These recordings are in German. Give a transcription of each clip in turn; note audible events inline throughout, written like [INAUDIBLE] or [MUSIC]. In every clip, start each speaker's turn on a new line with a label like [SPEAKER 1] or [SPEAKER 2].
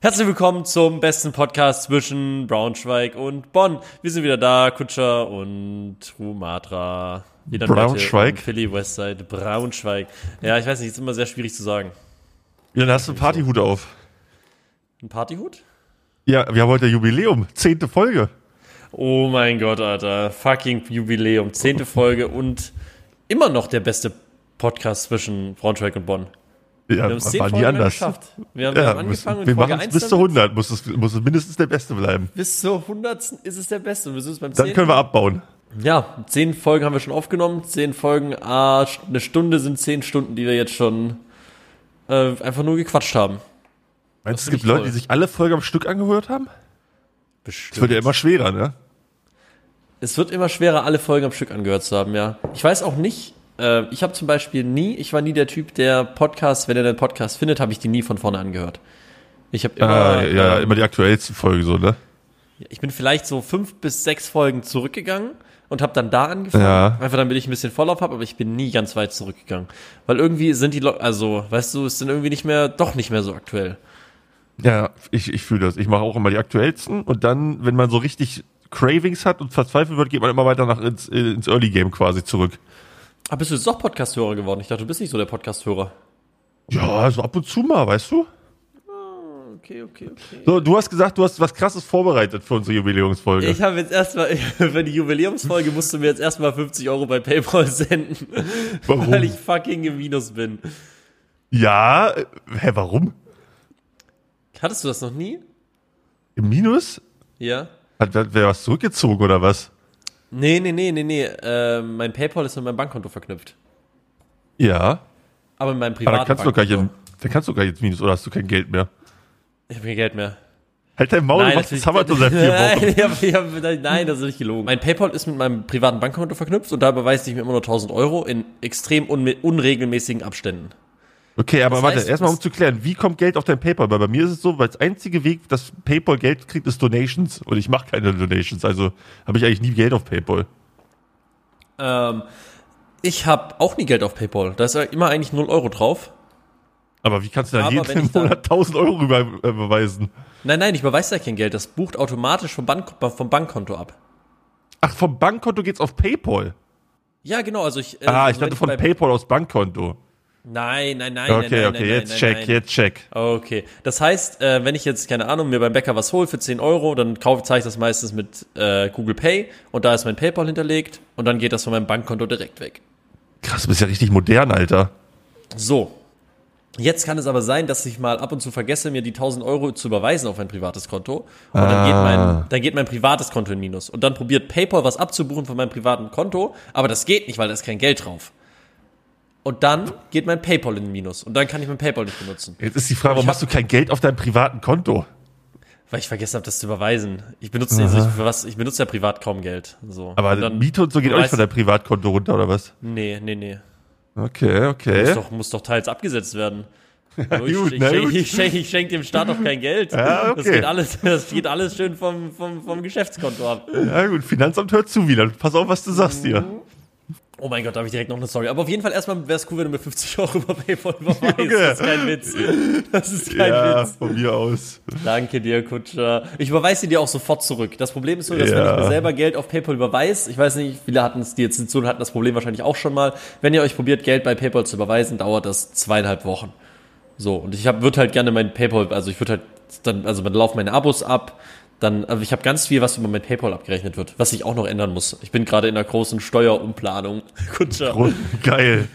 [SPEAKER 1] Herzlich willkommen zum besten Podcast zwischen Braunschweig und Bonn. Wir sind wieder da, Kutscher und Rumatra. Wieder
[SPEAKER 2] Braunschweig?
[SPEAKER 1] Philly Westside, Braunschweig. Ja, ich weiß nicht, ist immer sehr schwierig zu sagen.
[SPEAKER 2] Ja, dann hast du einen Partyhut auf.
[SPEAKER 1] Ein Partyhut?
[SPEAKER 2] Ja, wir haben heute Jubiläum, zehnte Folge.
[SPEAKER 1] Oh mein Gott, Alter. Fucking Jubiläum. Zehnte Folge und immer noch der beste Podcast zwischen Braunschweig und Bonn.
[SPEAKER 2] Ja,
[SPEAKER 1] Wir haben es zehn
[SPEAKER 2] war nie
[SPEAKER 1] Folgen
[SPEAKER 2] anders.
[SPEAKER 1] geschafft. Wir haben, wir
[SPEAKER 2] Ja,
[SPEAKER 1] haben
[SPEAKER 2] müssen,
[SPEAKER 1] angefangen
[SPEAKER 2] wir
[SPEAKER 1] mit Folge
[SPEAKER 2] machen es
[SPEAKER 1] 1
[SPEAKER 2] bis zu 100, muss es, muss es mindestens der Beste bleiben.
[SPEAKER 1] Bis zur 100. ist es der Beste. Und wir sind jetzt beim
[SPEAKER 2] Dann
[SPEAKER 1] 10..
[SPEAKER 2] können wir abbauen.
[SPEAKER 1] Ja, zehn Folgen haben wir schon aufgenommen. Zehn Folgen, ah, eine Stunde sind zehn Stunden, die wir jetzt schon äh, einfach nur gequatscht haben.
[SPEAKER 2] Meinst du, es
[SPEAKER 1] finde
[SPEAKER 2] gibt
[SPEAKER 1] ich
[SPEAKER 2] Leute,
[SPEAKER 1] toll.
[SPEAKER 2] die sich alle Folgen am Stück angehört haben? Es
[SPEAKER 1] Bestimmt.
[SPEAKER 2] wird ja immer schwerer, ne?
[SPEAKER 1] Es wird immer schwerer, alle Folgen am Stück angehört zu haben, ja. Ich weiß auch nicht, äh, ich habe zum Beispiel nie, ich war nie der Typ, der Podcast, wenn er den Podcast findet, habe ich die nie von vorne angehört. Ich habe immer,
[SPEAKER 2] Ah, ja,
[SPEAKER 1] äh,
[SPEAKER 2] immer die aktuellsten Folgen so, ne?
[SPEAKER 1] ich bin vielleicht so fünf bis sechs Folgen zurückgegangen und habe dann da angefangen.
[SPEAKER 2] Ja.
[SPEAKER 1] Einfach damit ich ein bisschen Vorlauf habe, aber ich bin nie ganz weit zurückgegangen. Weil irgendwie sind die, Lo also, weißt du, es sind irgendwie nicht mehr, doch nicht mehr so aktuell.
[SPEAKER 2] Ja, ich, ich fühle das. Ich mache auch immer die aktuellsten und dann, wenn man so richtig Cravings hat und verzweifelt wird, geht man immer weiter nach ins, äh, ins Early Game quasi zurück.
[SPEAKER 1] Ah, bist du jetzt doch Podcast-Hörer geworden? Ich dachte, du bist nicht so der Podcast-Hörer.
[SPEAKER 2] Ja, so ab und zu mal, weißt du?
[SPEAKER 1] Okay, okay, okay.
[SPEAKER 2] So, du hast gesagt, du hast was krasses vorbereitet für unsere Jubiläumsfolge.
[SPEAKER 1] Ich habe jetzt erstmal, [LAUGHS] für die Jubiläumsfolge musst du mir jetzt erstmal 50 Euro bei PayPal [LAUGHS] senden,
[SPEAKER 2] Warum?
[SPEAKER 1] weil ich fucking im Minus bin.
[SPEAKER 2] ja, äh, hä, warum?
[SPEAKER 1] Hattest du das noch nie?
[SPEAKER 2] Im Minus?
[SPEAKER 1] Ja?
[SPEAKER 2] Hat wer, wer was zurückgezogen oder was?
[SPEAKER 1] Nee, nee, nee, nee, nee. Äh, mein PayPal ist mit meinem Bankkonto verknüpft.
[SPEAKER 2] Ja.
[SPEAKER 1] Aber mit meinem
[SPEAKER 2] Aber
[SPEAKER 1] privaten
[SPEAKER 2] dann Ah, kannst du doch gar nicht,
[SPEAKER 1] Bankkonto.
[SPEAKER 2] im- dann kannst du gar nicht ins Minus oder hast du kein Geld mehr.
[SPEAKER 1] Ich habe kein Geld mehr.
[SPEAKER 2] Halt dein Maul, du machst das Hammer
[SPEAKER 1] [LAUGHS]
[SPEAKER 2] seit vier Wochen.
[SPEAKER 1] Nein, ich hab, ich hab, nein, das ist nicht gelogen. Mein PayPal ist mit meinem privaten Bankkonto verknüpft und da überweist ich mir immer nur 1000 Euro in extrem unme- unregelmäßigen Abständen.
[SPEAKER 2] Okay, aber
[SPEAKER 1] Das
[SPEAKER 2] warte,
[SPEAKER 1] heißt,
[SPEAKER 2] erstmal
[SPEAKER 1] es-
[SPEAKER 2] um zu klären, wie kommt Geld auf dein PayPal? Weil bei mir ist es so, weil das einzige Weg, dass PayPal Geld kriegt, ist Donations. Und ich mache keine Donations, also habe ich eigentlich nie Geld auf PayPal.
[SPEAKER 1] Ähm, ich habe auch nie Geld auf PayPal. Da ist ja immer eigentlich 0 Euro drauf.
[SPEAKER 2] Aber wie kannst du dann
[SPEAKER 1] Aber wenn
[SPEAKER 2] jeden
[SPEAKER 1] ich dann-
[SPEAKER 2] Monat 1000 Euro rüber äh, beweisen?
[SPEAKER 1] Nein, nein, ich überweise da kein Geld. Das bucht automatisch vom, Bank vom Bankkonto ab.
[SPEAKER 2] Ach, vom Bankkonto geht's auf PayPal.
[SPEAKER 1] Ja, genau. Also ich. äh,
[SPEAKER 2] Ah, ich
[SPEAKER 1] also wenn
[SPEAKER 2] dachte von
[SPEAKER 1] bei-
[SPEAKER 2] PayPal aus Bankkonto.
[SPEAKER 1] Nein, nein, nein. nein,
[SPEAKER 2] Okay,
[SPEAKER 1] nein,
[SPEAKER 2] okay,
[SPEAKER 1] nein,
[SPEAKER 2] jetzt
[SPEAKER 1] nein,
[SPEAKER 2] check,
[SPEAKER 1] nein.
[SPEAKER 2] jetzt check.
[SPEAKER 1] Okay. Das heißt, äh, wenn ich jetzt, keine Ahnung, mir beim Bäcker was hole für 10 Euro, dann kaufe, zahle ich das meistens mit äh, Google Pay und da ist mein PayPal hinterlegt und dann geht das von meinem Bankkonto direkt weg.
[SPEAKER 2] Krass, du bist ja richtig modern, Alter.
[SPEAKER 1] So. Jetzt kann es aber sein, dass ich mal ab und zu vergesse, mir die 1000 Euro zu überweisen auf ein privates Konto. Und dann, geht mein, dann geht mein privates Konto in Minus. Und dann probiert PayPal was abzubuchen von meinem privaten Konto. Aber das geht nicht, weil da ist kein Geld drauf. Und dann geht mein PayPal in Minus. Und dann kann ich mein PayPal nicht benutzen.
[SPEAKER 2] Jetzt ist die Frage, warum
[SPEAKER 1] Ich hab-
[SPEAKER 2] hast du kein Geld auf deinem privaten Konto?
[SPEAKER 1] Weil ich vergessen habe, das zu überweisen. Ich benutze, also ich, für was, ich benutze ja privat kaum Geld. So.
[SPEAKER 2] Aber
[SPEAKER 1] Und dann,
[SPEAKER 2] Miete und so geht auch nicht
[SPEAKER 1] weiß-
[SPEAKER 2] von deinem Privatkonto runter, oder was?
[SPEAKER 1] Nee, nee, nee.
[SPEAKER 2] Okay, okay.
[SPEAKER 1] Muss doch, muss doch teils abgesetzt
[SPEAKER 2] [LAUGHS]
[SPEAKER 1] werden. Also ich,
[SPEAKER 2] gut,
[SPEAKER 1] ich,
[SPEAKER 2] na
[SPEAKER 1] schenke-
[SPEAKER 2] gut.
[SPEAKER 1] ich, schenke, ich schenke dem Staat doch kein Geld.
[SPEAKER 2] Ja,
[SPEAKER 1] das,
[SPEAKER 2] okay.
[SPEAKER 1] geht alles, [LAUGHS] das geht alles schön vom, vom, vom Geschäftskonto ab.
[SPEAKER 2] Ja gut, Finanzamt hört zu wieder. Pass auf, was du sagst hier.
[SPEAKER 1] Oh mein Gott, da habe ich direkt noch eine Story. Aber auf jeden Fall erstmal wäre es cool, wenn du mir 50 Euro über
[SPEAKER 2] [LAUGHS]
[SPEAKER 1] PayPal überweist.
[SPEAKER 2] Junge.
[SPEAKER 1] Das ist kein Witz. Das ist [LAUGHS] kein
[SPEAKER 2] ja,
[SPEAKER 1] Witz.
[SPEAKER 2] von mir aus.
[SPEAKER 1] Danke dir, Kutscher. Ich überweise sie dir auch sofort zurück. Das Problem ist nur, dass wenn
[SPEAKER 2] Ja.
[SPEAKER 1] ich mir selber Geld auf PayPal überweise, ich weiß nicht, viele hatten es, die jetzt zuhören, hatten das Problem wahrscheinlich auch schon mal. Wenn ihr euch probiert, Geld bei PayPal zu überweisen, dauert das zweieinhalb Wochen. So, und ich würde halt gerne mein PayPal, also ich würde halt, dann, also dann laufen meine Abos ab, dann, also ich habe ganz viel, was über mein PayPal abgerechnet wird, was ich auch noch ändern muss. Ich bin gerade in einer großen Steuerumplanung. [LAUGHS] Kutscher,
[SPEAKER 2] Rund, [LAUGHS] geil.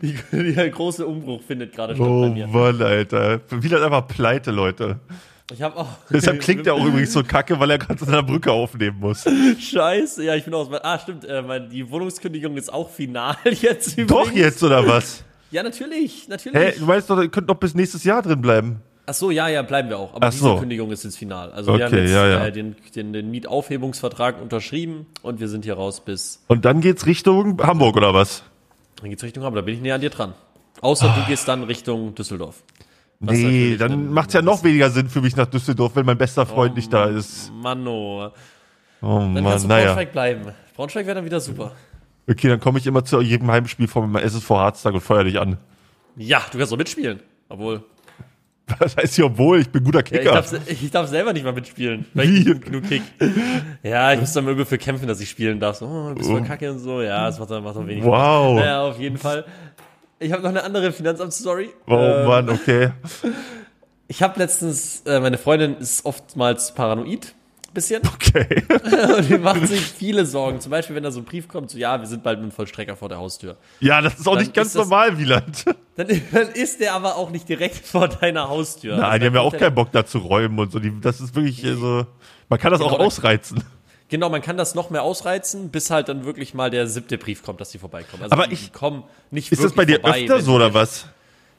[SPEAKER 1] die, der große Umbruch findet gerade statt
[SPEAKER 2] Oh
[SPEAKER 1] bei mir.
[SPEAKER 2] Mann, Alter. Wieland ist einfach pleite, Leute.
[SPEAKER 1] Ich habe auch. [LAUGHS]
[SPEAKER 2] Deshalb klingt er auch übrigens so kacke, weil er gerade an der Brücke aufnehmen muss.
[SPEAKER 1] Scheiße, ja, ich bin aus. Ah, stimmt, äh, mein, die Wohnungskündigung ist auch final [LAUGHS] jetzt. Übrigens.
[SPEAKER 2] Doch jetzt,
[SPEAKER 1] [LAUGHS]
[SPEAKER 2] oder was?
[SPEAKER 1] Ja, natürlich, natürlich.
[SPEAKER 2] Hä, du meinst doch, ihr könnt doch bis nächstes Jahr drin bleiben.
[SPEAKER 1] Ach so, ja, ja, bleiben wir auch. Aber
[SPEAKER 2] Ach
[SPEAKER 1] diese
[SPEAKER 2] so.
[SPEAKER 1] Kündigung ist jetzt final. Also wir
[SPEAKER 2] Okay,
[SPEAKER 1] haben jetzt
[SPEAKER 2] ja, ja.
[SPEAKER 1] Äh, den, den, den Mietaufhebungsvertrag unterschrieben und wir sind hier raus bis.
[SPEAKER 2] Und dann geht's Richtung Hamburg, oder was?
[SPEAKER 1] Dann geht's Richtung Hamburg, da bin ich näher an dir dran. Außer
[SPEAKER 2] Ah.
[SPEAKER 1] du gehst dann Richtung Düsseldorf. Was
[SPEAKER 2] Nee,
[SPEAKER 1] natürlich
[SPEAKER 2] dann macht's ja noch weniger Sinn für mich nach Düsseldorf, wenn mein bester Freund nicht da ist.
[SPEAKER 1] Manno.
[SPEAKER 2] Oh
[SPEAKER 1] Oh Dann
[SPEAKER 2] Mann,
[SPEAKER 1] kannst du
[SPEAKER 2] naja.
[SPEAKER 1] Braunschweig bleiben. Braunschweig wäre dann wieder super.
[SPEAKER 2] Okay, dann komme ich immer zu jedem Heimspiel vom SSV Harztag und feuer dich an. [LAUGHS]
[SPEAKER 1] Ja, du kannst doch mitspielen. Obwohl.
[SPEAKER 2] Was heißt hier obwohl? Ich bin guter
[SPEAKER 1] Ja, ich,
[SPEAKER 2] Kicker.
[SPEAKER 1] darf, ich darf selber nicht mal mitspielen, weil
[SPEAKER 2] Wie?
[SPEAKER 1] ich nicht gut genug kick. Ja, ich muss dann irgendwie für kämpfen, dass ich spielen darf. So, oh, du bist voll kacke und so. Ja, das macht dann, macht dann wenig Spaß.
[SPEAKER 2] wow.
[SPEAKER 1] Naja, auf jeden Fall. Ich habe noch eine andere Finanzamtsstory.
[SPEAKER 2] Oh
[SPEAKER 1] Ähm,
[SPEAKER 2] Mann, okay.
[SPEAKER 1] Ich habe letztens, äh, meine Freundin ist oftmals paranoid, bisschen. [LAUGHS]
[SPEAKER 2] Okay.
[SPEAKER 1] Und die macht sich viele Sorgen. Zum Beispiel, wenn da so ein Brief kommt, so, ja, wir sind bald mit dem Vollstrecker vor der Haustür.
[SPEAKER 2] Ja, das ist auch
[SPEAKER 1] Dann
[SPEAKER 2] nicht ganz
[SPEAKER 1] ist das-
[SPEAKER 2] normal, Wieland.
[SPEAKER 1] [LAUGHS] Dann, dann ist der aber auch nicht direkt vor deiner Haustür. Also
[SPEAKER 2] Nein, die haben ja auch
[SPEAKER 1] kein
[SPEAKER 2] keinen Bock da zu räumen und so. Die, das ist wirklich äh, so. Man kann das auch
[SPEAKER 1] Genau.
[SPEAKER 2] ausreizen.
[SPEAKER 1] Genau, man kann das noch mehr ausreizen, bis halt dann wirklich mal der siebte Brief kommt, dass die vorbeikommen. Also
[SPEAKER 2] Aber
[SPEAKER 1] die
[SPEAKER 2] ich-
[SPEAKER 1] kommen nicht
[SPEAKER 2] Ist
[SPEAKER 1] wirklich
[SPEAKER 2] das bei dir
[SPEAKER 1] vorbei,
[SPEAKER 2] öfter
[SPEAKER 1] wenn-
[SPEAKER 2] so oder was?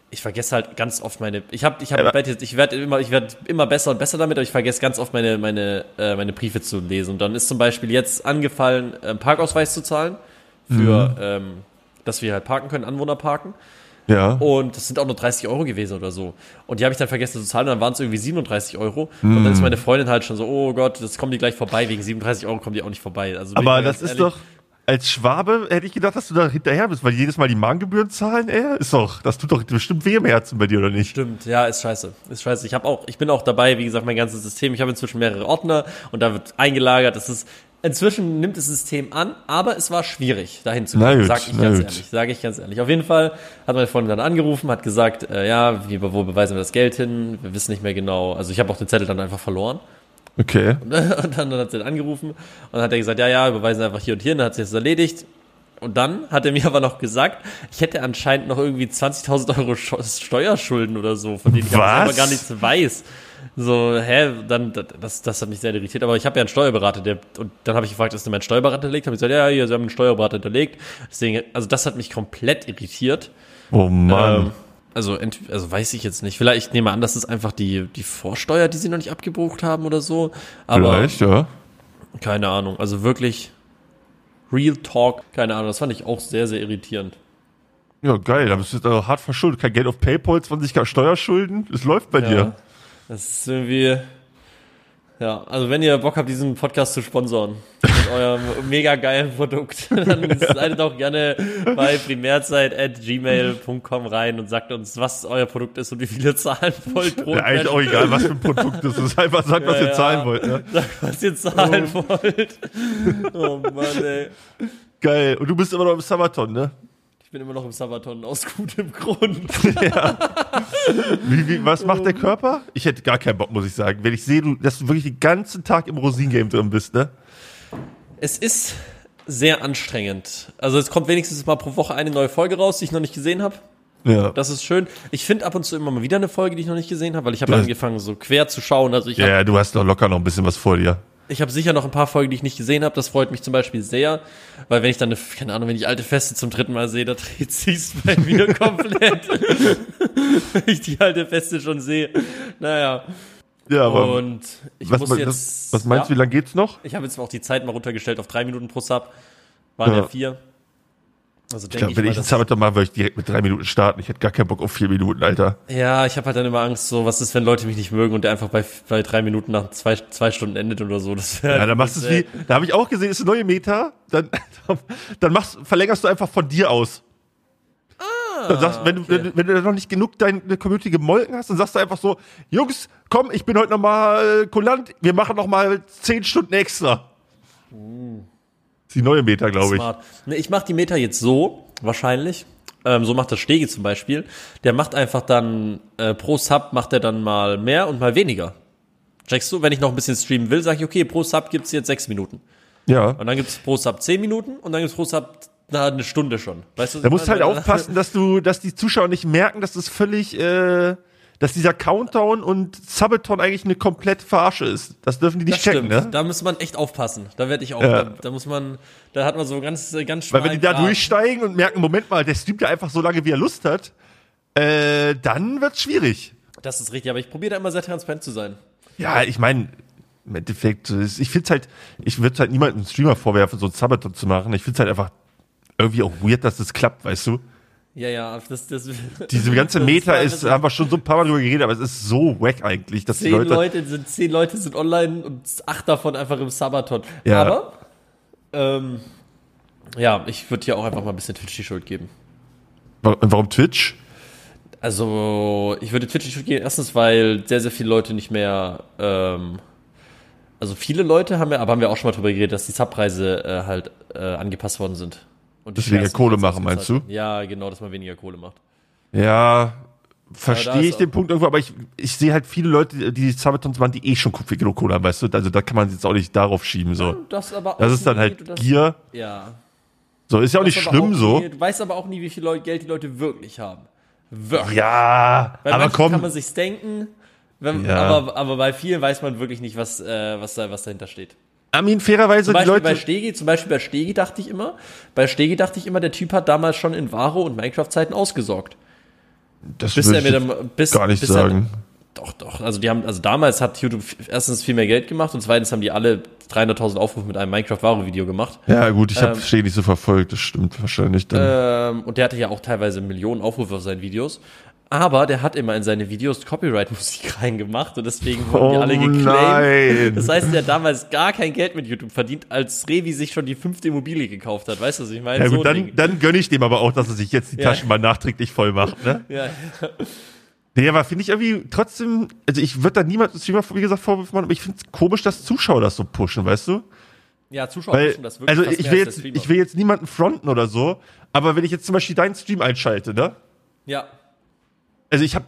[SPEAKER 1] Ich vergesse halt ganz oft meine. Ich habe, ich habe,
[SPEAKER 2] Aber-
[SPEAKER 1] ich werde immer, ich werde immer besser und besser damit, aber ich vergesse ganz oft meine, meine, äh, meine Briefe zu lesen. Und dann ist zum Beispiel jetzt angefallen, ähm, Parkausweis zu zahlen für,
[SPEAKER 2] Mhm.
[SPEAKER 1] ähm, dass wir halt parken können, Anwohner parken.
[SPEAKER 2] Ja.
[SPEAKER 1] Und das sind auch nur 30 Euro gewesen oder so. Und die habe ich dann vergessen zu zahlen und dann waren es irgendwie 37 Euro. Und
[SPEAKER 2] Hm.
[SPEAKER 1] dann ist meine Freundin halt schon so, oh Gott, das kommen die gleich vorbei. Wegen 37 Euro kommen die auch nicht vorbei. Also bin ich
[SPEAKER 2] Aber
[SPEAKER 1] mal ganz
[SPEAKER 2] das ist
[SPEAKER 1] ehrlich,
[SPEAKER 2] doch. Als Schwabe hätte ich gedacht, dass du da hinterher bist, weil jedes Mal die Mahngebühren zahlen, ey. Ist doch. Das tut doch bestimmt weh im Herzen bei dir, oder nicht?
[SPEAKER 1] Stimmt, ja, ist scheiße. Ist scheiße. Ich habe auch, ich bin auch dabei, wie gesagt, mein ganzes System. Ich habe inzwischen mehrere Ordner und da wird eingelagert. Es ist, inzwischen nimmt das System an, aber es war schwierig, dahin zu
[SPEAKER 2] Na
[SPEAKER 1] kommen.
[SPEAKER 2] gut,
[SPEAKER 1] Sag ich
[SPEAKER 2] na
[SPEAKER 1] ganz
[SPEAKER 2] gut.
[SPEAKER 1] ehrlich. Sag ich ganz ehrlich. Auf jeden Fall hat meine Freundin dann angerufen, hat gesagt, äh, ja, wie, wo beweisen wir das Geld hin? Wir wissen nicht mehr genau. Also ich habe auch den Zettel dann einfach verloren.
[SPEAKER 2] Okay.
[SPEAKER 1] Und dann, dann hat sie ihn angerufen und dann hat er gesagt, ja, ja, überweisen einfach hier und hier. Und dann hat sie das erledigt. Und dann hat er mir aber noch gesagt, ich hätte anscheinend noch irgendwie 20.000 Euro Scho- Steuerschulden oder so, von denen ich
[SPEAKER 2] Was?
[SPEAKER 1] aber selber gar nichts weiß. So, hä, dann, das, das hat mich sehr irritiert. Aber ich habe ja einen Steuerberater, der, und dann habe ich gefragt, ist denn mein Steuerberater hinterlegt? Habe ich gesagt, ja, ja, sie haben einen Steuerberater hinterlegt. Deswegen, also das hat mich komplett irritiert.
[SPEAKER 2] Oh Mann.
[SPEAKER 1] Ähm, also, ent- also weiß ich jetzt nicht. Vielleicht ich nehme an, das ist einfach die, die Vorsteuer, die sie noch nicht abgebucht haben oder so. Aber
[SPEAKER 2] Vielleicht, ja.
[SPEAKER 1] keine Ahnung. Also wirklich Real Talk. Keine Ahnung. Das fand ich auch sehr, sehr irritierend.
[SPEAKER 2] Ja, geil. Da bist du jetzt also hart verschuldet. Kein Geld auf Paypal, 20k Steuerschulden. Es läuft bei dir.
[SPEAKER 1] Das ist irgendwie. Ja, also wenn ihr Bock habt, diesen Podcast zu sponsoren mit
[SPEAKER 2] [LAUGHS]
[SPEAKER 1] eurem mega geilen Produkt, [LAUGHS] dann seid doch gerne bei primärzeit.gmail.com rein und sagt uns, was euer Produkt ist und wie viele Zahlen wollt pro
[SPEAKER 2] Ja, eigentlich auch egal, was für ein Produkt das ist. Einfach sagt, was
[SPEAKER 1] Ja,
[SPEAKER 2] ihr
[SPEAKER 1] ja.
[SPEAKER 2] zahlen wollt. Ne?
[SPEAKER 1] Sagt, was ihr zahlen wollt. Oh Mann, ey.
[SPEAKER 2] Geil. Und du bist immer noch im Sabaton,
[SPEAKER 1] [LAUGHS]
[SPEAKER 2] ne?
[SPEAKER 1] Ich bin immer noch im Sabaton aus gutem Grund.
[SPEAKER 2] Wie, wie, was macht der Körper? Ich hätte gar keinen Bock, muss ich sagen. Wenn ich sehe, du, dass du wirklich den ganzen Tag im Rosin-Game drin bist, ne?
[SPEAKER 1] Es ist sehr anstrengend. Also es kommt wenigstens mal pro Woche eine neue Folge raus, die ich noch nicht gesehen habe.
[SPEAKER 2] Ja.
[SPEAKER 1] Das ist schön. Ich finde ab und zu immer mal wieder eine Folge, die ich noch nicht gesehen habe, weil ich habe
[SPEAKER 2] Das-
[SPEAKER 1] angefangen, so quer zu schauen. Also ich
[SPEAKER 2] Ja,
[SPEAKER 1] habe
[SPEAKER 2] ja, du hast doch locker noch ein bisschen was vor dir.
[SPEAKER 1] ich habe sicher noch ein paar Folgen, die ich nicht gesehen habe. Das freut mich zum Beispiel sehr, weil wenn ich dann, eine, keine Ahnung, wenn ich alte Feste zum dritten Mal sehe, da [LAUGHS] dreht sich's bei mir komplett. [LAUGHS] wenn ich die alte Feste schon sehe. Naja.
[SPEAKER 2] Ja, aber
[SPEAKER 1] und ich
[SPEAKER 2] was,
[SPEAKER 1] muss
[SPEAKER 2] was,
[SPEAKER 1] jetzt.
[SPEAKER 2] was meinst du,
[SPEAKER 1] ja.
[SPEAKER 2] wie lange geht's noch?
[SPEAKER 1] Ich habe jetzt auch die Zeit mal runtergestellt auf drei Minuten pro Sub. Waren
[SPEAKER 2] Ja.
[SPEAKER 1] ja, vier. Also
[SPEAKER 2] Ich
[SPEAKER 1] denke
[SPEAKER 2] glaub,
[SPEAKER 1] ich,
[SPEAKER 2] wenn
[SPEAKER 1] mal,
[SPEAKER 2] ich einen
[SPEAKER 1] dass-
[SPEAKER 2] Sabaton mache, würde ich direkt mit drei Minuten starten. Ich hätte gar keinen Bock auf vier Minuten, Alter.
[SPEAKER 1] Ja, ich habe halt dann immer Angst, so was ist, wenn Leute mich nicht mögen und der einfach bei, bei drei Minuten nach zwei, zwei Stunden endet oder so. Das wär
[SPEAKER 2] Ja, dann machst du es wie, da habe ich auch gesehen, ist eine neue Meta, dann, [LAUGHS] dann machst, verlängerst du einfach von dir aus. Dann sagst, wenn, du, wenn,
[SPEAKER 1] Ah, okay.
[SPEAKER 2] du- wenn du noch nicht genug deine Community gemolken hast, dann sagst du einfach so, Jungs, komm, ich bin heute nochmal kulant, wir machen nochmal 10 Stunden extra. Ist die neue Meta, glaube ich.
[SPEAKER 1] Uh. smart. Ne, ich mache die Meta jetzt so, wahrscheinlich. Ähm, so macht das Stege zum Beispiel. Der macht einfach dann, äh, pro Sub macht er dann mal mehr und mal weniger. Checkst du, wenn ich noch ein bisschen streamen will, sage ich, okay, pro Sub gibt's jetzt sechs Minuten.
[SPEAKER 2] Ja.
[SPEAKER 1] Und dann gibt's pro Sub zehn Minuten und dann gibt's pro Sub na, eine Stunde schon. Weißt du, was
[SPEAKER 2] Da
[SPEAKER 1] ich
[SPEAKER 2] musst du halt
[SPEAKER 1] meine?
[SPEAKER 2] aufpassen, dass du, dass die Zuschauer nicht merken, dass das völlig, äh, dass dieser Countdown und Sabaton eigentlich eine komplette Verarsche ist. Das dürfen die nicht
[SPEAKER 1] Das
[SPEAKER 2] checken,
[SPEAKER 1] stimmt.
[SPEAKER 2] ne?
[SPEAKER 1] Da muss man echt aufpassen. Da werde ich auch. Da, da muss man. Da hat man so ganz, äh, ganz
[SPEAKER 2] Weil wenn die da
[SPEAKER 1] schmalen Grat.
[SPEAKER 2] durchsteigen und merken, Moment mal, der streamt ja einfach so lange, wie er Lust hat, äh, dann wird's schwierig.
[SPEAKER 1] Das ist richtig. Aber ich probiere da immer sehr transparent zu sein.
[SPEAKER 2] Ja, ich meine, im Endeffekt, äh, ich find's halt, ich würde halt niemandem einen Streamer vorwerfen, so ein Sabaton zu machen. Ich find's halt einfach irgendwie auch weird, dass das klappt, weißt du?
[SPEAKER 1] Ja, ja. Das, das.
[SPEAKER 2] Diese ganze
[SPEAKER 1] das
[SPEAKER 2] Meta
[SPEAKER 1] war-
[SPEAKER 2] ist,
[SPEAKER 1] das-
[SPEAKER 2] haben wir schon so ein paar Mal drüber geredet, aber es ist so wack eigentlich, dass
[SPEAKER 1] [LAUGHS]
[SPEAKER 2] die
[SPEAKER 1] Zehn
[SPEAKER 2] Leute,
[SPEAKER 1] Leute sind zehn Leute sind online und acht davon einfach im Sabaton.
[SPEAKER 2] Ja.
[SPEAKER 1] Aber. Ähm, ja, ich würde hier auch einfach mal ein bisschen Twitch die Schuld geben.
[SPEAKER 2] Wa- Warum Twitch?
[SPEAKER 1] Also, ich würde Twitch gehen, erstens, weil sehr, sehr viele Leute nicht mehr, ähm, also viele Leute haben ja, aber haben wir auch schon mal drüber geredet, dass die Subpreise äh, halt äh, angepasst worden sind. Und die
[SPEAKER 2] Dass weniger
[SPEAKER 1] Schmerzen-
[SPEAKER 2] Kohle machen, meinst du?
[SPEAKER 1] Ja, genau, dass man weniger Kohle macht.
[SPEAKER 2] Ja,
[SPEAKER 1] Ja, da
[SPEAKER 2] verstehe
[SPEAKER 1] ist
[SPEAKER 2] ich den
[SPEAKER 1] auch-
[SPEAKER 2] Punkt irgendwo, aber ich, ich sehe halt viele Leute, die Sabatons waren, die eh schon viel genug Kohle haben, weißt du? Also da kann man jetzt auch nicht darauf schieben, so.
[SPEAKER 1] Das, aber
[SPEAKER 2] Das
[SPEAKER 1] auch
[SPEAKER 2] ist dann
[SPEAKER 1] nie,
[SPEAKER 2] halt
[SPEAKER 1] wie du das-
[SPEAKER 2] Gier.
[SPEAKER 1] Ja.
[SPEAKER 2] So, ist ja auch nicht
[SPEAKER 1] aber
[SPEAKER 2] schlimm,
[SPEAKER 1] auch
[SPEAKER 2] so.
[SPEAKER 1] Nie, du weißt aber auch nie, wie viel Leu- Geld die Leute wirklich haben. Wirklich.
[SPEAKER 2] Ja,
[SPEAKER 1] Bei
[SPEAKER 2] aber
[SPEAKER 1] manchen kann man
[SPEAKER 2] komm,
[SPEAKER 1] sich's denken, wenn,
[SPEAKER 2] Ja.
[SPEAKER 1] aber, aber bei vielen weiß man wirklich nicht, was, äh, was, da, was dahinter steht.
[SPEAKER 2] Armin, fairerweise,
[SPEAKER 1] Zum
[SPEAKER 2] die
[SPEAKER 1] Beispiel, bei
[SPEAKER 2] Leute.
[SPEAKER 1] Stegi, zum Beispiel bei Stegi dachte ich immer, bei Stegi dachte ich immer, der Typ hat damals schon in Varo und Minecraft-Zeiten ausgesorgt.
[SPEAKER 2] Das
[SPEAKER 1] Bis
[SPEAKER 2] würde
[SPEAKER 1] er
[SPEAKER 2] ich
[SPEAKER 1] mit
[SPEAKER 2] jetzt
[SPEAKER 1] dem, bis,
[SPEAKER 2] gar nicht
[SPEAKER 1] bis er-
[SPEAKER 2] sagen.
[SPEAKER 1] doch, doch. Also die haben, also damals hat YouTube f- erstens viel mehr Geld gemacht und zweitens haben die alle 300.000 Aufrufe mit einem Minecraft-Varo-Video gemacht.
[SPEAKER 2] Ja, gut, ich habe Stegi nicht so verfolgt, das stimmt wahrscheinlich dann.
[SPEAKER 1] Ähm, und der hatte ja auch teilweise Millionen Aufrufe auf seinen Videos. Aber der hat immer in seine Videos Copyright-Musik [LAUGHS] reingemacht und deswegen wurden die
[SPEAKER 2] Oh
[SPEAKER 1] alle geclaimed.
[SPEAKER 2] nein.
[SPEAKER 1] Das heißt, der hat damals gar kein Geld mit YouTube verdient, als Revi sich schon die fünfte Immobilie gekauft hat. Weißt du, was ich meine?
[SPEAKER 2] ja,
[SPEAKER 1] So
[SPEAKER 2] gut,
[SPEAKER 1] ein Ding.
[SPEAKER 2] dann, dann gönne ich dem aber auch, dass er sich jetzt die
[SPEAKER 1] Ja.
[SPEAKER 2] Taschen mal nachträglich voll macht, ne?
[SPEAKER 1] [LAUGHS] ja.
[SPEAKER 2] Nee, aber finde ich irgendwie trotzdem, also ich würde da niemandem, Streamer, wie gesagt, Vorwürfe machen, aber ich finde es komisch, dass Zuschauer das so pushen, weißt du?
[SPEAKER 1] ja, Zuschauer
[SPEAKER 2] Weil,
[SPEAKER 1] pushen das wirklich
[SPEAKER 2] also
[SPEAKER 1] fast
[SPEAKER 2] ich
[SPEAKER 1] mehr
[SPEAKER 2] will,
[SPEAKER 1] als
[SPEAKER 2] jetzt,
[SPEAKER 1] der Streamer.
[SPEAKER 2] ich will jetzt niemanden fronten oder so, aber wenn ich jetzt zum Beispiel deinen Stream einschalte, ne?
[SPEAKER 1] ja.
[SPEAKER 2] Also ich habe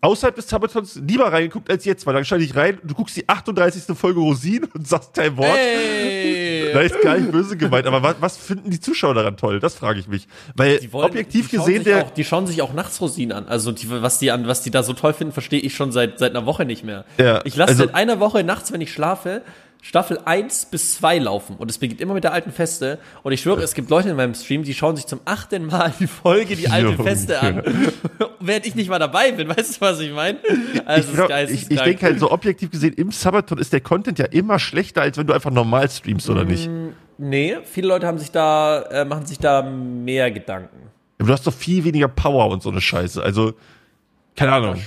[SPEAKER 2] außerhalb des Sabatons lieber reingeguckt als jetzt, weil dann schalte ich rein, du guckst die 38. Folge Rosin und sagst kein Wort.
[SPEAKER 1] Hey!
[SPEAKER 2] Da ist gar nicht böse gemeint, aber was, was finden die Zuschauer daran toll? Das frage ich mich. Weil
[SPEAKER 1] Die wollen-
[SPEAKER 2] objektiv
[SPEAKER 1] die schauen
[SPEAKER 2] gesehen,
[SPEAKER 1] sich
[SPEAKER 2] der,
[SPEAKER 1] auch, die schauen sich auch nachts Rosinen an. Also die, was die an, was die da so toll finden, verstehe ich schon seit seit einer Woche nicht mehr.
[SPEAKER 2] Ja,
[SPEAKER 1] ich lasse
[SPEAKER 2] also-
[SPEAKER 1] seit einer Woche nachts, wenn ich schlafe, Staffel 1 bis 2 laufen und es beginnt immer mit der alten Feste und ich schwöre, es gibt Leute in meinem Stream, die schauen sich zum achten Mal die Folge die alte
[SPEAKER 2] Junge.
[SPEAKER 1] Feste an. [LAUGHS] Während ich nicht mal dabei bin, weißt du, was ich meine? Also
[SPEAKER 2] ich, glaub,
[SPEAKER 1] es ist
[SPEAKER 2] ich, ich denke halt so objektiv gesehen, im Sabaton ist der Content ja immer schlechter, als wenn du einfach normal streamst, oder nicht?
[SPEAKER 1] Mm. Nee, viele Leute haben sich da äh, machen sich da mehr Gedanken.
[SPEAKER 2] Aber du hast doch viel weniger Power und so eine Scheiße. Also, keine Ahnung.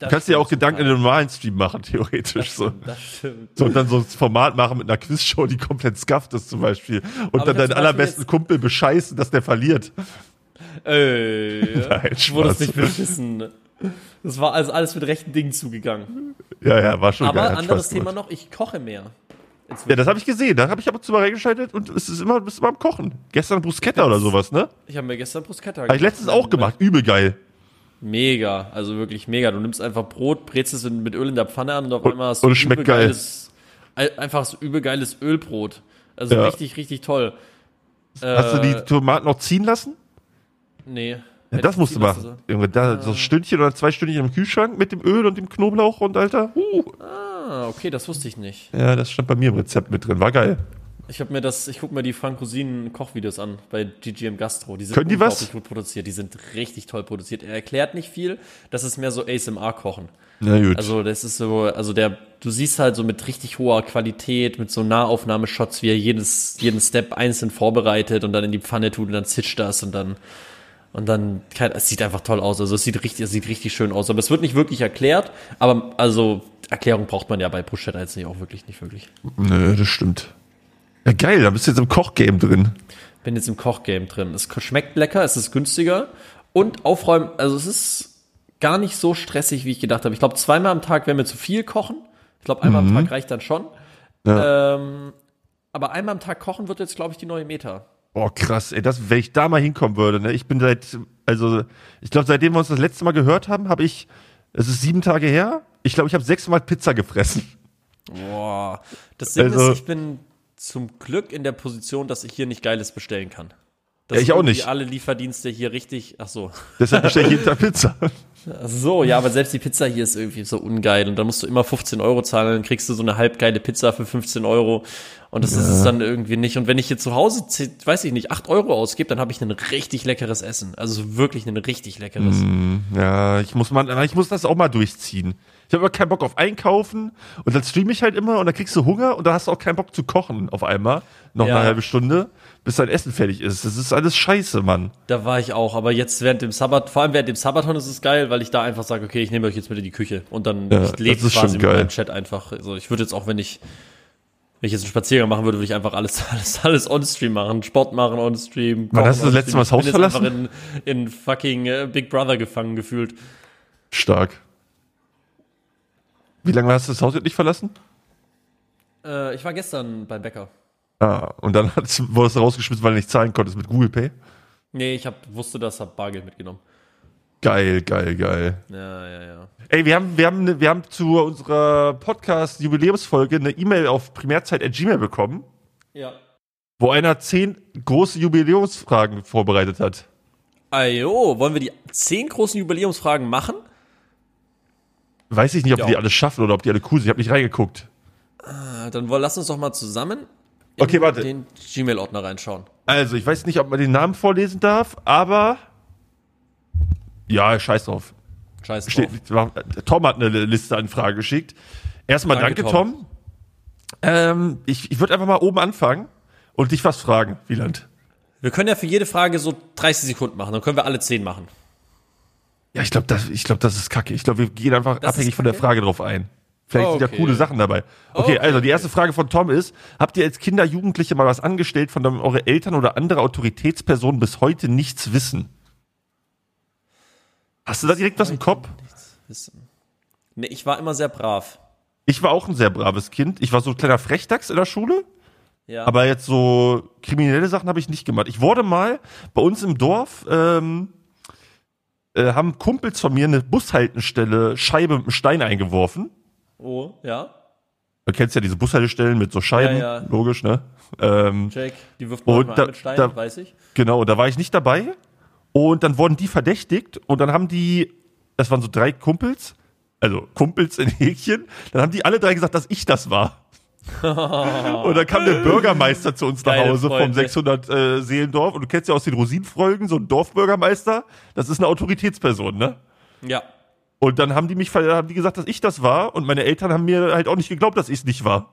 [SPEAKER 2] Du kannst dir auch Gedanken in einem normalen Stream machen, theoretisch. So.
[SPEAKER 1] Das stimmt. [LAUGHS]
[SPEAKER 2] so. Und dann so ein Format machen mit einer Quizshow, die komplett skafft ist zum Beispiel. Und
[SPEAKER 1] Aber ich
[SPEAKER 2] dann
[SPEAKER 1] hab
[SPEAKER 2] deinen
[SPEAKER 1] zum Beispiel
[SPEAKER 2] allerbesten
[SPEAKER 1] jetzt-
[SPEAKER 2] Kumpel bescheißen, dass der verliert.
[SPEAKER 1] Ey.
[SPEAKER 2] [LAUGHS] Nein,
[SPEAKER 1] Ich wurde es
[SPEAKER 2] Spaß.
[SPEAKER 1] nicht beschissen. Das war also alles mit rechten Dingen zugegangen.
[SPEAKER 2] Ja, Hm. ja, war schon
[SPEAKER 1] Aber
[SPEAKER 2] geil. hat
[SPEAKER 1] anderes
[SPEAKER 2] Spaß
[SPEAKER 1] Thema
[SPEAKER 2] gemacht.
[SPEAKER 1] noch, ich koche mehr.
[SPEAKER 2] Ja, das habe ich gesehen. Da habe ich aber zu mal reingeschaltet und es ist immer, bist immer am Kochen. Gestern Bruschetta oder sowas, ne?
[SPEAKER 1] Ich habe mir gestern Bruschetta
[SPEAKER 2] Habe ich letztens auch gemacht. Übel geil.
[SPEAKER 1] Mega, also wirklich mega. Du nimmst einfach Brot, brätst es in- mit Öl in der Pfanne an und auf einmal hast du
[SPEAKER 2] und es schmeckt geil.
[SPEAKER 1] übelgeiles- ei- einfach so übelgeiles Ölbrot. Also
[SPEAKER 2] Ja.
[SPEAKER 1] richtig, richtig toll.
[SPEAKER 2] Hast du
[SPEAKER 1] Äh,
[SPEAKER 2] die Tomaten noch ziehen lassen?
[SPEAKER 1] Nee.
[SPEAKER 2] Ja, das musst du machen. Ah. Junge, da so ein Stündchen oder zwei Stündchen im Kühlschrank mit dem Öl und dem Knoblauch und Alter. Uh.
[SPEAKER 1] Ah, okay, das wusste ich nicht.
[SPEAKER 2] Ja, das stand bei mir im Rezept mit drin. War geil.
[SPEAKER 1] Ich habe mir das, ich gucke mir die Frank Rosinen Kochvideos an bei GGM Gastro. Die sind
[SPEAKER 2] Können die was?
[SPEAKER 1] unglaublich gut produziert. Die sind richtig toll produziert. Er erklärt nicht viel. Das ist mehr so ASMR Kochen.
[SPEAKER 2] Na gut.
[SPEAKER 1] Also das ist so, also der, du siehst halt so mit richtig hoher Qualität, mit so Nahaufnahmeshots, wie er jedes, jeden Step einzeln vorbereitet und dann in die Pfanne tut und dann zischt das und dann und dann, kein- es sieht einfach toll aus. Also es sieht richtig, es sieht richtig schön aus. Aber es wird nicht wirklich erklärt. Aber also Erklärung braucht man ja bei Bruschetta jetzt nicht auch wirklich, nicht wirklich.
[SPEAKER 2] Nö, das stimmt. Ja, geil, da bist du jetzt im Kochgame drin.
[SPEAKER 1] bin jetzt im Kochgame drin. Es schmeckt lecker, es ist günstiger und aufräumen, also es ist gar nicht so stressig, wie ich gedacht habe. Ich glaube, zweimal am Tag wäre mir zu viel kochen. Ich glaube, einmal
[SPEAKER 2] Mhm.
[SPEAKER 1] am Tag reicht dann schon. Ähm, aber einmal am Tag kochen wird jetzt, glaube ich, die neue Meta.
[SPEAKER 2] Boah, krass, ey, das, wenn ich da mal hinkommen würde, ne? Ich bin seit, also, ich glaube, seitdem wir uns das letzte Mal gehört haben, habe ich, es ist sieben Tage her, ich glaube, ich habe sechsmal Pizza gefressen.
[SPEAKER 1] Boah. Das Ding
[SPEAKER 2] Also-
[SPEAKER 1] ist, ich bin zum Glück in der Position, dass ich hier nicht Geiles bestellen kann. Dass
[SPEAKER 2] Ja, ich auch
[SPEAKER 1] irgendwie
[SPEAKER 2] nicht.
[SPEAKER 1] alle Lieferdienste hier richtig, ach so.
[SPEAKER 2] Deshalb bestelle ich jeden Tag Pizza.
[SPEAKER 1] Ach so, ja, aber selbst die Pizza hier ist irgendwie so ungeil und dann musst du immer 15 Euro zahlen, dann kriegst du so eine halbgeile Pizza für 15 Euro und das ist es dann irgendwie nicht. Und wenn ich hier zu Hause, zeh- weiß ich nicht, 8 Euro ausgebe, dann habe ich ein richtig leckeres Essen. Also wirklich ein richtig leckeres.
[SPEAKER 2] Hm, Ja, ich muss mal, ich muss das auch mal durchziehen. Ich habe immer keinen Bock auf Einkaufen und dann streame ich halt immer und dann kriegst du Hunger und dann hast du auch keinen Bock zu kochen auf einmal. Noch
[SPEAKER 1] Ja.
[SPEAKER 2] eine halbe Stunde, bis dein Essen fertig ist. Das ist alles scheiße, Mann.
[SPEAKER 1] Da war ich auch, aber jetzt während dem Sabbat, vor allem während dem Sabbaton ist es geil, weil ich da einfach sage, okay, ich nehme euch jetzt mit in die Küche und dann
[SPEAKER 2] Ja,
[SPEAKER 1] ich lebe
[SPEAKER 2] das ist
[SPEAKER 1] quasi
[SPEAKER 2] schon
[SPEAKER 1] mit
[SPEAKER 2] geil.
[SPEAKER 1] meinem Chat einfach. Also ich würde jetzt auch, wenn ich Wenn ich jetzt einen Spaziergang machen würde, würde ich einfach alles, [LAUGHS] alles, alles on-stream machen. Sport machen on-stream.
[SPEAKER 2] Wann hast du
[SPEAKER 1] on-stream.
[SPEAKER 2] das letzte Mal das
[SPEAKER 1] Ich bin
[SPEAKER 2] Haus
[SPEAKER 1] jetzt
[SPEAKER 2] verlassen?
[SPEAKER 1] einfach in, in fucking äh, Big Brother gefangen gefühlt.
[SPEAKER 2] Stark. Wie lange hast du das Haus jetzt nicht verlassen?
[SPEAKER 1] Äh, ich war gestern beim Bäcker.
[SPEAKER 2] Ah, und dann [LAUGHS] hat's- wurdest du rausgeschmissen, weil du nicht zahlen konntest mit Google Pay.
[SPEAKER 1] Nee, ich hab, wusste das, hab Bargeld mitgenommen.
[SPEAKER 2] Geil, geil, geil.
[SPEAKER 1] Ja, ja, ja.
[SPEAKER 2] Ey, wir haben, wir haben, ne- wir haben zu unserer Podcast-Jubiläumsfolge eine E-Mail auf primärzeit.gmail bekommen,
[SPEAKER 1] Ja.
[SPEAKER 2] wo einer zehn große Jubiläumsfragen vorbereitet hat.
[SPEAKER 1] Ajo, wollen wir die zehn großen Jubiläumsfragen machen?
[SPEAKER 2] Weiß ich nicht, ob
[SPEAKER 1] Ja.
[SPEAKER 2] wir die alle schaffen oder ob die alle cool sind. Ich habe nicht reingeguckt.
[SPEAKER 1] Äh, Dann wollen- lass uns doch mal zusammen in
[SPEAKER 2] Okay, warte.
[SPEAKER 1] den Gmail-Ordner reinschauen.
[SPEAKER 2] Also, ich weiß nicht, ob man den Namen vorlesen darf, aber. Ja, scheiß drauf.
[SPEAKER 1] Scheiße.
[SPEAKER 2] Steht,
[SPEAKER 1] drauf.
[SPEAKER 2] Tom hat eine Liste an Fragen geschickt. Erstmal danke,
[SPEAKER 1] Danke,
[SPEAKER 2] Tom. Ähm, ich ich würde einfach mal oben anfangen und dich was fragen, Wieland.
[SPEAKER 1] Wir können ja für jede Frage so 30 Sekunden machen, dann können wir alle zehn machen.
[SPEAKER 2] Ja, ich glaube, das, ich glaub, das ist kacke. Ich glaube, wir gehen einfach
[SPEAKER 1] Das ist
[SPEAKER 2] abhängig von der
[SPEAKER 1] kacke?
[SPEAKER 2] Frage drauf ein. Vielleicht sind ja
[SPEAKER 1] Okay.
[SPEAKER 2] coole Sachen dabei. Okay,
[SPEAKER 1] Okay.
[SPEAKER 2] also die erste Frage von Tom ist: Habt ihr als Kinder, Jugendliche mal was angestellt, von dem eure Eltern oder andere Autoritätspersonen bis heute nichts wissen? Hast du da direkt was im Kopf?
[SPEAKER 1] Nichts wissen. Nee, ne, ich war immer sehr brav.
[SPEAKER 2] Ich war auch ein sehr braves Kind. Ich war so ein kleiner Frechdachs in der Schule.
[SPEAKER 1] Ja.
[SPEAKER 2] Aber jetzt so kriminelle Sachen habe ich nicht gemacht. Ich wurde mal bei uns im Dorf, ähm, äh, haben Kumpels von mir eine Bushaltenstelle Scheibe mit einem Stein eingeworfen.
[SPEAKER 1] oh, ja.
[SPEAKER 2] Du kennst ja diese Bushaltestellen mit so Scheiben,
[SPEAKER 1] Ja, ja.
[SPEAKER 2] logisch, ne? Ähm,
[SPEAKER 1] Jake, die wirft
[SPEAKER 2] Oh,
[SPEAKER 1] man
[SPEAKER 2] da-
[SPEAKER 1] da, mit Steinen,
[SPEAKER 2] da-
[SPEAKER 1] weiß ich.
[SPEAKER 2] genau, da war ich nicht dabei. Und dann wurden die verdächtigt und dann haben die, das waren so drei Kumpels, also Kumpels in Häkchen, dann haben die alle drei gesagt, dass ich
[SPEAKER 1] [LAUGHS]
[SPEAKER 2] das war. und dann kam der Bürgermeister zu uns nach
[SPEAKER 1] Geile
[SPEAKER 2] Hause vom
[SPEAKER 1] Freunde.
[SPEAKER 2] 600 äh, Seelendorf und du kennst ja aus den Rosinenfolgen so einen Dorfbürgermeister, das ist eine Autoritätsperson, ne?
[SPEAKER 1] Ja.
[SPEAKER 2] Und dann haben die mich ver- haben die gesagt, dass ich das war und meine Eltern haben mir halt auch nicht geglaubt, dass ich es nicht war.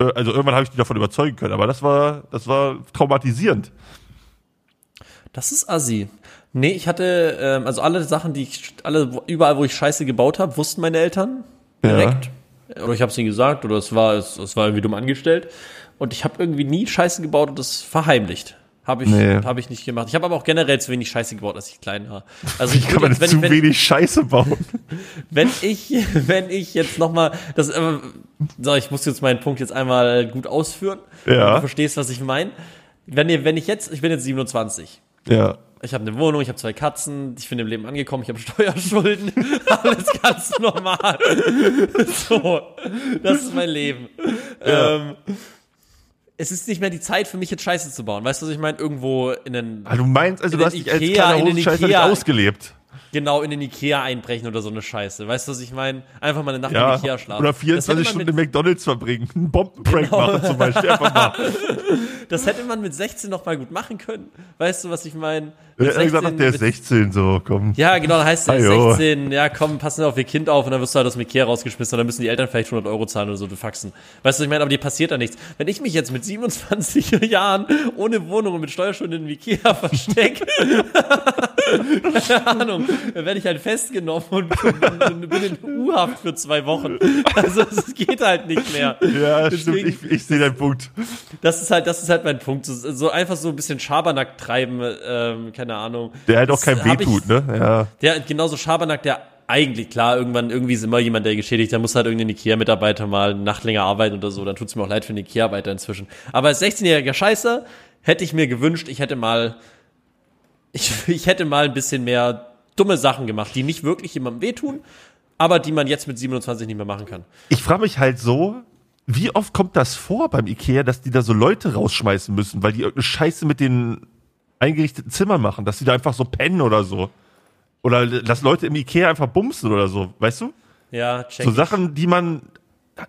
[SPEAKER 2] Äh, Also irgendwann habe ich die davon überzeugen können, aber das war das war traumatisierend.
[SPEAKER 1] Das ist assi. Nee, ich hatte, ähm, also alle Sachen, die ich, alle, wo- überall, wo ich Scheiße gebaut habe, wussten meine Eltern direkt. Oder ich habe es ihnen gesagt, oder es war, es, es war irgendwie dumm angestellt. Und ich habe irgendwie nie Scheiße gebaut und das verheimlicht. Habe ich,
[SPEAKER 2] Nee.
[SPEAKER 1] hab ich nicht gemacht. Ich habe aber auch generell zu wenig Scheiße gebaut, als ich klein war. Also
[SPEAKER 2] [LAUGHS] Ich kann man
[SPEAKER 1] jetzt,
[SPEAKER 2] zu
[SPEAKER 1] wenn,
[SPEAKER 2] wenig Scheiße bauen.
[SPEAKER 1] Wenn ich, [LAUGHS] wenn ich jetzt nochmal, das, äh, so, ich muss jetzt meinen Punkt jetzt einmal gut ausführen.
[SPEAKER 2] Ja.
[SPEAKER 1] Du verstehst, was ich meine. Wenn ihr, wenn ich jetzt, ich bin jetzt 27.
[SPEAKER 2] [LAUGHS] Ja.
[SPEAKER 1] Ich habe eine Wohnung, ich habe zwei Katzen, ich bin im Leben angekommen, ich habe [LAUGHS] Steuerschulden, alles ganz normal. [LAUGHS] so, das ist mein Leben. Ähm, es ist nicht mehr die Zeit für mich jetzt Scheiße zu bauen. Weißt du, was ich meine? Irgendwo in den
[SPEAKER 2] Ah, du meinst also,
[SPEAKER 1] In
[SPEAKER 2] du
[SPEAKER 1] den
[SPEAKER 2] hast dich als
[SPEAKER 1] Ikea,
[SPEAKER 2] kleiner
[SPEAKER 1] in den
[SPEAKER 2] Hosenscheißer nicht
[SPEAKER 1] Ikea.
[SPEAKER 2] ausgelebt.
[SPEAKER 1] genau in den Ikea einbrechen oder so eine Scheiße. Weißt du, was ich meine? Einfach mal eine Nacht
[SPEAKER 2] Ja.
[SPEAKER 1] im Ikea schlafen.
[SPEAKER 2] Oder
[SPEAKER 1] Das hätte
[SPEAKER 2] 24
[SPEAKER 1] man
[SPEAKER 2] Stunden
[SPEAKER 1] mit-
[SPEAKER 2] im McDonalds verbringen. Einen Bombenprank
[SPEAKER 1] Genau.
[SPEAKER 2] machen zum Beispiel.
[SPEAKER 1] [LAUGHS]
[SPEAKER 2] Einfach mal.
[SPEAKER 1] Das hätte man mit 16 noch mal gut machen können. Weißt du, was ich meine?
[SPEAKER 2] Er
[SPEAKER 1] Mit
[SPEAKER 2] hat gesagt, ach, der ist
[SPEAKER 1] mit,
[SPEAKER 2] 16, so, komm.
[SPEAKER 1] ja, genau, da heißt es
[SPEAKER 2] Ajo.
[SPEAKER 1] 16, ja komm, passen auf ihr Kind auf und dann wirst du halt aus dem Ikea rausgeschmissen und dann müssen die Eltern vielleicht 100 Euro zahlen oder so, du faxen. Weißt du, was ich meine, aber dir passiert da nichts. Wenn ich mich jetzt mit 27 [LAUGHS] Jahren ohne Wohnung und mit Steuerschulden in den Ikea [LAUGHS] verstecke, keine Ahnung, dann werde ich halt festgenommen und bin bin in U-Haft für zwei Wochen. Also es geht halt nicht mehr.
[SPEAKER 2] Ja,
[SPEAKER 1] Deswegen-
[SPEAKER 2] stimmt, ich, ich sehe deinen Punkt.
[SPEAKER 1] Das ist halt, das ist halt mein Punkt. So- So einfach so ein bisschen Schabernack treiben, ähm, keine Ahnung.
[SPEAKER 2] Der halt auch
[SPEAKER 1] Das
[SPEAKER 2] kein weh
[SPEAKER 1] hab ich-
[SPEAKER 2] tut, ne? Ja.
[SPEAKER 1] Der genauso Schabernack, der eigentlich, klar, irgendwann irgendwie ist immer jemand, der geschädigt, da muss halt irgendein IKEA-Mitarbeiter mal eine Nacht länger arbeiten oder so, dann tut's mir auch leid für den IKEA-Arbeiter inzwischen. Aber als 16-jähriger Scheißer hätte ich mir gewünscht, ich hätte mal, [LAUGHS] ich, ich hätte mal ein bisschen mehr dumme Sachen gemacht, die nicht wirklich jemandem wehtun, aber die man jetzt mit 27 nicht mehr machen kann.
[SPEAKER 2] Ich frage mich halt so, wie oft kommt das vor beim Ikea, dass die da so Leute rausschmeißen müssen, weil die irgendeine Scheiße mit den eingerichteten Zimmern machen, dass die da einfach so pennen oder so. Oder dass Leute im Ikea einfach bumsen oder so, weißt du?
[SPEAKER 1] Ja, check.
[SPEAKER 2] So Sachen, die man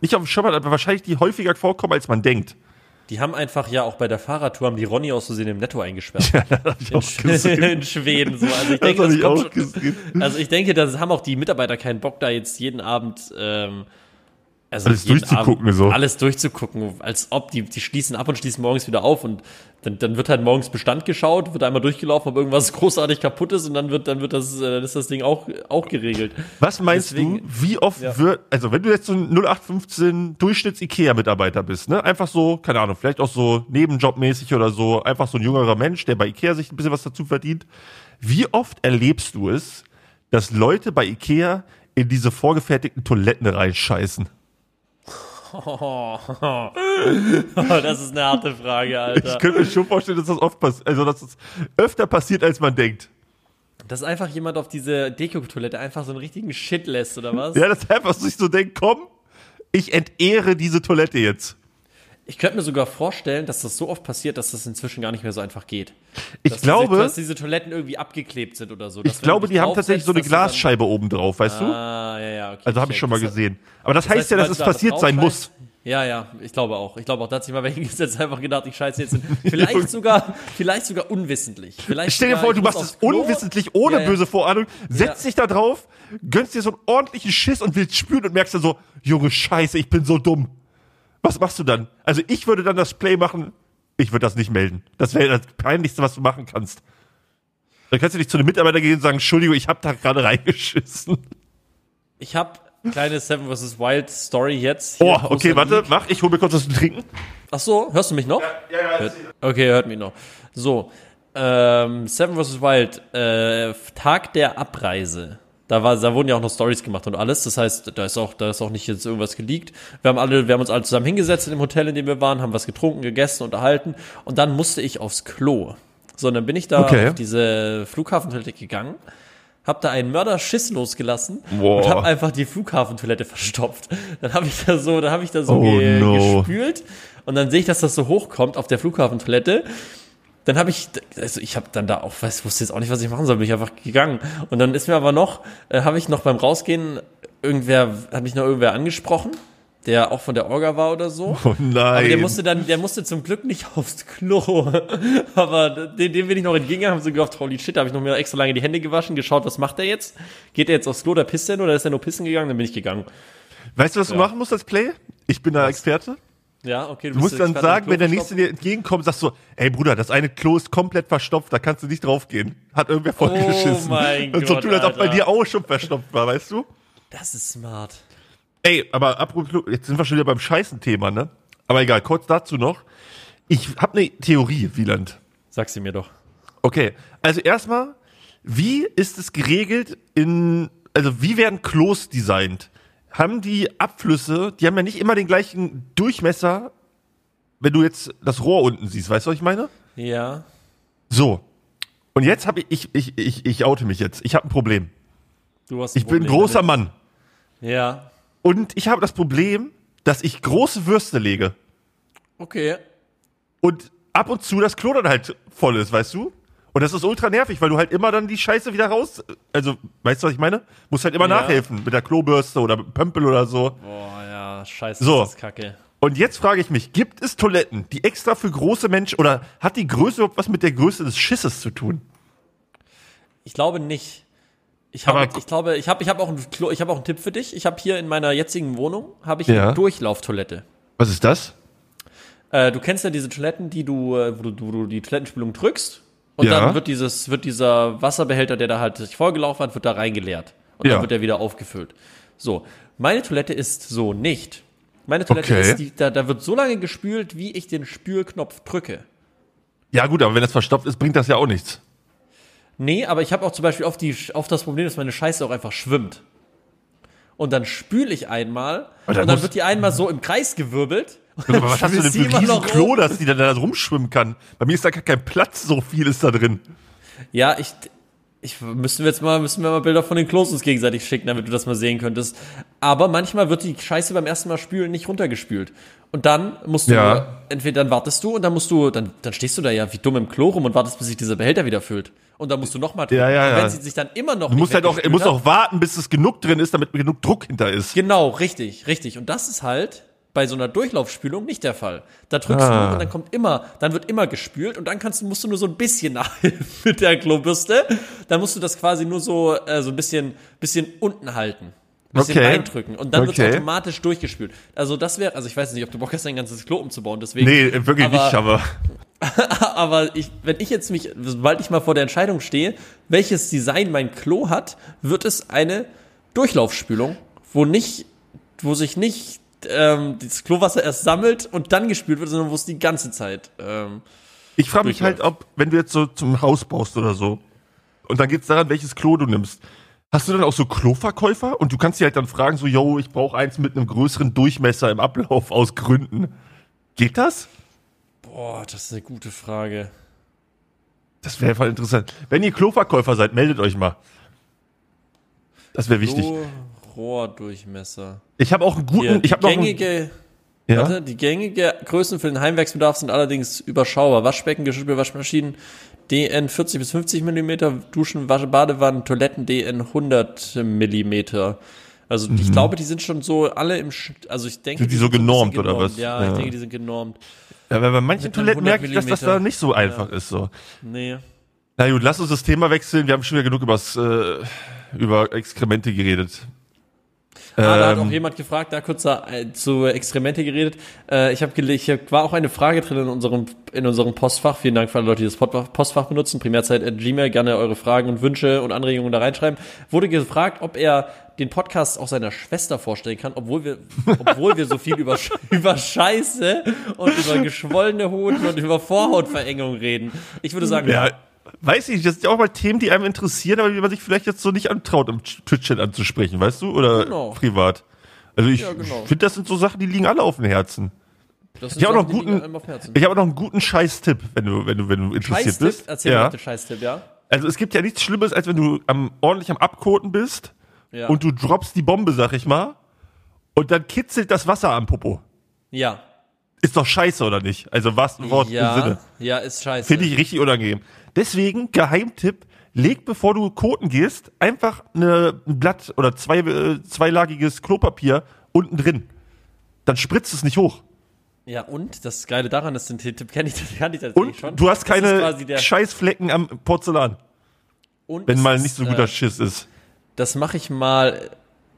[SPEAKER 2] nicht auf dem Schirm hat, aber wahrscheinlich die häufiger vorkommen, als man denkt. [LAUGHS]
[SPEAKER 1] Die haben einfach ja auch bei der Fahrradtour haben die Ronny aus Versehen im Netto eingesperrt.
[SPEAKER 2] Hab ich
[SPEAKER 1] in,
[SPEAKER 2] auch [LAUGHS]
[SPEAKER 1] Sch-
[SPEAKER 2] gesehen.
[SPEAKER 1] in Schweden. So. Also, ich
[SPEAKER 2] Das
[SPEAKER 1] denke,
[SPEAKER 2] hab
[SPEAKER 1] das
[SPEAKER 2] ich
[SPEAKER 1] kommt
[SPEAKER 2] auch
[SPEAKER 1] schon,
[SPEAKER 2] gesehen.
[SPEAKER 1] also ich denke, das haben auch die Mitarbeiter keinen Bock, da jetzt jeden Abend ähm, also
[SPEAKER 2] Alles
[SPEAKER 1] jeden
[SPEAKER 2] durchzugucken,
[SPEAKER 1] Abend
[SPEAKER 2] so.
[SPEAKER 1] Alles durchzugucken, als ob die, die schließen ab und schließen morgens wieder auf und dann, dann wird halt morgens Bestand geschaut, wird einmal durchgelaufen, ob irgendwas [LAUGHS] großartig kaputt ist und dann wird, dann wird das, äh, dann ist das Ding auch, auch geregelt. [LAUGHS]
[SPEAKER 2] Was meinst
[SPEAKER 1] Deswegen-
[SPEAKER 2] du, wie oft
[SPEAKER 1] Ja.
[SPEAKER 2] wird, also wenn du jetzt so ein 0815 Durchschnitts-IKEA-Mitarbeiter bist, ne? Einfach so, keine Ahnung, vielleicht auch so nebenjobmäßig oder so, einfach so ein jüngerer Mensch, der bei IKEA sich ein bisschen was dazu verdient. Wie oft erlebst du es, dass Leute bei IKEA in diese vorgefertigten Toiletten reinscheißen?
[SPEAKER 1] Oh, das ist eine harte Frage, Alter.
[SPEAKER 2] Ich könnte mir schon vorstellen, dass das oft passiert, also dass das öfter passiert, als man denkt.
[SPEAKER 1] Dass einfach jemand auf diese Deko-Toilette einfach so einen richtigen Shit lässt, oder was?
[SPEAKER 2] Ja, dass einfach sich so denkt, komm, ich entehre diese Toilette jetzt.
[SPEAKER 1] Ich könnte mir sogar vorstellen, dass das so oft passiert, dass das inzwischen gar nicht mehr so einfach geht.
[SPEAKER 2] Ich
[SPEAKER 1] Dass
[SPEAKER 2] glaube-
[SPEAKER 1] diese, dass diese Toiletten irgendwie abgeklebt sind oder so. dass
[SPEAKER 2] Ich
[SPEAKER 1] wenn du
[SPEAKER 2] glaube,
[SPEAKER 1] dich
[SPEAKER 2] die haben tatsächlich so eine
[SPEAKER 1] draufsetzt, dass
[SPEAKER 2] Glasscheibe oben drauf, weißt
[SPEAKER 1] du dann-
[SPEAKER 2] du?
[SPEAKER 1] Ah, ja, ja, okay.
[SPEAKER 2] Also habe
[SPEAKER 1] check.
[SPEAKER 2] ich schon mal
[SPEAKER 1] Das-
[SPEAKER 2] gesehen. Aber das, heißt
[SPEAKER 1] wenn
[SPEAKER 2] ja, dass
[SPEAKER 1] du
[SPEAKER 2] es
[SPEAKER 1] da was
[SPEAKER 2] passiert sein muss.
[SPEAKER 1] draufscheißt- Ja, ja, ich glaube auch. Ich glaube auch, da hat sich mal [LAUGHS] welchen gesetzt einfach gedacht, ich scheiße jetzt
[SPEAKER 2] [LAUGHS]
[SPEAKER 1] hin. Vielleicht sogar, vielleicht sogar unwissentlich. Vielleicht
[SPEAKER 2] Stell dir
[SPEAKER 1] sogar,
[SPEAKER 2] vor, du
[SPEAKER 1] ich
[SPEAKER 2] machst
[SPEAKER 1] muss
[SPEAKER 2] es
[SPEAKER 1] aufs Klo.
[SPEAKER 2] unwissentlich, ohne
[SPEAKER 1] Ja, ja.
[SPEAKER 2] böse Vorahnung, setzt
[SPEAKER 1] Ja.
[SPEAKER 2] dich da drauf, gönnst dir so einen ordentlichen Schiss und willst spüren und merkst dann so, Junge, scheiße, ich bin so dumm. Was machst du dann? Also ich würde dann das Play machen, ich würde das nicht melden. Das wäre das Peinlichste, was du machen kannst. Dann kannst du nicht zu einem Mitarbeiter gehen und sagen, Entschuldigung, ich habe da gerade reingeschissen.
[SPEAKER 1] Ich habe kleine Seven vs. Wild Story jetzt. Hier,
[SPEAKER 2] Oh,
[SPEAKER 1] großer
[SPEAKER 2] okay, warte,
[SPEAKER 1] Leak.
[SPEAKER 2] mach, ich hole mir kurz was zu trinken.
[SPEAKER 1] Ach so, hörst du mich noch?
[SPEAKER 2] Ja, ja,
[SPEAKER 1] Okay, ihr hört mich noch. So, ähm, Seven vs. Wild, äh, Tag der Abreise. Da, war, da wurden ja auch noch Stories gemacht und alles. Das heißt, da ist auch, da ist auch nicht jetzt irgendwas geleakt. Wir haben alle, wir haben uns alle zusammen hingesetzt in dem Hotel, in dem wir waren, haben was getrunken, gegessen, unterhalten und dann musste ich aufs Klo. So, und dann bin ich da
[SPEAKER 2] Okay.
[SPEAKER 1] auf diese Flughafentoilette gegangen, hab da einen Mörderschiss losgelassen
[SPEAKER 2] Boah.
[SPEAKER 1] und hab einfach die Flughafentoilette verstopft. Dann habe ich da so, dann habe ich da so so
[SPEAKER 2] Oh
[SPEAKER 1] ge
[SPEAKER 2] no.
[SPEAKER 1] gespült und dann sehe ich, dass das so hochkommt auf der Flughafentoilette. Dann habe ich, also ich habe dann da auch, weiß, wusste jetzt auch nicht, was ich machen soll, bin ich einfach gegangen. Und dann ist mir aber noch, äh, habe ich noch beim Rausgehen, irgendwer, hat mich noch irgendwer angesprochen, der auch von der Orga war oder so.
[SPEAKER 2] Oh nein.
[SPEAKER 1] Aber der musste dann, der musste zum Glück nicht [LAUGHS] aufs Klo. Aber dem, dem bin ich noch entgegengegangen, haben so gedacht, holy shit, da habe ich noch mir extra lange die Hände gewaschen, geschaut, was macht der jetzt? Geht er jetzt aufs Klo, da pisst er nur, oder ist er nur pissen gegangen? Dann bin ich gegangen.
[SPEAKER 2] Weißt du, was du machen musst als Play? Ich bin da Experte.
[SPEAKER 1] Ja, okay.
[SPEAKER 2] Du musst dann sagen, wenn der
[SPEAKER 1] nächste
[SPEAKER 2] Nächste dir entgegenkommt, sagst du, ey Bruder, das eine Klo ist komplett verstopft, da kannst du nicht draufgehen. Hat irgendwer vollgeschissen.
[SPEAKER 1] Oh mein
[SPEAKER 2] [LAUGHS] Und so
[SPEAKER 1] Gott,
[SPEAKER 2] tun, als ob bei
[SPEAKER 1] Alter.
[SPEAKER 2] dir auch schon verstopft war, weißt du?
[SPEAKER 1] Das ist smart.
[SPEAKER 2] Ey, aber apropos, jetzt sind wir schon wieder beim Scheißen-Thema, ne? Aber egal, kurz dazu noch. Ich habe eine Theorie, Wieland.
[SPEAKER 1] Sag sie mir doch.
[SPEAKER 2] Okay, also erstmal, wie ist es geregelt in, also wie werden Klos designt? Haben die Abflüsse, die haben ja nicht immer den gleichen Durchmesser, wenn du jetzt das Rohr unten siehst, weißt du, was ich meine?
[SPEAKER 1] Ja.
[SPEAKER 2] So. Und jetzt habe ich, ich, ich, ich, ich oute mich jetzt. Ich habe ein Problem.
[SPEAKER 1] Du hast ne?
[SPEAKER 2] Ich bin ein großer Mann.
[SPEAKER 1] Ja.
[SPEAKER 2] Und ich habe das Problem, dass ich große Würste lege.
[SPEAKER 1] Okay.
[SPEAKER 2] Und ab und zu das Klo dann halt voll ist, weißt du? Und das ist ultra nervig, weil du halt immer dann die Scheiße wieder raus. Also, weißt du, was ich meine? Musst halt immer
[SPEAKER 1] Ja.
[SPEAKER 2] nachhelfen mit der Klobürste oder mit dem Pömpel oder so.
[SPEAKER 1] Boah, ja, scheiße,
[SPEAKER 2] So.
[SPEAKER 1] ist das kacke.
[SPEAKER 2] Und jetzt frage ich mich, gibt es Toiletten, die extra für große Menschen oder hat die Größe überhaupt was mit der Größe des Schisses zu tun?
[SPEAKER 1] Ich glaube nicht. Ich habe,
[SPEAKER 2] Aber-
[SPEAKER 1] ich glaube, ich habe, ich habe auch einen Klo, ich habe auch einen Tipp für dich. Ich habe hier in meiner jetzigen Wohnung habe ich
[SPEAKER 2] Ja.
[SPEAKER 1] eine Durchlauftoilette.
[SPEAKER 2] Was ist das?
[SPEAKER 1] Äh, du kennst ja diese Toiletten, die du, äh, wo du, wo du die Toilettenspülung drückst und
[SPEAKER 2] Ja.
[SPEAKER 1] dann wird dieses, wird dieser Wasserbehälter, der da halt sich vollgelaufen hat, wird da reingeleert und
[SPEAKER 2] Ja.
[SPEAKER 1] dann wird er wieder aufgefüllt. So, meine Toilette ist so nicht. Meine Toilette
[SPEAKER 2] Okay.
[SPEAKER 1] ist, die, da, da wird so lange gespült, wie ich den Spülknopf drücke.
[SPEAKER 2] Ja, gut, aber wenn das verstopft ist, bringt das ja auch nichts.
[SPEAKER 1] Nee, aber ich habe auch zum Beispiel oft, die, oft das Problem, dass meine Scheiße auch einfach schwimmt. Und dann spüle ich einmal
[SPEAKER 2] dann
[SPEAKER 1] und dann
[SPEAKER 2] muss-
[SPEAKER 1] wird die einmal so im Kreis gewirbelt. und dann [LAUGHS]
[SPEAKER 2] Aber was hast du
[SPEAKER 1] schwimmt
[SPEAKER 2] denn
[SPEAKER 1] sie
[SPEAKER 2] für ein
[SPEAKER 1] immer noch
[SPEAKER 2] Riesenklo,
[SPEAKER 1] hoch.
[SPEAKER 2] dass die dann da rumschwimmen kann? Bei mir ist da gar kein Platz, so viel ist da drin.
[SPEAKER 1] Ja, ich, ich müssen wir jetzt mal, müssen wir mal Bilder von den Klos uns gegenseitig schicken, damit du das mal sehen könntest. Aber manchmal wird die Scheiße beim ersten Mal spülen nicht runtergespült. Und dann musst du,
[SPEAKER 2] Ja.
[SPEAKER 1] entweder dann wartest du und dann musst du, dann, dann stehst du da ja wie dumm im Klo rum und wartest, bis sich dieser Behälter wieder füllt. Und dann musst du nochmal
[SPEAKER 2] Ja, ja,
[SPEAKER 1] Und
[SPEAKER 2] ja.
[SPEAKER 1] wenn sie sich dann immer noch
[SPEAKER 2] Du musst halt auch, du musst
[SPEAKER 1] hat,
[SPEAKER 2] auch warten, bis es genug drin ist, damit genug Druck hinter ist.
[SPEAKER 1] Genau, richtig, richtig. Und das ist halt bei so einer Durchlaufspülung nicht der Fall. Da drückst
[SPEAKER 2] Ah.
[SPEAKER 1] du und dann kommt immer, dann wird immer gespült und dann kannst, du- musst du nur so ein bisschen [LAUGHS] nachhelfen mit der Klobürste. Dann musst du das quasi nur so, äh, so ein bisschen, bisschen unten halten. bisschen
[SPEAKER 2] Okay.
[SPEAKER 1] reindrücken und dann wird's
[SPEAKER 2] Okay.
[SPEAKER 1] automatisch durchgespült. Also das wäre, also ich weiß nicht, ob du Bock hast, ein ganzes Klo umzubauen, deswegen.
[SPEAKER 2] Nee, wirklich
[SPEAKER 1] aber,
[SPEAKER 2] nicht, aber.
[SPEAKER 1] Aber ich, wenn ich jetzt mich, sobald ich mal vor der Entscheidung stehe, welches Design mein Klo hat, wird es eine Durchlaufspülung, wo nicht, wo sich nicht ähm, das Klowasser erst sammelt und dann gespült wird, sondern wo es die ganze Zeit. Ähm,
[SPEAKER 2] Ich frage mich
[SPEAKER 1] Durchläuft.
[SPEAKER 2] halt, ob, wenn du jetzt so zum Haus baust oder so, und dann geht's daran, welches Klo du nimmst. Hast du dann auch so Kloverkäufer? Und du kannst dir halt dann fragen, so, yo, ich brauche eins mit einem größeren Durchmesser im Ablauf [LAUGHS] aus Gründen. Geht das?
[SPEAKER 1] boah, das ist eine gute Frage.
[SPEAKER 2] Das wäre voll interessant. Wenn ihr Kloverkäufer seid, meldet euch mal. Das wäre wichtig.
[SPEAKER 1] Klo, Rohrdurchmesser.
[SPEAKER 2] Ich habe auch einen guten,
[SPEAKER 1] Hier,
[SPEAKER 2] ich habe noch einen,
[SPEAKER 1] gängige.
[SPEAKER 2] ja?
[SPEAKER 1] Warte, die gängige Größen für den Heimwerksbedarf sind allerdings überschaubar. Waschbecken, Geschirrspüler, Waschmaschinen DN 40 bis 50 mm, Duschen, Wasche, Badewannen, Toiletten DN 100 mm. Also ich glaube, die sind schon so alle im Sch also ich denke,
[SPEAKER 2] Mhm. Sind die so
[SPEAKER 1] ein bisschen
[SPEAKER 2] genormt oder was?
[SPEAKER 1] Ja,
[SPEAKER 2] Ja.
[SPEAKER 1] ich denke, die sind genormt.
[SPEAKER 2] Ja, aber bei
[SPEAKER 1] Mit
[SPEAKER 2] manchen
[SPEAKER 1] einem
[SPEAKER 2] Toiletten
[SPEAKER 1] 100
[SPEAKER 2] merke ich, dass das da
[SPEAKER 1] Millimeter.
[SPEAKER 2] nicht so einfach ist. So.
[SPEAKER 1] Nee.
[SPEAKER 2] Na gut, lass uns das Thema wechseln. Wir haben schon wieder genug übers, äh, über Exkremente geredet.
[SPEAKER 1] Ah, da hat
[SPEAKER 2] Ähm,
[SPEAKER 1] auch jemand gefragt, da kurz äh, zu Experimente geredet. Äh, ich habe ich hab, war auch eine Frage drin in unserem in unserem Postfach. Vielen Dank für alle Leute, die das Pod- Postfach benutzen. Primärzeit at Gmail gerne eure Fragen und Wünsche und Anregungen da reinschreiben. Wurde gefragt, ob er den Podcast auch seiner Schwester vorstellen kann, obwohl wir obwohl wir so viel über Sch- [LAUGHS] über Scheiße und über geschwollene Hoden und über Vorhautverengung reden. Ich würde sagen,
[SPEAKER 2] Ja, weiß ich, nicht, das sind ja auch mal Themen, die einem interessieren, aber die man sich vielleicht jetzt so nicht antraut, im Twitch-Chat anzusprechen, weißt du? Oder
[SPEAKER 1] Genau.
[SPEAKER 2] privat. Also ich
[SPEAKER 1] Ja, genau.
[SPEAKER 2] finde, das sind so Sachen, die liegen alle auf dem Herzen.
[SPEAKER 1] das sind
[SPEAKER 2] Ich habe auch noch
[SPEAKER 1] Sachen, die liegen
[SPEAKER 2] einen
[SPEAKER 1] einem auf dem
[SPEAKER 2] guten,
[SPEAKER 1] Herzen.
[SPEAKER 2] ich habe noch einen guten Scheiß-Tipp, wenn du, wenn du, wenn du interessiert
[SPEAKER 1] Scheißtipp,
[SPEAKER 2] bist.
[SPEAKER 1] erzähl
[SPEAKER 2] ja.
[SPEAKER 1] mal den Scheißtipp, ja?
[SPEAKER 2] Also es gibt ja nichts Schlimmes, als wenn du am, ordentlich am Abkoten bist
[SPEAKER 1] Ja.
[SPEAKER 2] und du droppst die Bombe, sag ich mal, und dann kitzelt das Wasser am Popo.
[SPEAKER 1] ja.
[SPEAKER 2] Ist doch scheiße, oder nicht? Also was Wort im Sinne.
[SPEAKER 1] Ja, ja, ist scheiße.
[SPEAKER 2] Finde ich richtig unangenehm. Deswegen, Geheimtipp, leg, bevor du koten gehst, einfach eine, ein Blatt oder zwei, äh, zweilagiges Klopapier unten drin. Dann spritzt es nicht hoch.
[SPEAKER 1] Ja, und das Geile daran ist, den Tipp kenne ich, [LAUGHS] kenn ich tatsächlich
[SPEAKER 2] Und
[SPEAKER 1] schon.
[SPEAKER 2] du
[SPEAKER 1] Das
[SPEAKER 2] hast
[SPEAKER 1] ist
[SPEAKER 2] keine
[SPEAKER 1] quasi der-
[SPEAKER 2] Scheißflecken am Porzellan,
[SPEAKER 1] und
[SPEAKER 2] wenn
[SPEAKER 1] es
[SPEAKER 2] mal
[SPEAKER 1] ist,
[SPEAKER 2] nicht so guter
[SPEAKER 1] Äh,
[SPEAKER 2] Schiss ist.
[SPEAKER 1] das mache ich mal,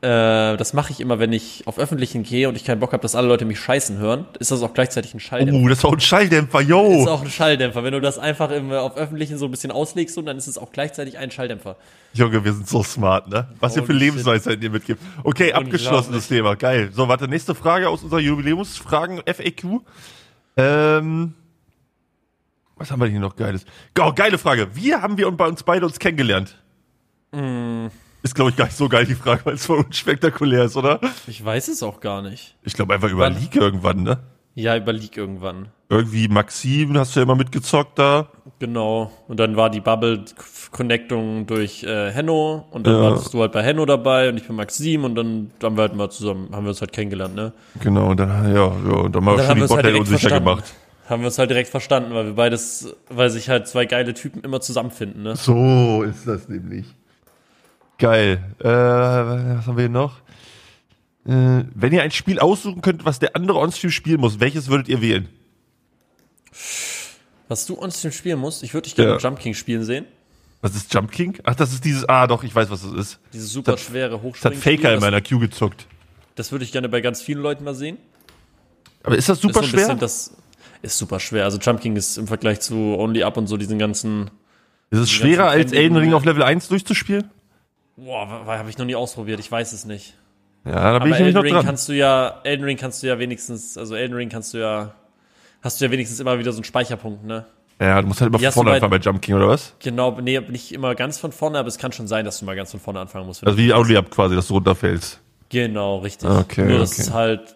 [SPEAKER 1] äh, das mache ich immer, wenn ich auf Öffentlichen gehe und ich keinen Bock habe, dass alle Leute mich scheißen hören. Ist das auch gleichzeitig ein Schalldämpfer?
[SPEAKER 2] Oh, das war ein Schalldämpfer,
[SPEAKER 1] Ist
[SPEAKER 2] yo.
[SPEAKER 1] auch ein Schalldämpfer. Wenn du das einfach im, äh, auf Öffentlichen so ein bisschen auslegst, so, dann ist es auch gleichzeitig ein Schalldämpfer.
[SPEAKER 2] Junge, wir sind so smart, ne? Was ihr für
[SPEAKER 1] Holy shit.
[SPEAKER 2] Lebensweisheiten ihr mitgibt. Okay, abgeschlossenes Thema, geil. So, warte, nächste Frage aus unserer Jubiläumsfragen-FAQ. Ähm, was haben wir denn hier noch Geiles? Oh, geile Frage. Wie haben wir und bei uns beide uns kennengelernt?
[SPEAKER 1] Mm.
[SPEAKER 2] Ist, glaube ich, gar nicht so geil, die Frage, weil es voll unspektakulär ist, oder?
[SPEAKER 1] Ich weiß es auch gar nicht.
[SPEAKER 2] Ich glaube, einfach über
[SPEAKER 1] Wann?
[SPEAKER 2] League irgendwann, ne?
[SPEAKER 1] Ja, überleg irgendwann.
[SPEAKER 2] Irgendwie Maxim, hast du ja immer mitgezockt da.
[SPEAKER 1] Genau. Und dann war die Bubble-Connectung durch äh, Henno und dann
[SPEAKER 2] Ja.
[SPEAKER 1] warst du halt bei Henno dabei und ich bin Maxim und dann, dann haben wir halt mal zusammen, haben wir uns halt kennengelernt, ne?
[SPEAKER 2] Genau, und dann, ja, ja, und dann haben wir
[SPEAKER 1] Dann
[SPEAKER 2] schon
[SPEAKER 1] haben wir
[SPEAKER 2] die
[SPEAKER 1] uns halt
[SPEAKER 2] Botline
[SPEAKER 1] direkt
[SPEAKER 2] unsicher
[SPEAKER 1] verstanden.
[SPEAKER 2] gemacht.
[SPEAKER 1] Haben wir uns halt direkt verstanden, weil wir beides, weil sich halt zwei geile Typen immer zusammenfinden, ne?
[SPEAKER 2] So ist das nämlich. Geil. Äh, was haben wir hier noch? Äh, wenn ihr ein Spiel aussuchen könnt, was der andere on-stream spielen muss, welches würdet ihr wählen?
[SPEAKER 1] Was du uns dem spielen musst, ich würde dich gerne
[SPEAKER 2] Ja.
[SPEAKER 1] Jump King spielen sehen.
[SPEAKER 2] Was ist Jump King? Ach, das ist dieses. Ah, doch, ich weiß, was das ist.
[SPEAKER 1] Dieses super
[SPEAKER 2] Das-
[SPEAKER 1] schwere
[SPEAKER 2] Das hat
[SPEAKER 1] Hochspringen.
[SPEAKER 2] Faker in
[SPEAKER 1] das,
[SPEAKER 2] meiner Queue gezockt.
[SPEAKER 1] das würde ich gerne bei ganz vielen Leuten mal sehen.
[SPEAKER 2] Aber ist das
[SPEAKER 1] Das
[SPEAKER 2] super
[SPEAKER 1] ist so ein
[SPEAKER 2] schwer?
[SPEAKER 1] bisschen das ist super schwer. Also Jump King ist im Vergleich zu Only Up und so diesen ganzen
[SPEAKER 2] ist es schwerer, als
[SPEAKER 1] Fremden-
[SPEAKER 2] Elden Ring auf Level 1 durchzuspielen?
[SPEAKER 1] Boah, habe ich noch nie ausprobiert, ich weiß es nicht.
[SPEAKER 2] Ja, da bin
[SPEAKER 1] Aber
[SPEAKER 2] ich nämlich
[SPEAKER 1] Elden
[SPEAKER 2] noch
[SPEAKER 1] Ring
[SPEAKER 2] dran.
[SPEAKER 1] kannst du ja, Elden Ring kannst du ja wenigstens, also Elden Ring kannst du ja, hast du ja wenigstens immer wieder so einen Speicherpunkt, ne?
[SPEAKER 2] Ja, du musst halt immer
[SPEAKER 1] Ja,
[SPEAKER 2] von vorne
[SPEAKER 1] soweit-
[SPEAKER 2] anfangen bei Jump King, oder was?
[SPEAKER 1] Genau, nee, nicht immer ganz von vorne, aber es kann schon sein, dass du mal ganz von vorne anfangen musst. wenn
[SPEAKER 2] Also wie Audi Up quasi, dass du runterfällst.
[SPEAKER 1] Genau, richtig.
[SPEAKER 2] Okay,
[SPEAKER 1] Nur, dass
[SPEAKER 2] okay.
[SPEAKER 1] es halt,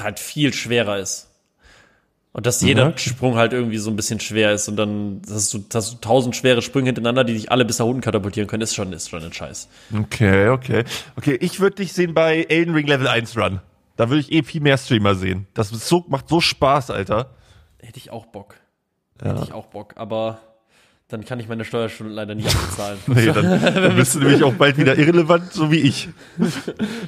[SPEAKER 1] halt viel schwerer ist. Und dass jeder
[SPEAKER 2] okay.
[SPEAKER 1] Sprung halt irgendwie so ein bisschen schwer ist und dann hast du, hast du tausend schwere Sprünge hintereinander, die dich alle bis nach unten katapultieren können, ist schon, ist schon ein Scheiß.
[SPEAKER 2] Okay, okay. Okay, ich würde dich sehen bei Elden Ring Level 1 Run. Da würde ich eh viel mehr Streamer sehen. Das ist so, macht so Spaß, [LAUGHS] Alter.
[SPEAKER 1] Hätte ich auch Bock. Hätte ich auch Bock, aber dann kann ich meine Steuerstunden leider
[SPEAKER 2] [LAUGHS]
[SPEAKER 1] nicht abbezahlen.
[SPEAKER 2] Nee, dann, dann bist du nämlich auch bald wieder irrelevant, so wie ich.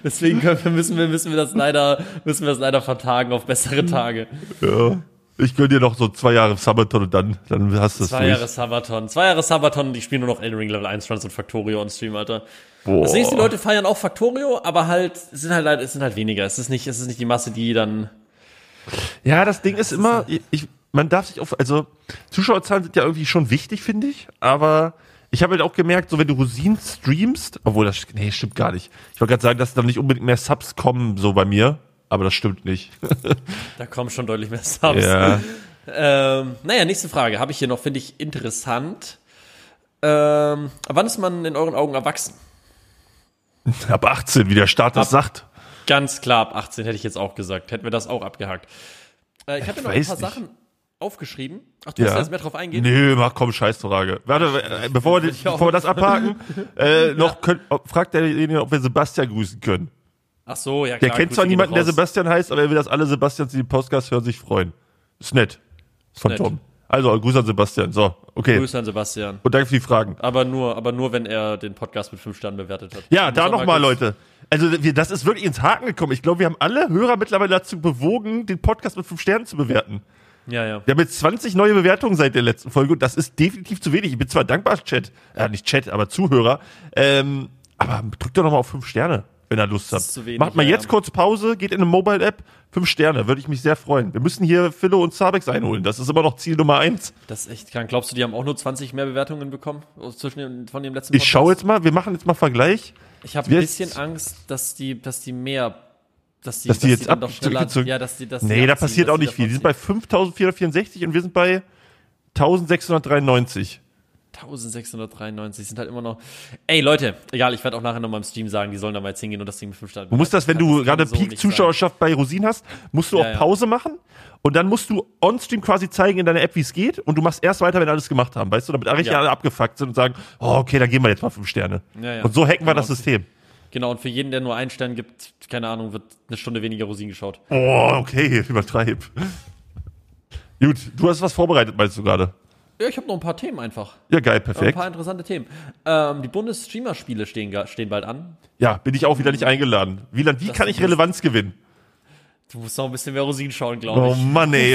[SPEAKER 1] Deswegen können wir, müssen wir, müssen wir das leider, müssen wir das leider vertagen auf bessere
[SPEAKER 2] Mhm.
[SPEAKER 1] Tage.
[SPEAKER 2] Ja. Ich gönn dir noch so zwei Jahre Sabaton und dann, dann hast du es
[SPEAKER 1] Zwei Jahre
[SPEAKER 2] durch.
[SPEAKER 1] Sabaton. Zwei Jahre Sabaton und ich spiele nur noch Elden Ring Level 1 Runs und Factorio on Stream, Alter.
[SPEAKER 2] Boah.
[SPEAKER 1] Das nächste, die Leute feiern auch Factorio, aber halt, es sind halt, leider- es sind halt weniger. Es ist nicht, es ist nicht die Masse, die dann,
[SPEAKER 2] Ja, das Ding ist immer, ich, man darf sich auf, also Zuschauerzahlen sind ja irgendwie schon wichtig, finde ich, aber ich habe halt auch gemerkt, so wenn du Rosinen streamst, obwohl das, nee, stimmt gar nicht. Ich wollte gerade sagen, dass da nicht unbedingt mehr Subs kommen, so bei mir, aber das stimmt nicht.
[SPEAKER 1] da kommen schon deutlich mehr Subs.
[SPEAKER 2] Ja.
[SPEAKER 1] Ähm, naja, nächste Frage habe ich hier noch, finde ich interessant. Ähm, ab wann ist man in euren Augen erwachsen?
[SPEAKER 2] Ab 18, wie der Staat das sagt.
[SPEAKER 1] Ganz klar, ab 18 hätte ich jetzt auch gesagt. Hätten wir das auch abgehakt. Äh, ich habe mir noch ein
[SPEAKER 2] weiß
[SPEAKER 1] paar
[SPEAKER 2] nicht.
[SPEAKER 1] Sachen aufgeschrieben. Ach, du willst da jetzt mehr drauf eingehen?
[SPEAKER 2] Nee, mach komm, Scheißfrage. Warte, äh, bevor wir, bevor wir
[SPEAKER 1] [LAUGHS]
[SPEAKER 2] das abhaken, äh, noch könnt, ob- fragt derjenige, ob wir Sebastian grüßen können.
[SPEAKER 1] Ach so, ja
[SPEAKER 2] Der
[SPEAKER 1] klar.
[SPEAKER 2] kennt
[SPEAKER 1] Grüße
[SPEAKER 2] zwar
[SPEAKER 1] gehen
[SPEAKER 2] niemanden, der
[SPEAKER 1] raus.
[SPEAKER 2] Sebastian heißt, aber er will, dass alle Sebastians, die den Podcast hören, sich freuen. Ist nett. Ist von
[SPEAKER 1] nett.
[SPEAKER 2] Tom. Also, Grüße an Sebastian. So, okay.
[SPEAKER 1] Grüße an Sebastian.
[SPEAKER 2] Und danke für die Fragen.
[SPEAKER 1] Aber nur, aber nur, wenn er den Podcast mit fünf Sternen bewertet hat.
[SPEAKER 2] Ja,
[SPEAKER 1] Muss
[SPEAKER 2] da
[SPEAKER 1] er
[SPEAKER 2] nochmal,
[SPEAKER 1] kurz-
[SPEAKER 2] Leute. Also, wir, das ist wirklich ins Haken gekommen. Ich glaube, wir haben alle Hörer mittlerweile dazu bewogen, den Podcast mit fünf Sternen zu bewerten.
[SPEAKER 1] Ja, ja.
[SPEAKER 2] Wir haben jetzt 20 neue Bewertungen seit der letzten Folge und das ist definitiv zu wenig. Ich bin zwar dankbar, Chat, äh, nicht Chat, aber Zuhörer, ähm, aber drückt doch nochmal auf 5 Sterne, wenn ihr Lust habt.
[SPEAKER 1] ist zu wenig,
[SPEAKER 2] Macht mal
[SPEAKER 1] ja,
[SPEAKER 2] jetzt
[SPEAKER 1] ja.
[SPEAKER 2] kurz Pause, geht in eine Mobile-App, 5 Sterne, würde ich mich sehr freuen. Wir müssen hier Philo und Zabex einholen, das ist immer noch Ziel Nummer 1.
[SPEAKER 1] Das ist echt krank. Glaubst du, die haben auch nur 20 mehr Bewertungen bekommen? Aus- Zwischen dem, von dem letzten
[SPEAKER 2] Ich schaue jetzt mal, wir machen jetzt mal Vergleich.
[SPEAKER 1] Ich habe ein
[SPEAKER 2] wir-
[SPEAKER 1] bisschen Angst, dass die, dass die mehr. Dass die,
[SPEAKER 2] Dass die jetzt
[SPEAKER 1] dann doch
[SPEAKER 2] abgezogen-
[SPEAKER 1] schneller-
[SPEAKER 2] gezogen-
[SPEAKER 1] Ja, dass die, dass die
[SPEAKER 2] Nee, da
[SPEAKER 1] abziehen,
[SPEAKER 2] passiert
[SPEAKER 1] dass
[SPEAKER 2] auch
[SPEAKER 1] die
[SPEAKER 2] nicht viel. Die sind
[SPEAKER 1] davon
[SPEAKER 2] bei 5464 und wir sind bei 1693.
[SPEAKER 1] ziehen. 1693 sind halt immer noch. Ey, Leute, egal, ich werde auch nachher nochmal im Stream sagen, die sollen da mal jetzt hingehen und das Ding mit 5 Sternen.
[SPEAKER 2] Du musst das, wenn du gerade Peak-Zuschauerschaft bei Rosin hast, musst du
[SPEAKER 1] Ja,
[SPEAKER 2] auch
[SPEAKER 1] ja.
[SPEAKER 2] Pause machen und dann musst du on-stream quasi zeigen in deiner App, wie es geht und du machst erst weiter, wenn alles gemacht haben, weißt du, damit richtig
[SPEAKER 1] Ja.
[SPEAKER 2] alle abgefuckt sind und sagen, oh, okay, dann geben wir jetzt mal fünf Sterne.
[SPEAKER 1] Ja, ja.
[SPEAKER 2] Und so hacken wir
[SPEAKER 1] Genau.
[SPEAKER 2] das System.
[SPEAKER 1] Genau, und für jeden, der nur einen Stern gibt, keine Ahnung, wird eine Stunde weniger Rosinen geschaut.
[SPEAKER 2] Oh, okay, [LAUGHS] übertreib. Gut, du hast was vorbereitet, meinst du gerade?
[SPEAKER 1] Ja, ich habe noch ein paar Themen einfach.
[SPEAKER 2] Ja, geil,
[SPEAKER 1] Ein
[SPEAKER 2] perfekt.
[SPEAKER 1] paar interessante Themen. Ähm, die Bundesstreamer-Spiele stehen, ga- stehen bald an.
[SPEAKER 2] Ja, bin ich auch wieder nicht eingeladen. Wieland, wie kann ich
[SPEAKER 1] ist-
[SPEAKER 2] Relevanz gewinnen?
[SPEAKER 1] Du musst noch ein bisschen mehr Rosinen schauen, glaube
[SPEAKER 2] Oh
[SPEAKER 1] ich.
[SPEAKER 2] Mann, ey.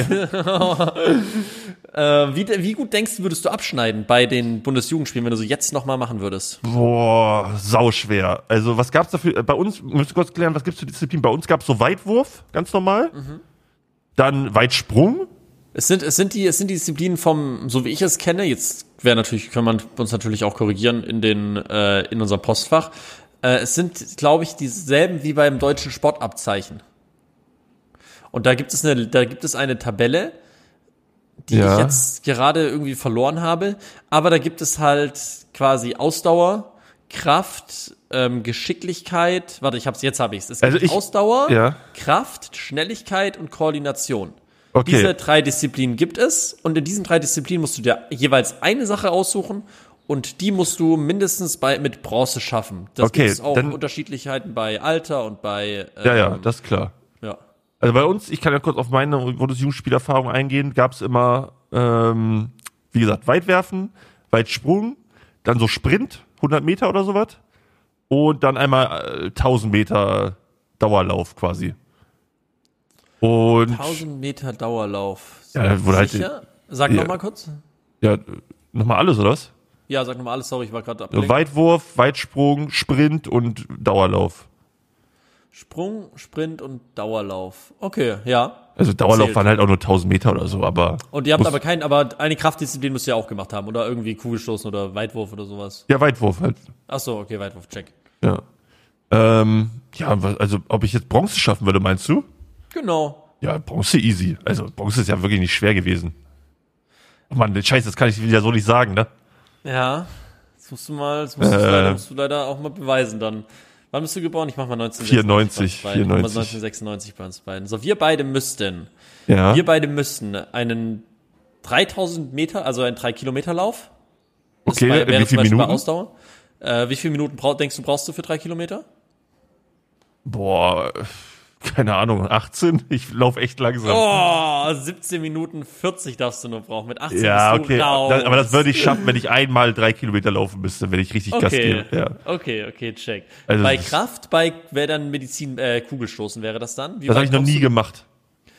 [SPEAKER 1] Ähm, wie, de- wie gut denkst du, würdest du abschneiden bei den Bundesjugendspielen, wenn du so jetzt nochmal machen würdest?
[SPEAKER 2] Boah, sauschwer. Also, was gab's dafür? Bei uns, müsst ihr kurz klären, was gibt's für Disziplinen? Bei uns gab's so Weitwurf, ganz normal. Dann Weitsprung.
[SPEAKER 1] Es sind, es sind die, es sind die Disziplinen vom, so wie ich es kenne, jetzt wäre natürlich, kann man uns natürlich auch korrigieren in den, äh, in unserem Postfach. Äh, es sind, glaube ich, dieselben wie beim deutschen Sportabzeichen. Und da gibt es eine, da gibt es eine Tabelle, die
[SPEAKER 2] Ja.
[SPEAKER 1] ich jetzt gerade irgendwie verloren habe. Aber da gibt es halt quasi Ausdauer, Kraft, ähm, Geschicklichkeit. Warte, ich hab's, jetzt habe ich's. Es gibt
[SPEAKER 2] Also ich-
[SPEAKER 1] Ausdauer,
[SPEAKER 2] Ja.
[SPEAKER 1] Kraft, Schnelligkeit und Koordination.
[SPEAKER 2] Okay.
[SPEAKER 1] Diese drei Disziplinen gibt es und in diesen drei Disziplinen musst du dir jeweils eine Sache aussuchen und die musst du mindestens bei, mit Bronze schaffen. Das
[SPEAKER 2] Okay,
[SPEAKER 1] gibt es auch
[SPEAKER 2] dann-
[SPEAKER 1] Unterschiedlichkeiten bei Alter und bei äh,
[SPEAKER 2] Ja, ja, das ist klar.
[SPEAKER 1] ja.
[SPEAKER 2] Also bei uns, ich kann ja kurz auf meine Bundesjugendspielerfahrung eingehen, gab's immer, ähm, wie gesagt, Weitwerfen, Weitsprung, dann so Sprint, 100 Meter oder sowas. Und dann einmal äh, 1000 Meter Dauerlauf quasi. Und
[SPEAKER 1] 1000 Meter Dauerlauf.
[SPEAKER 2] Ja, da wurde halt-
[SPEAKER 1] Sicher? Sag
[SPEAKER 2] Ja.
[SPEAKER 1] noch mal kurz.
[SPEAKER 2] ja, nochmal alles, oder was?
[SPEAKER 1] Ja, sag noch mal alles. Sorry, ich war gerade
[SPEAKER 2] Also
[SPEAKER 1] abgelenkt.
[SPEAKER 2] Weitwurf, Weitsprung, Sprint und Dauerlauf.
[SPEAKER 1] Sprung, Sprint und Dauerlauf. Okay, ja.
[SPEAKER 2] Also Dauerlauf
[SPEAKER 1] Zählt.
[SPEAKER 2] waren halt auch nur 1000 Meter oder so, aber.
[SPEAKER 1] Und ihr habt
[SPEAKER 2] Muss-
[SPEAKER 1] aber keinen, aber eine Kraftdisziplin müsst ihr auch gemacht haben oder irgendwie Kugelstoßen oder Weitwurf oder sowas.
[SPEAKER 2] Ja, Weitwurf halt.
[SPEAKER 1] Ach so, okay, Weitwurf, check.
[SPEAKER 2] Ja. Ähm, ja, was- also ob ich jetzt Bronze schaffen würde, meinst du?
[SPEAKER 1] Genau.
[SPEAKER 2] Ja, Bronze easy. Also Bronze ist ja wirklich nicht schwer gewesen. Oh Mann, scheiße, das kann ich wieder so nicht sagen, ne?
[SPEAKER 1] Ja, das musst du mal, das musst, du
[SPEAKER 2] Äh.
[SPEAKER 1] leider, musst du leider auch mal beweisen dann. Wann bist du geboren? Ich mach mal 1996. bei uns
[SPEAKER 2] 94,
[SPEAKER 1] beiden. Ich mach mal
[SPEAKER 2] 94.
[SPEAKER 1] 1996 bei uns beiden. So, wir beide müssten,
[SPEAKER 2] Ja.
[SPEAKER 1] wir beide müssten einen 3000 Meter, also einen 3 Kilometer Lauf. Das
[SPEAKER 2] Okay,
[SPEAKER 1] wäre
[SPEAKER 2] in wie
[SPEAKER 1] zum
[SPEAKER 2] viele
[SPEAKER 1] Beispiel Bei
[SPEAKER 2] Minuten?
[SPEAKER 1] Ausdauer. Äh, wie viele Minuten brauch, denkst du, brauchst du für drei Kilometer?
[SPEAKER 2] Boah, keine Ahnung, 18? Ich lauf echt langsam.
[SPEAKER 1] Oh, 17 Minuten 40 darfst du nur brauchen. Mit 18
[SPEAKER 2] ja,
[SPEAKER 1] bist du
[SPEAKER 2] okay.
[SPEAKER 1] raus.
[SPEAKER 2] Da- aber das würde ich schaffen, wenn ich einmal drei Kilometer laufen müsste, wenn ich richtig [LAUGHS] Gas
[SPEAKER 1] Okay.
[SPEAKER 2] gebe. Ja.
[SPEAKER 1] okay, okay, check.
[SPEAKER 2] Also
[SPEAKER 1] bei
[SPEAKER 2] das-
[SPEAKER 1] Kraft, bei wäre dann Medizin, äh, Kugelstoßen wäre das dann? Wie
[SPEAKER 2] Das habe
[SPEAKER 1] weit
[SPEAKER 2] ich noch
[SPEAKER 1] kommst
[SPEAKER 2] nie
[SPEAKER 1] du-
[SPEAKER 2] gemacht.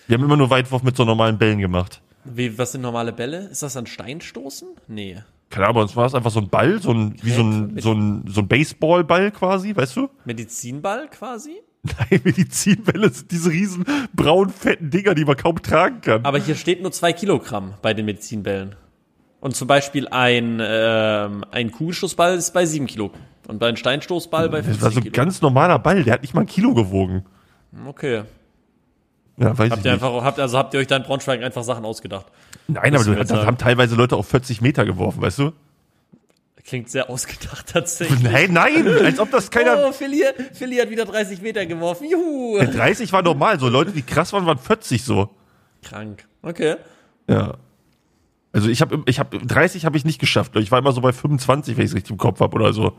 [SPEAKER 2] Wir haben immer nur Weitwurf mit so normalen Bällen gemacht.
[SPEAKER 1] Wie, was sind normale Bälle? Ist das dann Steinstoßen? Nee.
[SPEAKER 2] keine Ahnung, sonst war es einfach so ein Ball, so ein, wie so ein, so ein, so ein Baseballball quasi, weißt du? [LAUGHS]
[SPEAKER 1] Medizinball quasi?
[SPEAKER 2] Nein, Medizinbälle sind diese riesen braunen, fetten Dinger, die man kaum tragen kann.
[SPEAKER 1] Aber hier steht nur zwei Kilogramm bei den Medizinbällen. Und zum Beispiel ein, ähm, ein Kugelstoßball ist bei sieben Kilo. Und bei einem Steinstoßball bei
[SPEAKER 2] Das war
[SPEAKER 1] 15
[SPEAKER 2] so ein
[SPEAKER 1] Kilo.
[SPEAKER 2] ganz normaler Ball, der hat nicht mal ein Kilo gewogen.
[SPEAKER 1] Okay.
[SPEAKER 2] Ja, weiß
[SPEAKER 1] Habt
[SPEAKER 2] ich
[SPEAKER 1] ihr
[SPEAKER 2] nicht.
[SPEAKER 1] einfach, habt, also habt ihr euch da in Braunschweig einfach Sachen ausgedacht?
[SPEAKER 2] Nein, aber
[SPEAKER 1] Müssen wir
[SPEAKER 2] du, da
[SPEAKER 1] sagen.
[SPEAKER 2] haben teilweise Leute auf 40 Meter geworfen, weißt du? [LAUGHS]
[SPEAKER 1] Klingt sehr [LAUGHS] ausgedacht tatsächlich.
[SPEAKER 2] Nein, nein, als ob das keiner.
[SPEAKER 1] Oh, Philly, Philly hat wieder 30 Meter geworfen.
[SPEAKER 2] [LAUGHS]
[SPEAKER 1] Juhu!
[SPEAKER 2] 30 war normal, so Leute, die krass waren, waren 40 so.
[SPEAKER 1] Krank. Okay.
[SPEAKER 2] Ja. Also ich habe ich hab, 30 habe ich nicht geschafft. Ich war immer so bei 25, wenn ich es richtig im Kopf habe oder so.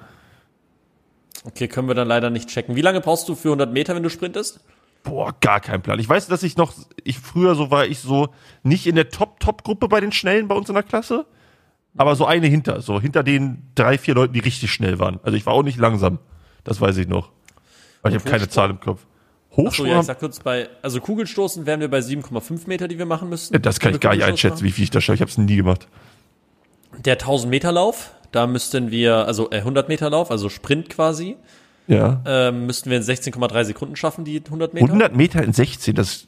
[SPEAKER 1] Okay, können wir dann leider nicht checken. Wie lange brauchst du für 100 Meter, wenn du sprintest?
[SPEAKER 2] Boah, gar kein Plan. Ich weiß, dass ich noch, ich früher so war ich so nicht in der Top-Top-Gruppe bei den Schnellen bei uns in der Klasse, aber so eine hinter, so hinter den drei, vier Leuten, die richtig schnell waren. Also ich war auch nicht langsam. Das weiß ich noch. Aber ich habe keine
[SPEAKER 1] Hochsprung?
[SPEAKER 2] Zahl im Kopf.
[SPEAKER 1] Achso,
[SPEAKER 2] Hochsprung?
[SPEAKER 1] ja, ich
[SPEAKER 2] haben-
[SPEAKER 1] sag kurz bei, also Kugelstoßen wären wir bei 7,5 Meter, die wir machen müssten.
[SPEAKER 2] Ja, das kann ich gar nicht einschätzen, wie viel ich da schaffe. Ich habe es nie gemacht.
[SPEAKER 1] Der 1000 Meter Lauf, da müssten wir, also äh, 100 Meter Lauf, also Sprint quasi,
[SPEAKER 2] Ja.
[SPEAKER 1] ähm, müssten wir in 16,3 Sekunden schaffen, die 100 Meter.
[SPEAKER 2] 100 Meter in 16, das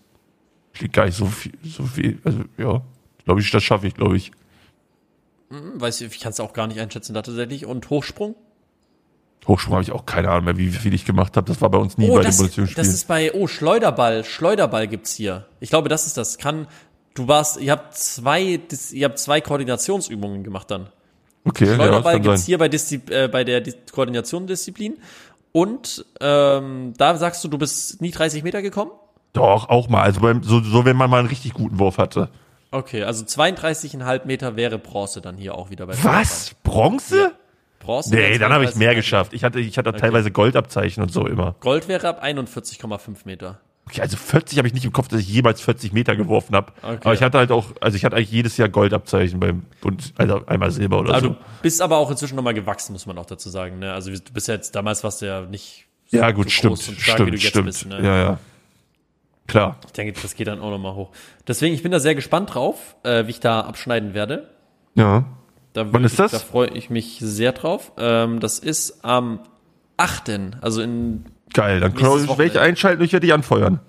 [SPEAKER 2] klingt gar nicht so viel. So viel. Also, ja, glaube ich, das schaffe ich, glaube ich.
[SPEAKER 1] Hm, Weiß ich, ich kann es auch gar nicht einschätzen da tatsächlich. Und Hochsprung?
[SPEAKER 2] Hochsprung habe ich auch keine Ahnung mehr, wie viel ich gemacht habe. Das war bei uns nie
[SPEAKER 1] Oh,
[SPEAKER 2] bei
[SPEAKER 1] das,
[SPEAKER 2] den
[SPEAKER 1] das
[SPEAKER 2] Bundesjugendspielen.
[SPEAKER 1] ist bei, oh, Schleuderball, Schleuderball gibt's hier. Ich glaube, das ist das. Kann, du warst, ihr habt zwei, Dis- ihr habt zwei Koordinationsübungen gemacht dann.
[SPEAKER 2] Okay, ja, das
[SPEAKER 1] Schleuderball
[SPEAKER 2] kann
[SPEAKER 1] gibt's
[SPEAKER 2] sein.
[SPEAKER 1] hier bei, Diszi äh, bei der Dis Koordination Disziplin. Und ähm, da sagst du, du bist nie 30 Meter gekommen?
[SPEAKER 2] Doch, auch mal. Also, beim, so, so, wenn man mal einen richtig guten Wurf hatte.
[SPEAKER 1] Okay, also 32,5 Meter wäre Bronze dann hier auch wieder bei
[SPEAKER 2] Was? Bronze?
[SPEAKER 1] Schleuderball. Bronze?
[SPEAKER 2] Nee,
[SPEAKER 1] wäre
[SPEAKER 2] dann habe ich
[SPEAKER 1] 32,5.
[SPEAKER 2] mehr geschafft. Ich hatte, ich hatte teilweise Goldabzeichen und so immer.
[SPEAKER 1] Gold wäre ab 41,5 Meter.
[SPEAKER 2] Okay, also 40 habe ich nicht im Kopf, dass ich jemals 40 Meter geworfen habe.
[SPEAKER 1] Okay.
[SPEAKER 2] Aber ich hatte halt auch, also ich hatte eigentlich jedes Jahr Goldabzeichen beim Bund, also einmal Silber oder
[SPEAKER 1] Also,
[SPEAKER 2] so.
[SPEAKER 1] du bist aber auch inzwischen nochmal gewachsen, muss man auch dazu sagen. Ne? Also du bist ja jetzt damals warst du ja nicht.
[SPEAKER 2] Ja, gut, stimmt,
[SPEAKER 1] groß und stark, wie du
[SPEAKER 2] stimmt,
[SPEAKER 1] jetzt
[SPEAKER 2] stimmt.
[SPEAKER 1] bist, ne?
[SPEAKER 2] Ja, ja. Klar.
[SPEAKER 1] Ich denke, das geht dann auch nochmal hoch. Deswegen, ich bin da sehr gespannt drauf, äh, wie ich da abschneiden werde.
[SPEAKER 2] Ja.
[SPEAKER 1] Da
[SPEAKER 2] Wann ist
[SPEAKER 1] ich,
[SPEAKER 2] das?
[SPEAKER 1] Da freue ich mich sehr drauf. Ähm, das ist am 8. Also in
[SPEAKER 2] Geil, dann
[SPEAKER 1] Nächstes
[SPEAKER 2] können wir welche
[SPEAKER 1] Wochenende.
[SPEAKER 2] einschalten und ich werde dich anfeuern.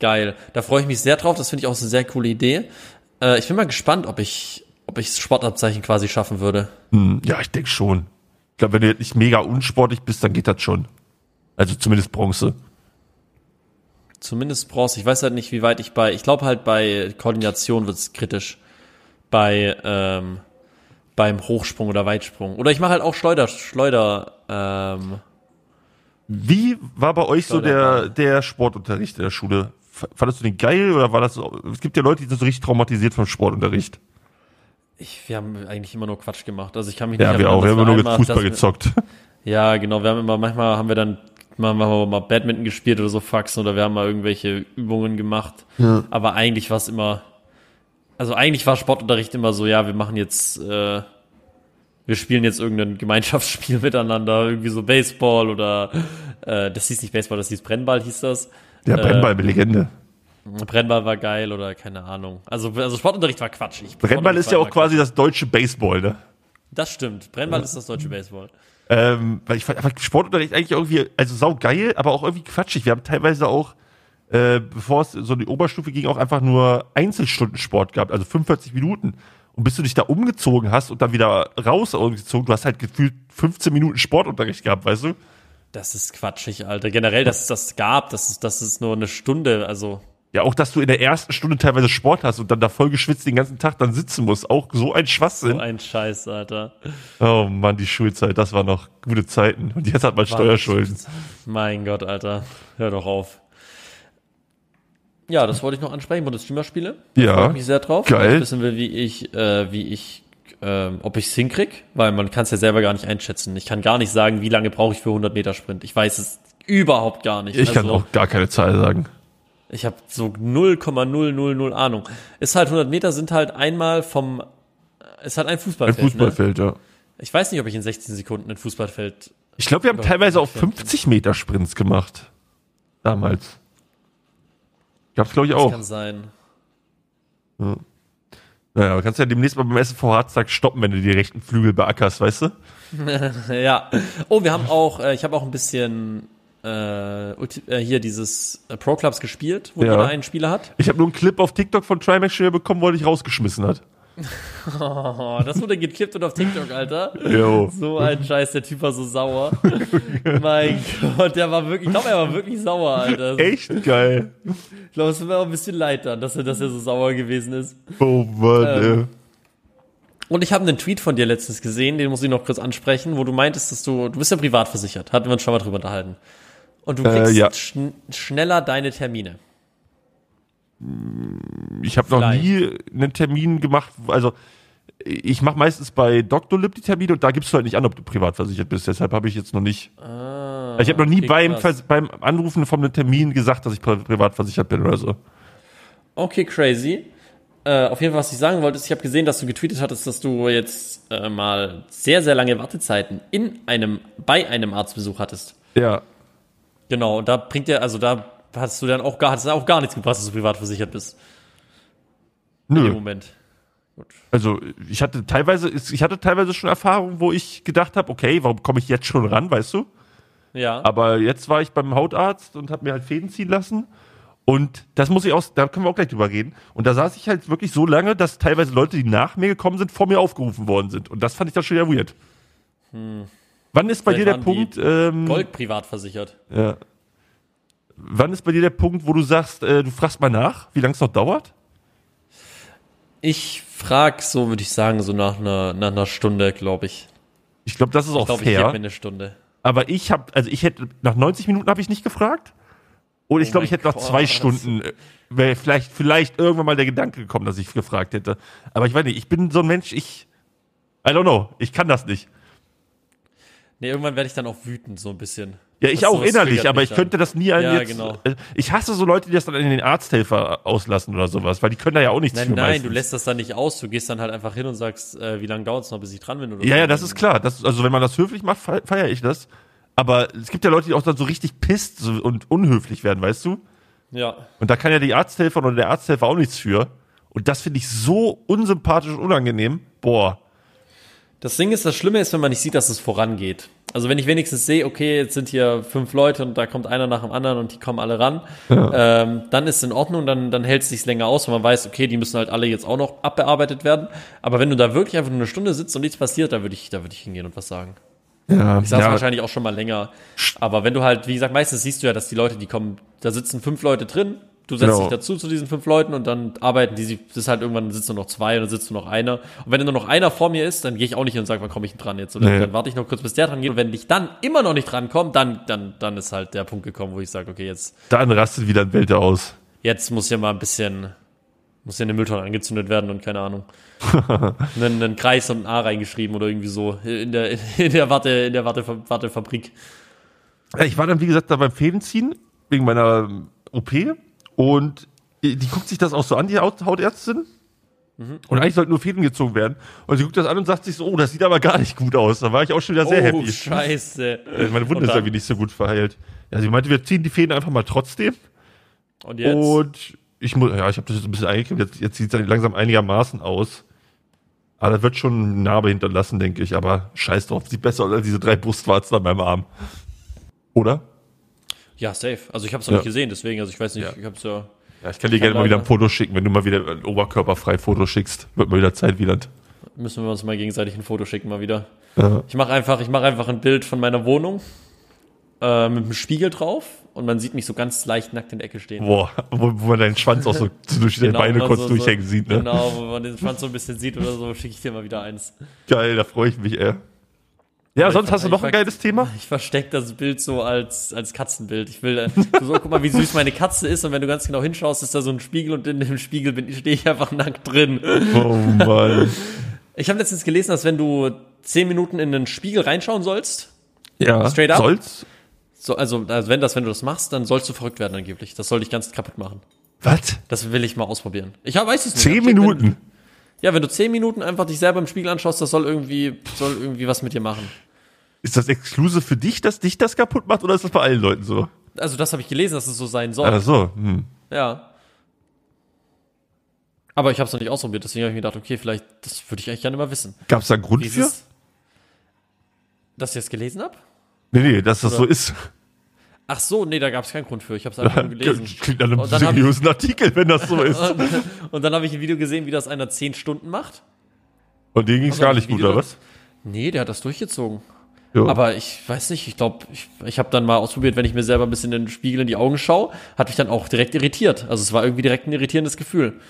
[SPEAKER 1] geil. Da freue ich mich sehr drauf. Das finde ich auch eine sehr coole Idee. Äh, ich bin mal gespannt, ob ich, ob ich das Sportabzeichen quasi schaffen würde.
[SPEAKER 2] Hm, ja, ich denke schon. Ich glaube, wenn du jetzt nicht mega unsportlich bist, dann geht das schon. Also zumindest Bronze.
[SPEAKER 1] Zumindest Bronze. Ich weiß halt nicht, wie weit ich bei. Ich glaube halt bei Koordination wird's kritisch. Bei ähm, beim Hochsprung oder Weitsprung. Oder ich mache halt auch Schleuder, Schleuder. Ähm,
[SPEAKER 2] Wie war bei euch so der,
[SPEAKER 1] Förderball.
[SPEAKER 2] der Sportunterricht in der Schule? F- Fandest du den geil oder war das so? Es gibt ja Leute, die sind so richtig traumatisiert vom Sportunterricht.
[SPEAKER 1] ich, wir haben eigentlich immer nur Quatsch gemacht. Also ich kann mich
[SPEAKER 2] Ja,
[SPEAKER 1] nicht
[SPEAKER 2] wir
[SPEAKER 1] erinnern,
[SPEAKER 2] auch. Wir
[SPEAKER 1] dass
[SPEAKER 2] haben immer nur
[SPEAKER 1] einmal-
[SPEAKER 2] mit Fußball
[SPEAKER 1] dass wir-
[SPEAKER 2] gezockt. [LAUGHS]
[SPEAKER 1] Ja, genau. Wir haben immer manchmal haben wir dann mal, mal, mal Badminton gespielt oder so Faxen oder wir haben mal irgendwelche Übungen gemacht. Aber eigentlich war es immer. Also eigentlich war Sportunterricht immer so, ja, wir machen jetzt, äh, wir spielen jetzt irgendein [LAUGHS] Gemeinschaftsspiel miteinander, irgendwie so Baseball oder äh, das hieß nicht Baseball, das hieß Brennball, hieß das.
[SPEAKER 2] Der Brennball, Legende.
[SPEAKER 1] Brennball war geil oder keine Ahnung. Also, also Sportunterricht war Quatsch. Ich,
[SPEAKER 2] Brennball ist ja auch
[SPEAKER 1] Sportunterricht war
[SPEAKER 2] quasi das deutsche Baseball, ne?
[SPEAKER 1] Quatsch. Das stimmt. Brennball ist das deutsche Baseball.
[SPEAKER 2] Ähm, weil ich fand fand Sportunterricht eigentlich irgendwie, also saugeil, aber auch irgendwie quatschig. Wir haben teilweise auch, äh, bevor es so in die Oberstufe ging, auch einfach nur Einzelstunden-Sport gehabt, also 45 Minuten. Und bis du dich da umgezogen hast und dann wieder raus umgezogen, du hast halt gefühlt 15 Minuten Sportunterricht gehabt, weißt du?
[SPEAKER 1] Das ist quatschig, Alter. Generell, dass es das gab, das ist, das ist nur eine Stunde. Also,
[SPEAKER 2] Ja, auch, dass du in der ersten Stunde teilweise Sport hast und dann da voll geschwitzt den ganzen Tag dann sitzen musst. Auch so ein
[SPEAKER 1] so
[SPEAKER 2] Schwachsinn.
[SPEAKER 1] ein Scheiß, Alter.
[SPEAKER 2] Oh Mann, die Schulzeit, das waren noch gute Zeiten. Und jetzt hat man Steuerschulden.
[SPEAKER 1] Mein Gott, Alter. Hör doch auf. Ja, das wollte ich noch ansprechen. Bundesstreamer-Spiele.
[SPEAKER 2] Ja.
[SPEAKER 1] Freue ich mich sehr drauf.
[SPEAKER 2] Geil.
[SPEAKER 1] Weil Ich wissen will, wie ich, äh, wie ich, ähm, ob ich es hinkrieg, weil man kann es ja selber gar nicht einschätzen. Ich kann gar nicht sagen, wie lange brauche ich für 100 Meter Sprint. Ich weiß es überhaupt gar nicht. Also,
[SPEAKER 2] Ich kann auch gar keine Zahl sagen.
[SPEAKER 1] Ich habe so 0,000 Ahnung. Ist halt 100 Meter sind halt einmal vom, ist halt ein
[SPEAKER 2] Ein
[SPEAKER 1] Fußballfeld. Ne?
[SPEAKER 2] Fußballfeld, ja.
[SPEAKER 1] Ich weiß nicht, ob ich in 16 Sekunden ein Fußballfeld.
[SPEAKER 2] Ich glaube, wir haben teilweise auch 50 Meter Sprints gemacht. Damals. Gab's, glaube ich,
[SPEAKER 1] Das
[SPEAKER 2] auch.
[SPEAKER 1] kann sein.
[SPEAKER 2] Naja, du kannst ja demnächst mal beim SSV Harztag stoppen, wenn du die rechten Flügel beackerst, weißt du?
[SPEAKER 1] [LAUGHS] Ja. Oh, wir haben auch, äh, ich habe auch ein bisschen äh, Ulti- äh, hier dieses äh, Pro Clubs gespielt, wo
[SPEAKER 2] Ja.
[SPEAKER 1] jeder einen Spieler hat. [LAUGHS]
[SPEAKER 2] Ich habe nur einen Clip auf TikTok von Trimax schon bekommen, wo er dich rausgeschmissen hat.
[SPEAKER 1] Oh, das wurde geklippt und auf TikTok, Alter.
[SPEAKER 2] Jo.
[SPEAKER 1] So ein Scheiß, der Typ war so
[SPEAKER 2] [LAUGHS]
[SPEAKER 1] sauer. mein Gott, der war wirklich, ich glaube, er war wirklich sauer, Alter.
[SPEAKER 2] Echt geil.
[SPEAKER 1] Ich glaube, es tut mir auch ein bisschen leid dann, dass er, dass er so sauer gewesen ist.
[SPEAKER 2] Oh Mann,
[SPEAKER 1] Ähm. Und ich habe einen Tweet von dir letztens gesehen, den muss ich noch kurz ansprechen, wo du meintest, dass du, du bist ja privat versichert, hatten wir uns schon mal drüber unterhalten. Und du
[SPEAKER 2] Äh,
[SPEAKER 1] kriegst
[SPEAKER 2] ja.
[SPEAKER 1] schn schneller deine Termine.
[SPEAKER 2] ey. Ich habe noch
[SPEAKER 1] Vielleicht.
[SPEAKER 2] nie einen Termin gemacht, also ich mache meistens bei Dr. Lip die Termine und da gibst du halt nicht an, ob du privat versichert bist. Deshalb habe ich jetzt noch nicht.
[SPEAKER 1] Ah,
[SPEAKER 2] Also ich habe noch nie
[SPEAKER 1] okay,
[SPEAKER 2] beim,
[SPEAKER 1] krass.
[SPEAKER 2] Vers- beim Anrufen von einem Termin gesagt, dass ich pri- privat versichert bin oder so.
[SPEAKER 1] Okay, crazy. Äh, auf jeden Fall, was ich sagen wollte, ist, ich habe gesehen, dass du getweetet hattest, dass du jetzt äh, mal sehr, sehr lange Wartezeiten in einem, bei einem Arztbesuch hattest.
[SPEAKER 2] Ja.
[SPEAKER 1] Genau, und da bringt dir, also da hast du dann auch gar, hast auch gar nichts gebracht, dass du privat versichert bist. Im
[SPEAKER 2] Nö.
[SPEAKER 1] Moment.
[SPEAKER 2] Also ich hatte teilweise, ich hatte teilweise schon Erfahrungen, wo ich gedacht habe, okay, warum komme ich jetzt schon ran, weißt du?
[SPEAKER 1] Ja.
[SPEAKER 2] Aber jetzt war ich beim Hautarzt und habe mir halt Fäden ziehen lassen. Und das muss ich auch, da können wir auch gleich drüber reden. Und da saß ich halt wirklich so lange, dass teilweise Leute, die nach mir gekommen sind, vor mir aufgerufen worden sind. Und das fand ich dann schon ja weird. Wann ist bei
[SPEAKER 1] Hm. Vielleicht
[SPEAKER 2] dir der
[SPEAKER 1] waren die
[SPEAKER 2] Punkt, ähm,
[SPEAKER 1] Gold privat versichert.
[SPEAKER 2] Ja. Wann ist bei dir der Punkt, wo du sagst, äh, du fragst mal nach, wie lange es noch dauert?
[SPEAKER 1] Ich frag, so würde ich sagen, so nach einer, nach einer Stunde, glaube ich.
[SPEAKER 2] Ich glaube, das ist auch
[SPEAKER 1] Ich glaube, ich
[SPEAKER 2] fair.
[SPEAKER 1] gebe mir eine Stunde.
[SPEAKER 2] aber ich habe, also ich hätte, nach 90 Minuten habe ich nicht gefragt. Und ich
[SPEAKER 1] Oh
[SPEAKER 2] glaube, ich
[SPEAKER 1] mein
[SPEAKER 2] hätte nach zwei
[SPEAKER 1] Gott.
[SPEAKER 2] Stunden, äh, wäre vielleicht, vielleicht irgendwann mal der Gedanke gekommen, dass ich gefragt hätte. Aber ich weiß nicht, ich bin so ein Mensch, ich, I don't know, ich kann das nicht.
[SPEAKER 1] Nee, irgendwann werde ich dann auch wütend, so ein bisschen.
[SPEAKER 2] Ja, ich
[SPEAKER 1] Das-
[SPEAKER 2] auch
[SPEAKER 1] sowas
[SPEAKER 2] innerlich,
[SPEAKER 1] triggert
[SPEAKER 2] aber
[SPEAKER 1] mich
[SPEAKER 2] ich könnte das nie an
[SPEAKER 1] Ja,
[SPEAKER 2] jetzt,
[SPEAKER 1] genau.
[SPEAKER 2] äh, ich hasse so Leute, die das dann an den Arzthelfer äh, auslassen oder sowas, weil die können da ja auch nichts
[SPEAKER 1] Dann.
[SPEAKER 2] für
[SPEAKER 1] Nein, nein,
[SPEAKER 2] meistens.
[SPEAKER 1] du lässt das dann nicht aus. Du gehst dann halt einfach hin und sagst, äh, wie lange dauert es noch, bis ich dran bin oder
[SPEAKER 2] Ja,
[SPEAKER 1] so.
[SPEAKER 2] ja, das ist klar. Das, also wenn man das höflich macht, feiere ich das. Aber es gibt ja Leute, die auch dann so richtig pisst so- und unhöflich werden, weißt du?
[SPEAKER 1] Ja.
[SPEAKER 2] Und da kann ja die Arzthelferin oder der Arzthelfer auch nichts für. Und das finde ich so unsympathisch und unangenehm. Boah.
[SPEAKER 1] Das Ding ist, das Schlimme ist, wenn man nicht sieht, dass es vorangeht. Also wenn ich wenigstens sehe, okay, jetzt sind hier fünf Leute und da kommt einer nach dem anderen und die kommen alle ran, ähm, dann ist es in Ordnung, dann, dann hält es sich länger aus und man weiß, okay, die müssen halt alle jetzt auch noch abbearbeitet werden. Aber wenn du da wirklich einfach nur eine Stunde sitzt und nichts passiert, da würde ich, da würde ich hingehen und was sagen.
[SPEAKER 2] Ja,
[SPEAKER 1] Ich saß wahrscheinlich auch schon mal länger. Aber wenn du halt, wie gesagt, meistens siehst du ja, dass die Leute, die kommen, da sitzen fünf Leute drin, du setzt
[SPEAKER 2] Genau.
[SPEAKER 1] dich dazu zu diesen fünf Leuten und dann arbeiten die, sich- das ist halt irgendwann sitzen nur noch zwei und dann sitzt nur noch einer. Und wenn nur noch einer vor mir ist, dann gehe ich auch nicht hin und sage, wann komme ich denn dran jetzt? Oder
[SPEAKER 2] Nee.
[SPEAKER 1] dann warte ich noch kurz, bis der dran geht. Und wenn ich dann immer noch nicht drankomme, dann, dann, dann ist halt der Punkt gekommen, wo ich sage, okay, jetzt,
[SPEAKER 2] dann rastet wieder ein Welter aus.
[SPEAKER 1] jetzt muss hier mal ein bisschen, muss hier eine Mülltonne angezündet werden und keine
[SPEAKER 2] [LAUGHS]
[SPEAKER 1] Ahnung. einen, einen Kreis und ein A reingeschrieben oder irgendwie so in der, in der Warte, in der Warte, Wartefabrik.
[SPEAKER 2] Ja, Ich war dann, wie gesagt, da beim Fädenziehen wegen meiner ähm, OP und äh, die guckt sich das auch so an, die Haut- Hautärztin.
[SPEAKER 1] Mhm.
[SPEAKER 2] Und eigentlich sollten nur Fäden gezogen werden. Und sie guckt das an und sagt sich so, oh, das sieht aber gar nicht gut aus. Da war ich auch schon wieder sehr
[SPEAKER 1] oh,
[SPEAKER 2] happy.
[SPEAKER 1] Scheiße.
[SPEAKER 2] Äh, Meine Wunde
[SPEAKER 1] Und
[SPEAKER 2] ist
[SPEAKER 1] dann-
[SPEAKER 2] irgendwie nicht so gut verheilt. Ja, sie meinte, wir ziehen die Fäden einfach mal trotzdem.
[SPEAKER 1] Und jetzt?
[SPEAKER 2] Und ich muss, ja, ich habe das jetzt ein bisschen eingekippt. Jetzt, jetzt sieht es langsam einigermaßen aus. Aber das wird schon eine Narbe hinterlassen, denke ich. Aber scheiß drauf, sieht besser aus als diese drei Brustwarzen an meinem Arm. Oder?
[SPEAKER 1] ja, safe. Also ich habe es
[SPEAKER 2] Ja.
[SPEAKER 1] noch nicht gesehen, deswegen, also ich weiß nicht, ich habe es ja.
[SPEAKER 2] Ja, ich kann dir gerne mal wieder ein
[SPEAKER 1] leider-
[SPEAKER 2] Foto schicken, wenn du mal wieder ein oberkörperfrei Foto schickst. Wird mal wieder Zeit, Wieland.
[SPEAKER 1] Müssen wir uns mal gegenseitig ein Foto schicken mal wieder.
[SPEAKER 2] Ja.
[SPEAKER 1] Ich mache einfach, ich mache einfach ein Bild von meiner Wohnung äh, mit einem Spiegel drauf und man sieht mich so ganz leicht nackt in der Ecke stehen.
[SPEAKER 2] Boah, wo, wo man deinen Schwanz [LAUGHS] auch so durch deine Beine
[SPEAKER 1] wo man
[SPEAKER 2] kurz
[SPEAKER 1] so,
[SPEAKER 2] durchhängen
[SPEAKER 1] so,
[SPEAKER 2] sieht. Ne?
[SPEAKER 1] Genau, wo man den Schwanz so ein bisschen sieht oder so, schicke ich dir mal wieder eins.
[SPEAKER 2] Geil, da freue ich mich, ey. Ja, sonst
[SPEAKER 1] ich-
[SPEAKER 2] hast du noch
[SPEAKER 1] ich-
[SPEAKER 2] ein geiles Thema?
[SPEAKER 1] Ich verstecke das Bild so als, als Katzenbild. Ich will, äh, so, guck mal, wie süß meine Katze ist und wenn du ganz genau hinschaust, ist da so ein Spiegel und in dem Spiegel bin- stehe ich einfach nackt drin.
[SPEAKER 2] Oh Mann.
[SPEAKER 1] Ich habe letztens gelesen, dass wenn du zehn Minuten in den Spiegel reinschauen sollst,
[SPEAKER 2] Ja.
[SPEAKER 1] Straight up?
[SPEAKER 2] Soll's?
[SPEAKER 1] so, also, also wenn das, wenn du das machst, dann sollst du verrückt werden angeblich. Das soll dich ganz kaputt machen.
[SPEAKER 2] Was?
[SPEAKER 1] Das will ich mal ausprobieren. Ich hab- weiß es nicht.
[SPEAKER 2] Zehn
[SPEAKER 1] Ich hab-
[SPEAKER 2] Minuten?
[SPEAKER 1] Wenn, ja, wenn du zehn Minuten einfach dich selber im Spiegel anschaust, das soll irgendwie, soll irgendwie was mit dir machen.
[SPEAKER 2] Ist das exklusiv für dich, dass dich das kaputt macht oder ist das bei allen Leuten so?
[SPEAKER 1] Oh.
[SPEAKER 2] Also- hm.
[SPEAKER 1] Also das habe ich gelesen, dass es so sein soll.
[SPEAKER 2] Ach so. Hm.
[SPEAKER 1] Ja. Aber ich habe es noch nicht ausprobiert, deswegen habe ich mir gedacht, okay, vielleicht, das würde ich eigentlich gerne mal wissen.
[SPEAKER 2] Gab es da einen Grund für?
[SPEAKER 1] Dieses, dass ich das gelesen habe?
[SPEAKER 2] Nee, nee, dass das so
[SPEAKER 1] Oder-
[SPEAKER 2] ist.
[SPEAKER 1] Ach so, nee, da gab es keinen Grund für. Ich habe es
[SPEAKER 2] [LAUGHS]
[SPEAKER 1] einfach nur gelesen.
[SPEAKER 2] Klingt nach einem
[SPEAKER 1] Und Oh, dann hab-
[SPEAKER 2] seriösen Artikel, wenn
[SPEAKER 1] [LAUGHS]
[SPEAKER 2] das so ist.
[SPEAKER 1] Und, und dann habe ich ein Video gesehen, wie das einer 10 Stunden macht.
[SPEAKER 2] Und denen ging's
[SPEAKER 1] Also
[SPEAKER 2] gar
[SPEAKER 1] das
[SPEAKER 2] nicht gut,
[SPEAKER 1] Video
[SPEAKER 2] oder
[SPEAKER 1] das-
[SPEAKER 2] was?
[SPEAKER 1] Nee, der hat das durchgezogen.
[SPEAKER 2] Jo.
[SPEAKER 1] Aber ich weiß nicht, ich glaube, ich, ich habe dann mal ausprobiert, wenn ich mir selber ein bisschen in den Spiegel in die Augen schaue, hat mich dann auch direkt irritiert. Also es war irgendwie direkt ein irritierendes Gefühl.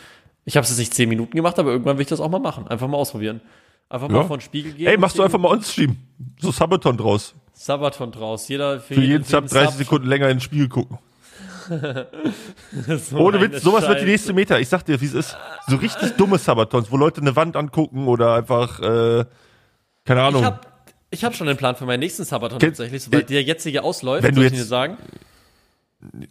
[SPEAKER 1] Ich habe es jetzt nicht 10 Minuten gemacht, aber irgendwann will ich das auch mal machen. Einfach mal ausprobieren. Einfach mal
[SPEAKER 2] Ja.
[SPEAKER 1] vor den Spiegel gehen.
[SPEAKER 2] Ey,
[SPEAKER 1] und
[SPEAKER 2] machst du
[SPEAKER 1] zehn
[SPEAKER 2] einfach mal on-stream. So Sabaton draus.
[SPEAKER 1] Sabaton draus. Jeder
[SPEAKER 2] Für jeden
[SPEAKER 1] für
[SPEAKER 2] Sub 30 Sekunden länger in den
[SPEAKER 1] [LAUGHS]
[SPEAKER 2] Spiegel gucken. Ohne
[SPEAKER 1] eine
[SPEAKER 2] Witz, sowas wird die
[SPEAKER 1] Scheiße.
[SPEAKER 2] nächste Meta. Ich sag dir, wie es ist. So richtig dumme Sabatons, wo Leute eine Wand angucken oder einfach, äh, keine
[SPEAKER 1] Ich
[SPEAKER 2] Ahnung.
[SPEAKER 1] habe ich hab schon den Plan für meinen nächsten Sabaton
[SPEAKER 2] Kenn-
[SPEAKER 1] tatsächlich, sobald der jetzige ausläuft,
[SPEAKER 2] Wenn du
[SPEAKER 1] soll ich
[SPEAKER 2] jetzt-
[SPEAKER 1] dir sagen.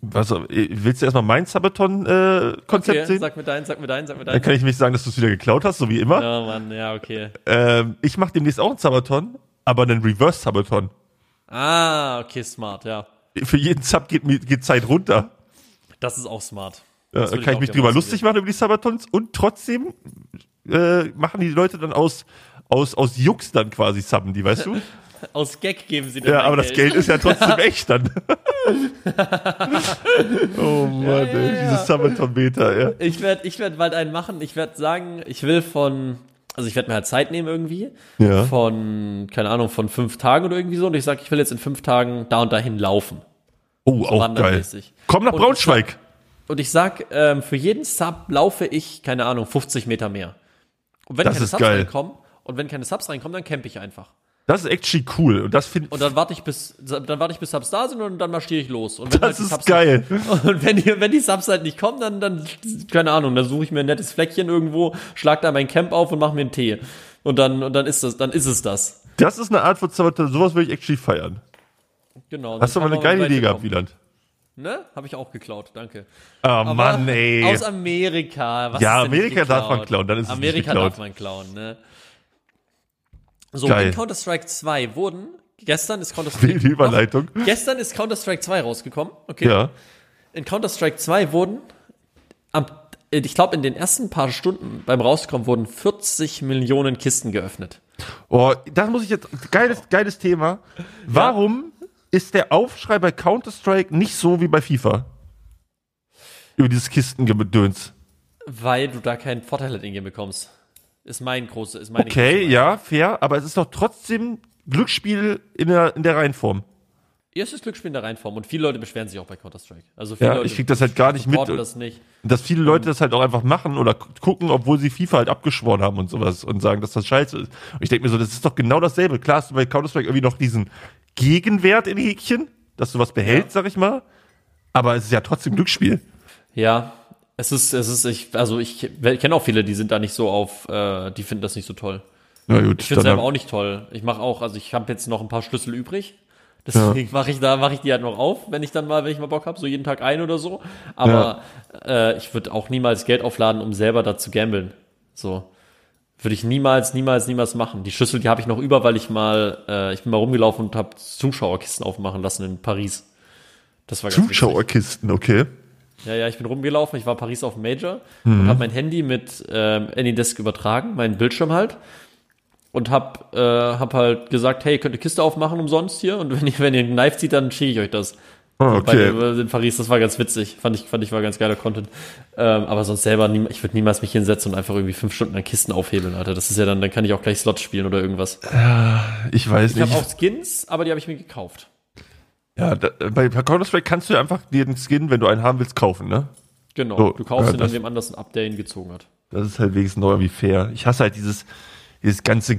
[SPEAKER 2] Was, äh, willst du erstmal mein Sabaton-Konzept
[SPEAKER 1] Okay,
[SPEAKER 2] sehen?
[SPEAKER 1] sag mir deinen, sag mir deinen, sag mir
[SPEAKER 2] Dann
[SPEAKER 1] deinen.
[SPEAKER 2] kann ich nicht sagen, dass du es wieder geklaut hast, so wie immer.
[SPEAKER 1] Ja, Mann, ja, okay.
[SPEAKER 2] Ähm, ich mache demnächst auch einen Sabaton, aber einen Reverse-Sabaton.
[SPEAKER 1] Ah, okay, smart, ja.
[SPEAKER 2] Für jeden Sub geht, mir- geht Zeit runter.
[SPEAKER 1] Das ist auch smart.
[SPEAKER 2] Ja,
[SPEAKER 1] Das würd
[SPEAKER 2] kann ich,
[SPEAKER 1] auch
[SPEAKER 2] mich
[SPEAKER 1] gerne
[SPEAKER 2] drüber
[SPEAKER 1] ausprobieren.
[SPEAKER 2] lustig machen über die Sabatons und trotzdem äh, machen die Leute dann aus, aus, aus Jux dann quasi Subben
[SPEAKER 1] [LAUGHS]
[SPEAKER 2] die, weißt du?
[SPEAKER 1] Aus Gag geben sie dann
[SPEAKER 2] Ja,
[SPEAKER 1] ein
[SPEAKER 2] aber das Geld ist
[SPEAKER 1] [LAUGHS]
[SPEAKER 2] ja trotzdem echt dann. oh Mann, ey,
[SPEAKER 1] ja,
[SPEAKER 2] dieses Sabaton-Beta, ja.
[SPEAKER 1] Ich werde ich werd bald einen machen. Ich werde sagen, ich will von. Also ich werde mir halt Zeit nehmen irgendwie.
[SPEAKER 2] Ja.
[SPEAKER 1] Von, keine Ahnung, von fünf Tagen oder irgendwie so. Und ich sage, ich will jetzt in fünf Tagen da und dahin laufen.
[SPEAKER 2] Oh, auch geil.
[SPEAKER 1] wandermäßig.
[SPEAKER 2] Komm nach
[SPEAKER 1] Und-
[SPEAKER 2] Braunschweig.
[SPEAKER 1] Und ich sag, ähm, für jeden Sub laufe ich, keine Ahnung, 50 Meter mehr. Und wenn
[SPEAKER 2] Das
[SPEAKER 1] keine
[SPEAKER 2] ist
[SPEAKER 1] Subs
[SPEAKER 2] geil.
[SPEAKER 1] reinkommen, und wenn keine Subs reinkommen, dann campe ich einfach.
[SPEAKER 2] Das ist actually cool. Und das finde
[SPEAKER 1] Und dann warte ich bis, dann warte ich bis Subs da sind und dann marschiere ich los. Und wenn halt
[SPEAKER 2] Das
[SPEAKER 1] die
[SPEAKER 2] ist
[SPEAKER 1] Subs-
[SPEAKER 2] geil.
[SPEAKER 1] Und wenn die, wenn die Subs halt nicht kommen, dann, dann, keine Ahnung, dann suche ich mir ein nettes Fleckchen irgendwo, schlag da mein Camp auf und mache mir einen Tee. Und dann, und dann ist das, dann ist es das.
[SPEAKER 2] Das ist eine Art von Sabaton, sowas würde ich actually feiern.
[SPEAKER 1] Genau.
[SPEAKER 2] Hast du
[SPEAKER 1] Dann
[SPEAKER 2] mal eine
[SPEAKER 1] kann man
[SPEAKER 2] geile Idee gehabt,
[SPEAKER 1] weiterkommen.
[SPEAKER 2] Wieland?
[SPEAKER 1] Ne? Habe ich auch geklaut, danke.
[SPEAKER 2] Ah,
[SPEAKER 1] Aber [LAUGHS]
[SPEAKER 2] Mann, ey. [LAUGHS]
[SPEAKER 1] Aus Amerika. Was ist
[SPEAKER 2] Ja,
[SPEAKER 1] denn nicht
[SPEAKER 2] Amerika darf man
[SPEAKER 1] geklaut?
[SPEAKER 2] klauen, dann ist es nicht
[SPEAKER 1] Amerika
[SPEAKER 2] geklaut.
[SPEAKER 1] darf man klauen, ne? So,
[SPEAKER 2] Geil.
[SPEAKER 1] in Counter-Strike 2 wurden, gestern ist
[SPEAKER 2] [LAUGHS] Wilde
[SPEAKER 1] Counter-Strike, [LAUGHS]
[SPEAKER 2] Überleitung.
[SPEAKER 1] gestern ist Counter-Strike 2 rausgekommen, okay?
[SPEAKER 2] Ja.
[SPEAKER 1] In Counter-Strike 2 wurden, am, äh, ich glaube, in den ersten paar Stunden beim Rauskommen wurden 40 Millionen Kisten geöffnet.
[SPEAKER 2] Oh, das muss ich jetzt. Geiles, geiles Thema. Warum ist der Aufschrei bei Counter-Strike nicht so wie bei FIFA? Über dieses Kistengedöns.
[SPEAKER 1] Weil du da keinen Vorteil halt in bekommst. Ist mein große, ist meine
[SPEAKER 2] Okay,
[SPEAKER 1] große
[SPEAKER 2] ja, fair, aber es ist doch trotzdem Glücksspiel in der, in der Reinform.
[SPEAKER 1] Erstes Glücksspiel in der Reinform und viele Leute beschweren sich auch bei Counter-Strike. Also viele
[SPEAKER 2] Ja,
[SPEAKER 1] Leute
[SPEAKER 2] ich krieg das halt gar nicht mit.
[SPEAKER 1] supporten das nicht.
[SPEAKER 2] Dass viele
[SPEAKER 1] Ähm.
[SPEAKER 2] Leute das halt auch einfach machen oder gu- gucken, obwohl sie FIFA halt abgeschworen haben und sowas und sagen, dass das scheiße ist. Und ich denke mir so, das ist doch genau dasselbe. Klar hast du bei Counter-Strike irgendwie noch diesen Gegenwert in Häkchen, dass du was behältst, sag ich mal. Aber es ist ja trotzdem Glücksspiel.
[SPEAKER 1] Ja, es ist, es ist, ich, also ich kenne auch viele, die sind da nicht so auf, äh, die finden das nicht so toll.
[SPEAKER 2] Na gut,
[SPEAKER 1] Ich finde es
[SPEAKER 2] dann
[SPEAKER 1] selber auch nicht toll. Ich mache auch, also ich habe jetzt noch ein paar Schlüssel übrig. Deswegen mache ich da, mache ich die halt noch auf, wenn ich dann mal, wenn ich mal Bock habe, so jeden Tag ein oder so. Aber äh, ich würde auch niemals Geld aufladen, um selber da zu gambeln. So. Würde ich niemals, niemals, niemals machen. Die Schlüssel, die habe ich noch über, weil ich mal, äh, ich bin mal rumgelaufen und habe Zuschauerkisten aufmachen lassen in Paris. Das war ganz witzig.
[SPEAKER 2] Zuschauerkisten, okay.
[SPEAKER 1] Ja, ja, ich bin rumgelaufen, ich war in Paris auf dem Major
[SPEAKER 2] Mhm.
[SPEAKER 1] und habe mein Handy mit ähm, Anydesk übertragen, meinen Bildschirm halt. Und hab, äh, hab halt gesagt, hey, könnt ihr Kiste aufmachen umsonst hier? Und [LAUGHS] wenn ihr, wenn ihr einen Knife zieht, dann schicke ich euch das.
[SPEAKER 2] Ah,
[SPEAKER 1] Bei,
[SPEAKER 2] okay.
[SPEAKER 1] äh, in Paris, das war ganz witzig. Fand ich, fand ich war ganz geiler Content. Ähm, aber sonst selber, nie, ich würde niemals mich hinsetzen und einfach irgendwie fünf Stunden an Kisten aufhebeln, Alter. Das ist ja dann, dann kann ich auch gleich Slots spielen oder irgendwas.
[SPEAKER 2] Ich weiß
[SPEAKER 1] Ich habe
[SPEAKER 2] nicht.
[SPEAKER 1] auch Skins, aber die habe ich mir gekauft.
[SPEAKER 2] ja, da, bei bei Counter-Strike kannst du ja einfach dir den Skin, wenn du einen haben willst, kaufen, ne?
[SPEAKER 1] Genau.
[SPEAKER 2] Oh,
[SPEAKER 1] du kaufst
[SPEAKER 2] ja,
[SPEAKER 1] ihn,
[SPEAKER 2] das-
[SPEAKER 1] wenn jemand anders ein Update gezogen hat.
[SPEAKER 2] Das ist halt wenigstens noch irgendwie fair. Ich hasse halt dieses, dieses ganze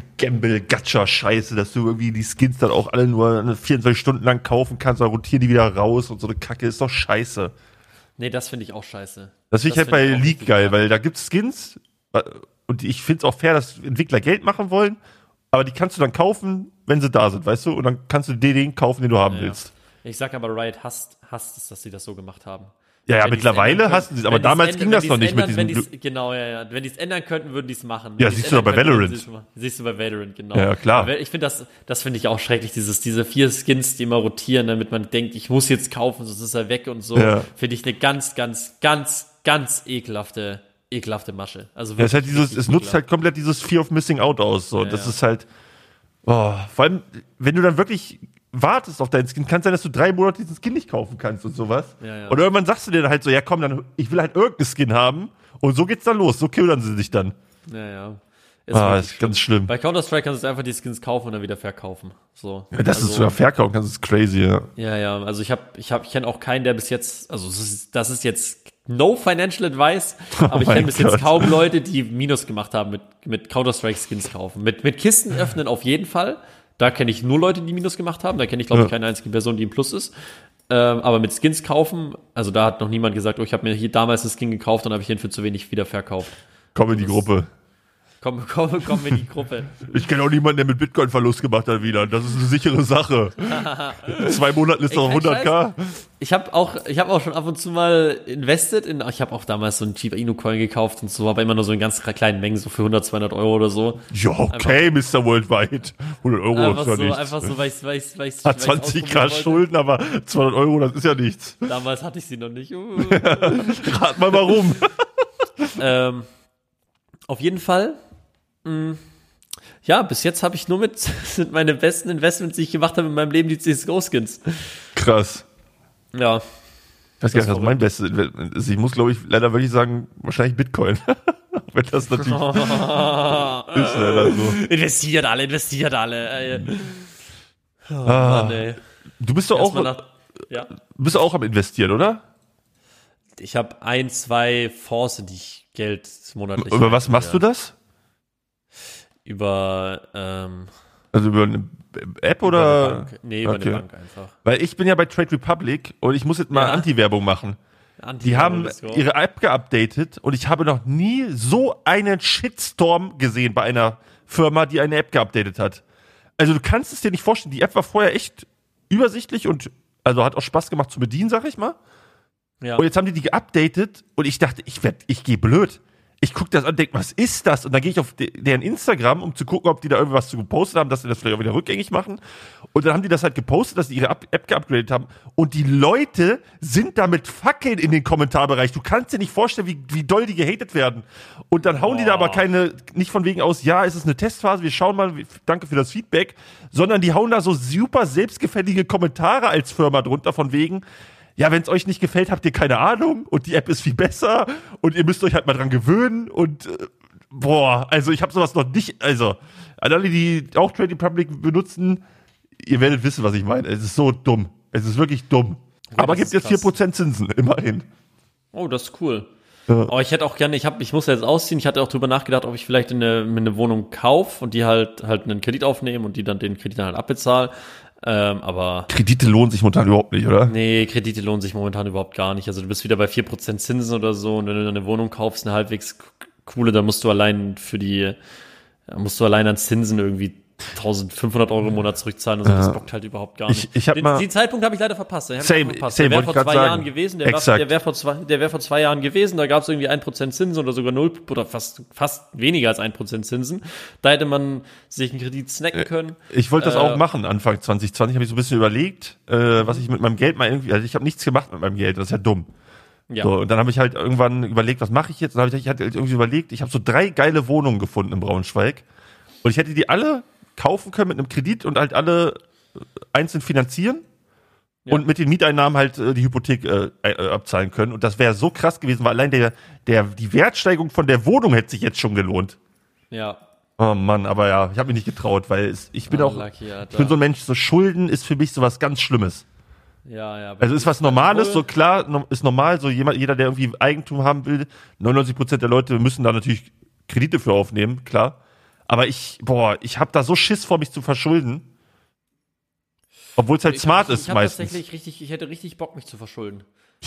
[SPEAKER 2] Gamble-Gacha-Scheiße, dass du irgendwie die Skins dann auch alle nur 24 Stunden lang kaufen kannst, dann rotieren die wieder raus und so eine Kacke ist doch scheiße.
[SPEAKER 1] Nee, das finde ich auch scheiße.
[SPEAKER 2] Das finde ich halt
[SPEAKER 1] find
[SPEAKER 2] bei
[SPEAKER 1] auch
[SPEAKER 2] League
[SPEAKER 1] richtig
[SPEAKER 2] geil, weil da gibt's Skins äh, und ich finde es auch fair, dass Entwickler Geld machen wollen, aber die kannst du dann kaufen, wenn sie da sind, weißt du? Und dann kannst du dir den kaufen, den du haben
[SPEAKER 1] Ja.
[SPEAKER 2] willst.
[SPEAKER 1] Ich sag aber, Riot hasst, hasst es, dass sie das so gemacht haben.
[SPEAKER 2] Ja, ja,
[SPEAKER 1] Wenn die's
[SPEAKER 2] mittlerweile
[SPEAKER 1] ändern
[SPEAKER 2] hassen sie's, aber
[SPEAKER 1] wenn die's
[SPEAKER 2] damals
[SPEAKER 1] ändern-
[SPEAKER 2] ging
[SPEAKER 1] wenn
[SPEAKER 2] das
[SPEAKER 1] die's
[SPEAKER 2] noch nicht mit
[SPEAKER 1] ändern, wenn
[SPEAKER 2] diesem
[SPEAKER 1] die's- Genau, ja, ja. Wenn die es ändern könnten, würden die es machen.
[SPEAKER 2] Ja,
[SPEAKER 1] Wenn die's
[SPEAKER 2] siehst du doch bei
[SPEAKER 1] ändern könnten,
[SPEAKER 2] Valorant.
[SPEAKER 1] würden sie's machen. Siehst du bei Valorant, genau.
[SPEAKER 2] Ja, ja, klar.
[SPEAKER 1] Aber ich finde das, das finde ich auch schrecklich, dieses, diese vier Skins, die immer rotieren, damit man denkt, ich muss jetzt kaufen, sonst ist er weg und so.
[SPEAKER 2] Ja.
[SPEAKER 1] Finde ich eine ganz, ganz, ganz, ganz ekelhafte ekelhafte Masche. Also
[SPEAKER 2] Ja, es, ist halt
[SPEAKER 1] wirklich
[SPEAKER 2] dieses,
[SPEAKER 1] richtig
[SPEAKER 2] es nutzt
[SPEAKER 1] ekelhaft.
[SPEAKER 2] halt komplett dieses Fear of Missing Out aus. So.
[SPEAKER 1] Ja,
[SPEAKER 2] das
[SPEAKER 1] ja.
[SPEAKER 2] ist halt. Oh, vor allem, wenn du dann wirklich wartest auf deinen Skin, kann es sein, dass du drei Monate diesen Skin nicht kaufen kannst und sowas.
[SPEAKER 1] Ja, ja.
[SPEAKER 2] Und irgendwann sagst du dir dann halt so, ja komm, dann ich will halt irgendeinen Skin haben. Und so geht's dann los. So killern sie dich dann.
[SPEAKER 1] Ja, ja. Ist
[SPEAKER 2] halt- ah,
[SPEAKER 1] wirklich
[SPEAKER 2] ist ganz schlimm.
[SPEAKER 1] Bei Counter-Strike kannst du einfach die Skins kaufen und dann wieder verkaufen. So. Also
[SPEAKER 2] Ja, das ist sogar verkaufen kannst, ist crazy, ja.
[SPEAKER 1] Ja, ja, also ich habe ich hab, ich kenne auch keinen, der bis jetzt, also es ist- das ist jetzt no financial
[SPEAKER 2] [LAUGHS]
[SPEAKER 1] advice, aber ich kenne
[SPEAKER 2] Oh mein
[SPEAKER 1] bis
[SPEAKER 2] Gott.
[SPEAKER 1] jetzt kaum Leute, die Minus gemacht haben mit, mit Counter-Strike-Skins kaufen. Mit, mit Kisten öffnen auf jeden Fall. Da kenne ich nur Leute, die Minus gemacht haben. Da kenne ich, glaube
[SPEAKER 2] Ja.
[SPEAKER 1] ich, keine einzige Person, die im Plus ist. Ähm, aber mit Skins kaufen, also da hat noch niemand gesagt, oh, ich habe mir hier damals einen Skin gekauft und habe ich den für zu wenig wieder verkauft.
[SPEAKER 2] Komm in die Gruppe.
[SPEAKER 1] Komm, [LAUGHS] komm, komm in die Gruppe.
[SPEAKER 2] Ich kenne auch niemanden, der mit Bitcoin Verlust gemacht hat wieder. Das ist eine sichere Sache.
[SPEAKER 1] [LAUGHS]
[SPEAKER 2] In Zwei Monaten ist
[SPEAKER 1] Ey,
[SPEAKER 2] doch
[SPEAKER 1] kein
[SPEAKER 2] 100k.
[SPEAKER 1] Ich habe auch, ich habe auch schon ab und zu mal invested in, ich habe auch damals so einen Chiba Inu Coin gekauft und so, aber immer nur so in ganz kleinen Mengen, so für 100, 200 Euro oder so.
[SPEAKER 2] Ja, okay, Mr. Worldwide. 100 Euro
[SPEAKER 1] Einfach
[SPEAKER 2] ist ja
[SPEAKER 1] so,
[SPEAKER 2] nichts. ne?
[SPEAKER 1] einfach so, weil ich, weil ich, weil ich,
[SPEAKER 2] Hat 20k Schulden, aber 200 Euro, das ist ja nichts.
[SPEAKER 1] Damals hatte ich sie noch nicht. Uh.
[SPEAKER 2] [LAUGHS] Rat mal warum.
[SPEAKER 1] ähm, auf jeden Fall. mm, Ja, bis jetzt habe ich nur mit, [LAUGHS] sind meine besten Investments, die ich gemacht habe in meinem Leben, die CSGO-Skins.
[SPEAKER 2] [LAUGHS] Krass. [LAUGHS]
[SPEAKER 1] Ja,
[SPEAKER 2] Ich weiß gar nicht, was
[SPEAKER 1] verrückt.
[SPEAKER 2] mein bestes Investment ist. Ich muss, glaube ich, leider wirklich sagen, wahrscheinlich Bitcoin. [LAUGHS] Auch Wenn das natürlich ist, leider so.
[SPEAKER 1] investiert alle, investiert alle. Ey. Oh, Mann, ey.
[SPEAKER 2] Du bist doch
[SPEAKER 1] Erstmal
[SPEAKER 2] Ah. auch,
[SPEAKER 1] nach, ja.
[SPEAKER 2] bist doch auch am Investieren, oder?
[SPEAKER 1] Ich habe ein, zwei Fonds, in die ich Geld monatlich.
[SPEAKER 2] Über was machst du das?
[SPEAKER 1] Über, ähm,
[SPEAKER 2] Also über eine App
[SPEAKER 1] über
[SPEAKER 2] oder?
[SPEAKER 1] eine Bank. Nee, über
[SPEAKER 2] Äh, Okay.
[SPEAKER 1] eine Bank einfach.
[SPEAKER 2] Weil ich bin ja bei Trade Republic und ich muss jetzt mal
[SPEAKER 1] Ja.
[SPEAKER 2] Anti-Werbung machen.
[SPEAKER 1] Anti-
[SPEAKER 2] Die haben
[SPEAKER 1] Genau, let's go.
[SPEAKER 2] ihre App geupdatet und ich habe noch nie so einen Shitstorm gesehen bei einer Firma, die eine App geupdatet hat. Also du kannst es dir nicht vorstellen, die App war vorher echt übersichtlich und also hat auch Spaß gemacht zu bedienen, sag ich mal.
[SPEAKER 1] ja.
[SPEAKER 2] Und jetzt haben die die geupdatet und ich dachte, ich werd, ich gehe blöd. Ich gucke das an und denke, was ist das? Und dann gehe ich auf de deren Instagram, um zu gucken, ob die da irgendwas zu gepostet haben, dass sie das vielleicht auch wieder rückgängig machen. Und dann haben die das halt gepostet, dass sie ihre Up- App geupgradet haben. Und die Leute sind damit fucking in den Kommentarbereich. Du kannst dir nicht vorstellen, wie, wie doll die gehatet werden. Und dann hauen die da aber keine, nicht von wegen aus, ja, es ist eine Testphase, wir schauen mal, wie- danke für das Feedback, sondern die hauen da so super selbstgefällige Kommentare als Firma drunter von wegen, ja, wenn es euch nicht gefällt, habt ihr keine Ahnung und die App ist viel besser und ihr müsst euch halt mal dran gewöhnen und äh, boah, also ich habe sowas noch nicht, also an alle, die auch Trade Republic benutzen, ihr werdet wissen, was ich meine. Es ist so dumm. Es ist wirklich dumm. Aber
[SPEAKER 1] das
[SPEAKER 2] gibt
[SPEAKER 1] ist
[SPEAKER 2] jetzt
[SPEAKER 1] krass.
[SPEAKER 2] 4% Zinsen, immerhin.
[SPEAKER 1] Oh, das ist cool. Aber ich hätte auch gerne, ich habe, ich muss ja jetzt ausziehen. Ich hatte auch drüber nachgedacht, ob ich vielleicht eine, mir eine Wohnung kaufe und die halt halt einen Kredit aufnehmen und die dann den Kredit dann halt abbezahle. Ähm, aber
[SPEAKER 2] Kredite lohnen sich momentan überhaupt nicht, oder?
[SPEAKER 1] nee, Kredite lohnen sich momentan überhaupt gar nicht. Also du bist wieder bei 4% Zinsen oder so und wenn du dann eine Wohnung kaufst, eine halbwegs coole, dann musst du allein für die, dann musst du allein an Zinsen irgendwie 1500 Euro im Monat zurückzahlen. Also das bockt halt überhaupt gar
[SPEAKER 2] Ich-
[SPEAKER 1] nicht.
[SPEAKER 2] ich hab
[SPEAKER 1] den,
[SPEAKER 2] mal-
[SPEAKER 1] den Zeitpunkt habe ich leider verpasst. Den hab ich
[SPEAKER 2] Same,
[SPEAKER 1] leider verpasst.
[SPEAKER 2] same,
[SPEAKER 1] der wäre
[SPEAKER 2] wollte
[SPEAKER 1] vor
[SPEAKER 2] ich grad
[SPEAKER 1] zwei
[SPEAKER 2] sagen.
[SPEAKER 1] Jahren gewesen, der war,
[SPEAKER 2] Exakt.
[SPEAKER 1] der wäre vor, zwei, der wär vor zwei Jahren gewesen, da gab es irgendwie 1% Zinsen oder sogar 0 oder fast, fast weniger als 1% Zinsen. Da hätte man sich einen Kredit snacken können.
[SPEAKER 2] Ich wollte das
[SPEAKER 1] Äh,
[SPEAKER 2] auch machen, Anfang 2020 habe ich so ein bisschen überlegt, äh, was ich mit meinem Geld mal irgendwie, also ich habe nichts gemacht mit meinem Geld, das ist ja dumm.
[SPEAKER 1] Ja.
[SPEAKER 2] So, und dann habe ich halt irgendwann überlegt, was mache ich jetzt? Und dann habe ich, ich hatte halt irgendwie überlegt, ich habe so drei geile Wohnungen gefunden in Braunschweig. Und ich hätte die alle kaufen können mit einem Kredit und halt alle einzeln finanzieren
[SPEAKER 1] Ja.
[SPEAKER 2] und mit den Mieteinnahmen halt äh, die Hypothek äh, äh, abzahlen können. Und das wäre so krass gewesen, weil allein der, der, die Wertsteigerung von der Wohnung hätte sich jetzt schon gelohnt.
[SPEAKER 1] Ja.
[SPEAKER 2] Oh Mann, aber ja, ich habe mich nicht getraut, weil es, ich bin auch,
[SPEAKER 1] Unlucky,
[SPEAKER 2] ich bin
[SPEAKER 1] Alter.
[SPEAKER 2] so ein Mensch, so Schulden ist für mich sowas ganz Schlimmes.
[SPEAKER 1] ja, ja.
[SPEAKER 2] Also ist was Normales,
[SPEAKER 1] Obwohl-
[SPEAKER 2] so klar, no- ist normal, so jemand, jeder, der irgendwie Eigentum haben will, 99% der Leute müssen da natürlich Kredite für aufnehmen, klar. Aber ich, boah, ich habe da so Schiss vor, mich zu verschulden. Obwohl es halt
[SPEAKER 1] Ich
[SPEAKER 2] smart
[SPEAKER 1] hab,
[SPEAKER 2] ist
[SPEAKER 1] ich hab
[SPEAKER 2] meistens.
[SPEAKER 1] tatsächlich richtig, ich hätte richtig Bock, mich zu verschulden.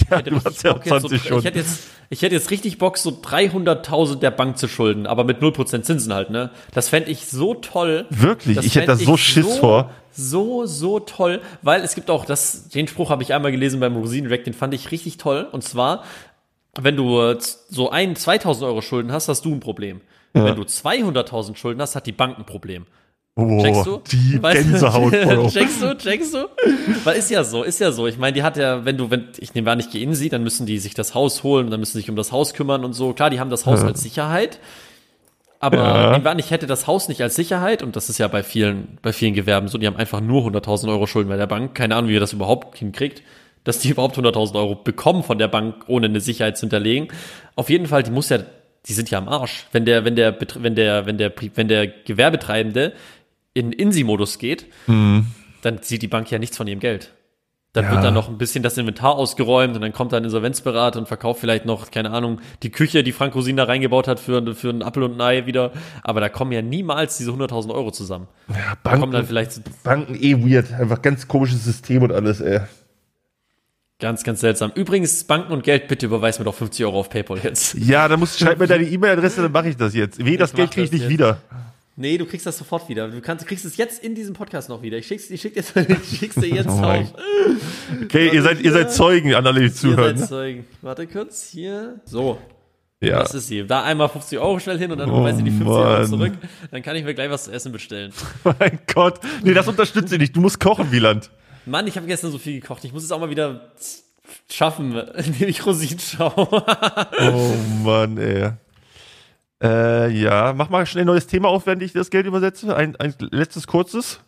[SPEAKER 2] Ja,
[SPEAKER 1] hätte
[SPEAKER 2] du
[SPEAKER 1] richtig
[SPEAKER 2] hast ja
[SPEAKER 1] Bock, jetzt
[SPEAKER 2] 20
[SPEAKER 1] so,
[SPEAKER 2] schon.
[SPEAKER 1] Ich hätte, jetzt, ich hätte jetzt richtig Bock, so 300.000 der Bank zu schulden, aber mit 0% Zinsen halt, ne? Das fände ich so toll.
[SPEAKER 2] Wirklich? Ich hätte da
[SPEAKER 1] fänd
[SPEAKER 2] so Schiss vor.
[SPEAKER 1] So, so toll, weil es gibt auch, das, den Spruch habe ich einmal gelesen beim Rosinenrack, den fand ich richtig toll. Und zwar, wenn du äh, so ein, 2000 Euro Schulden hast, hast du ein Problem. Wenn du 200.000 Schulden hast, hat die Bank ein Problem. Checkst du?
[SPEAKER 2] Oh,
[SPEAKER 1] [LAUGHS]
[SPEAKER 2] die
[SPEAKER 1] Weißt du?
[SPEAKER 2] Gänsehaut, Bro.
[SPEAKER 1] checkst du, checkst du? Weil ist ja so, ist ja so. Ich meine, die hat ja, wenn du, wenn, ich nehme an, ich gehe in sie, dann müssen die sich das Haus holen und dann müssen sie sich um das Haus kümmern und so. Klar, die haben das Haus als Sicherheit. Aber
[SPEAKER 2] Ja.
[SPEAKER 1] nehmen wir an, ich hätte das Haus nicht als Sicherheit und das ist ja bei vielen, bei vielen Gewerben so, die haben einfach nur 100.000 Euro Schulden bei der Bank. Keine Ahnung, wie ihr das überhaupt hinkriegt, dass die [LAUGHS] überhaupt 100.000 Euro bekommen von der Bank, ohne eine Sicherheit zu hinterlegen. Auf jeden Fall, die muss ja, die sind ja am Arsch. Wenn der, wenn der, Betr- wenn der, wenn der, Pri- wenn der Gewerbetreibende in Insi-Modus geht, dann sieht die Bank ja nichts von ihrem Geld. Dann
[SPEAKER 2] Mhm. Ja.
[SPEAKER 1] wird dann noch ein bisschen das Inventar ausgeräumt und dann kommt da ein Insolvenzberater und verkauft vielleicht noch, keine Ahnung, die Küche, die Frankosin da reingebaut hat für, für einen Apfel und ein Ei wieder. Aber da kommen ja niemals diese 100.000 Euro zusammen.
[SPEAKER 2] Ja,
[SPEAKER 1] Da kommen dann
[SPEAKER 2] Banken,
[SPEAKER 1] vielleicht
[SPEAKER 2] Banken eh weird. Einfach ganz komisches System und alles, ey.
[SPEAKER 1] ganz, ganz seltsam. Übrigens, Banken und Geld, bitte überweis mir doch 50 Euro auf Paypal jetzt.
[SPEAKER 2] Ja, dann musst du schreib mir deine E-Mail-Adresse, dann mache ich das jetzt. Weh, das
[SPEAKER 1] Ich
[SPEAKER 2] Geld
[SPEAKER 1] mach
[SPEAKER 2] kriege ich
[SPEAKER 1] das
[SPEAKER 2] nicht
[SPEAKER 1] jetzt.
[SPEAKER 2] wieder.
[SPEAKER 1] [LAUGHS] Nee, du kriegst das sofort wieder. Du kannst, du kriegst es jetzt in diesem Podcast noch wieder. Ich schick's, ich schick dir, [LAUGHS] ich schick's
[SPEAKER 2] [LAUGHS]
[SPEAKER 1] dir jetzt
[SPEAKER 2] Oh mein
[SPEAKER 1] auf.
[SPEAKER 2] Okay, ihr seid, ihr seid Zeugen an alle, die
[SPEAKER 1] Ihr
[SPEAKER 2] zuhören.
[SPEAKER 1] seid Zeugen. Warte kurz, hier. So,
[SPEAKER 2] ja.
[SPEAKER 1] Das ist sie. Da einmal 50 Euro schnell hin und dann
[SPEAKER 2] Oh,
[SPEAKER 1] weiß sie die 50 Euro
[SPEAKER 2] Mann.
[SPEAKER 1] zurück. Dann kann ich mir gleich was zu essen bestellen.
[SPEAKER 2] [LAUGHS] mein Gott. Nee, das unterstütze ich nicht. Du musst kochen, Wieland.
[SPEAKER 1] Mann, ich habe gestern so viel gekocht. Ich muss es auch mal wieder schaffen, [LAUGHS] indem ich Rosinen schaue. [LAUGHS]
[SPEAKER 2] Oh Mann, ey. Äh, ja, mach mal schnell ein neues Thema auf, während ich das Geld übersetze. Ein, ein letztes kurzes.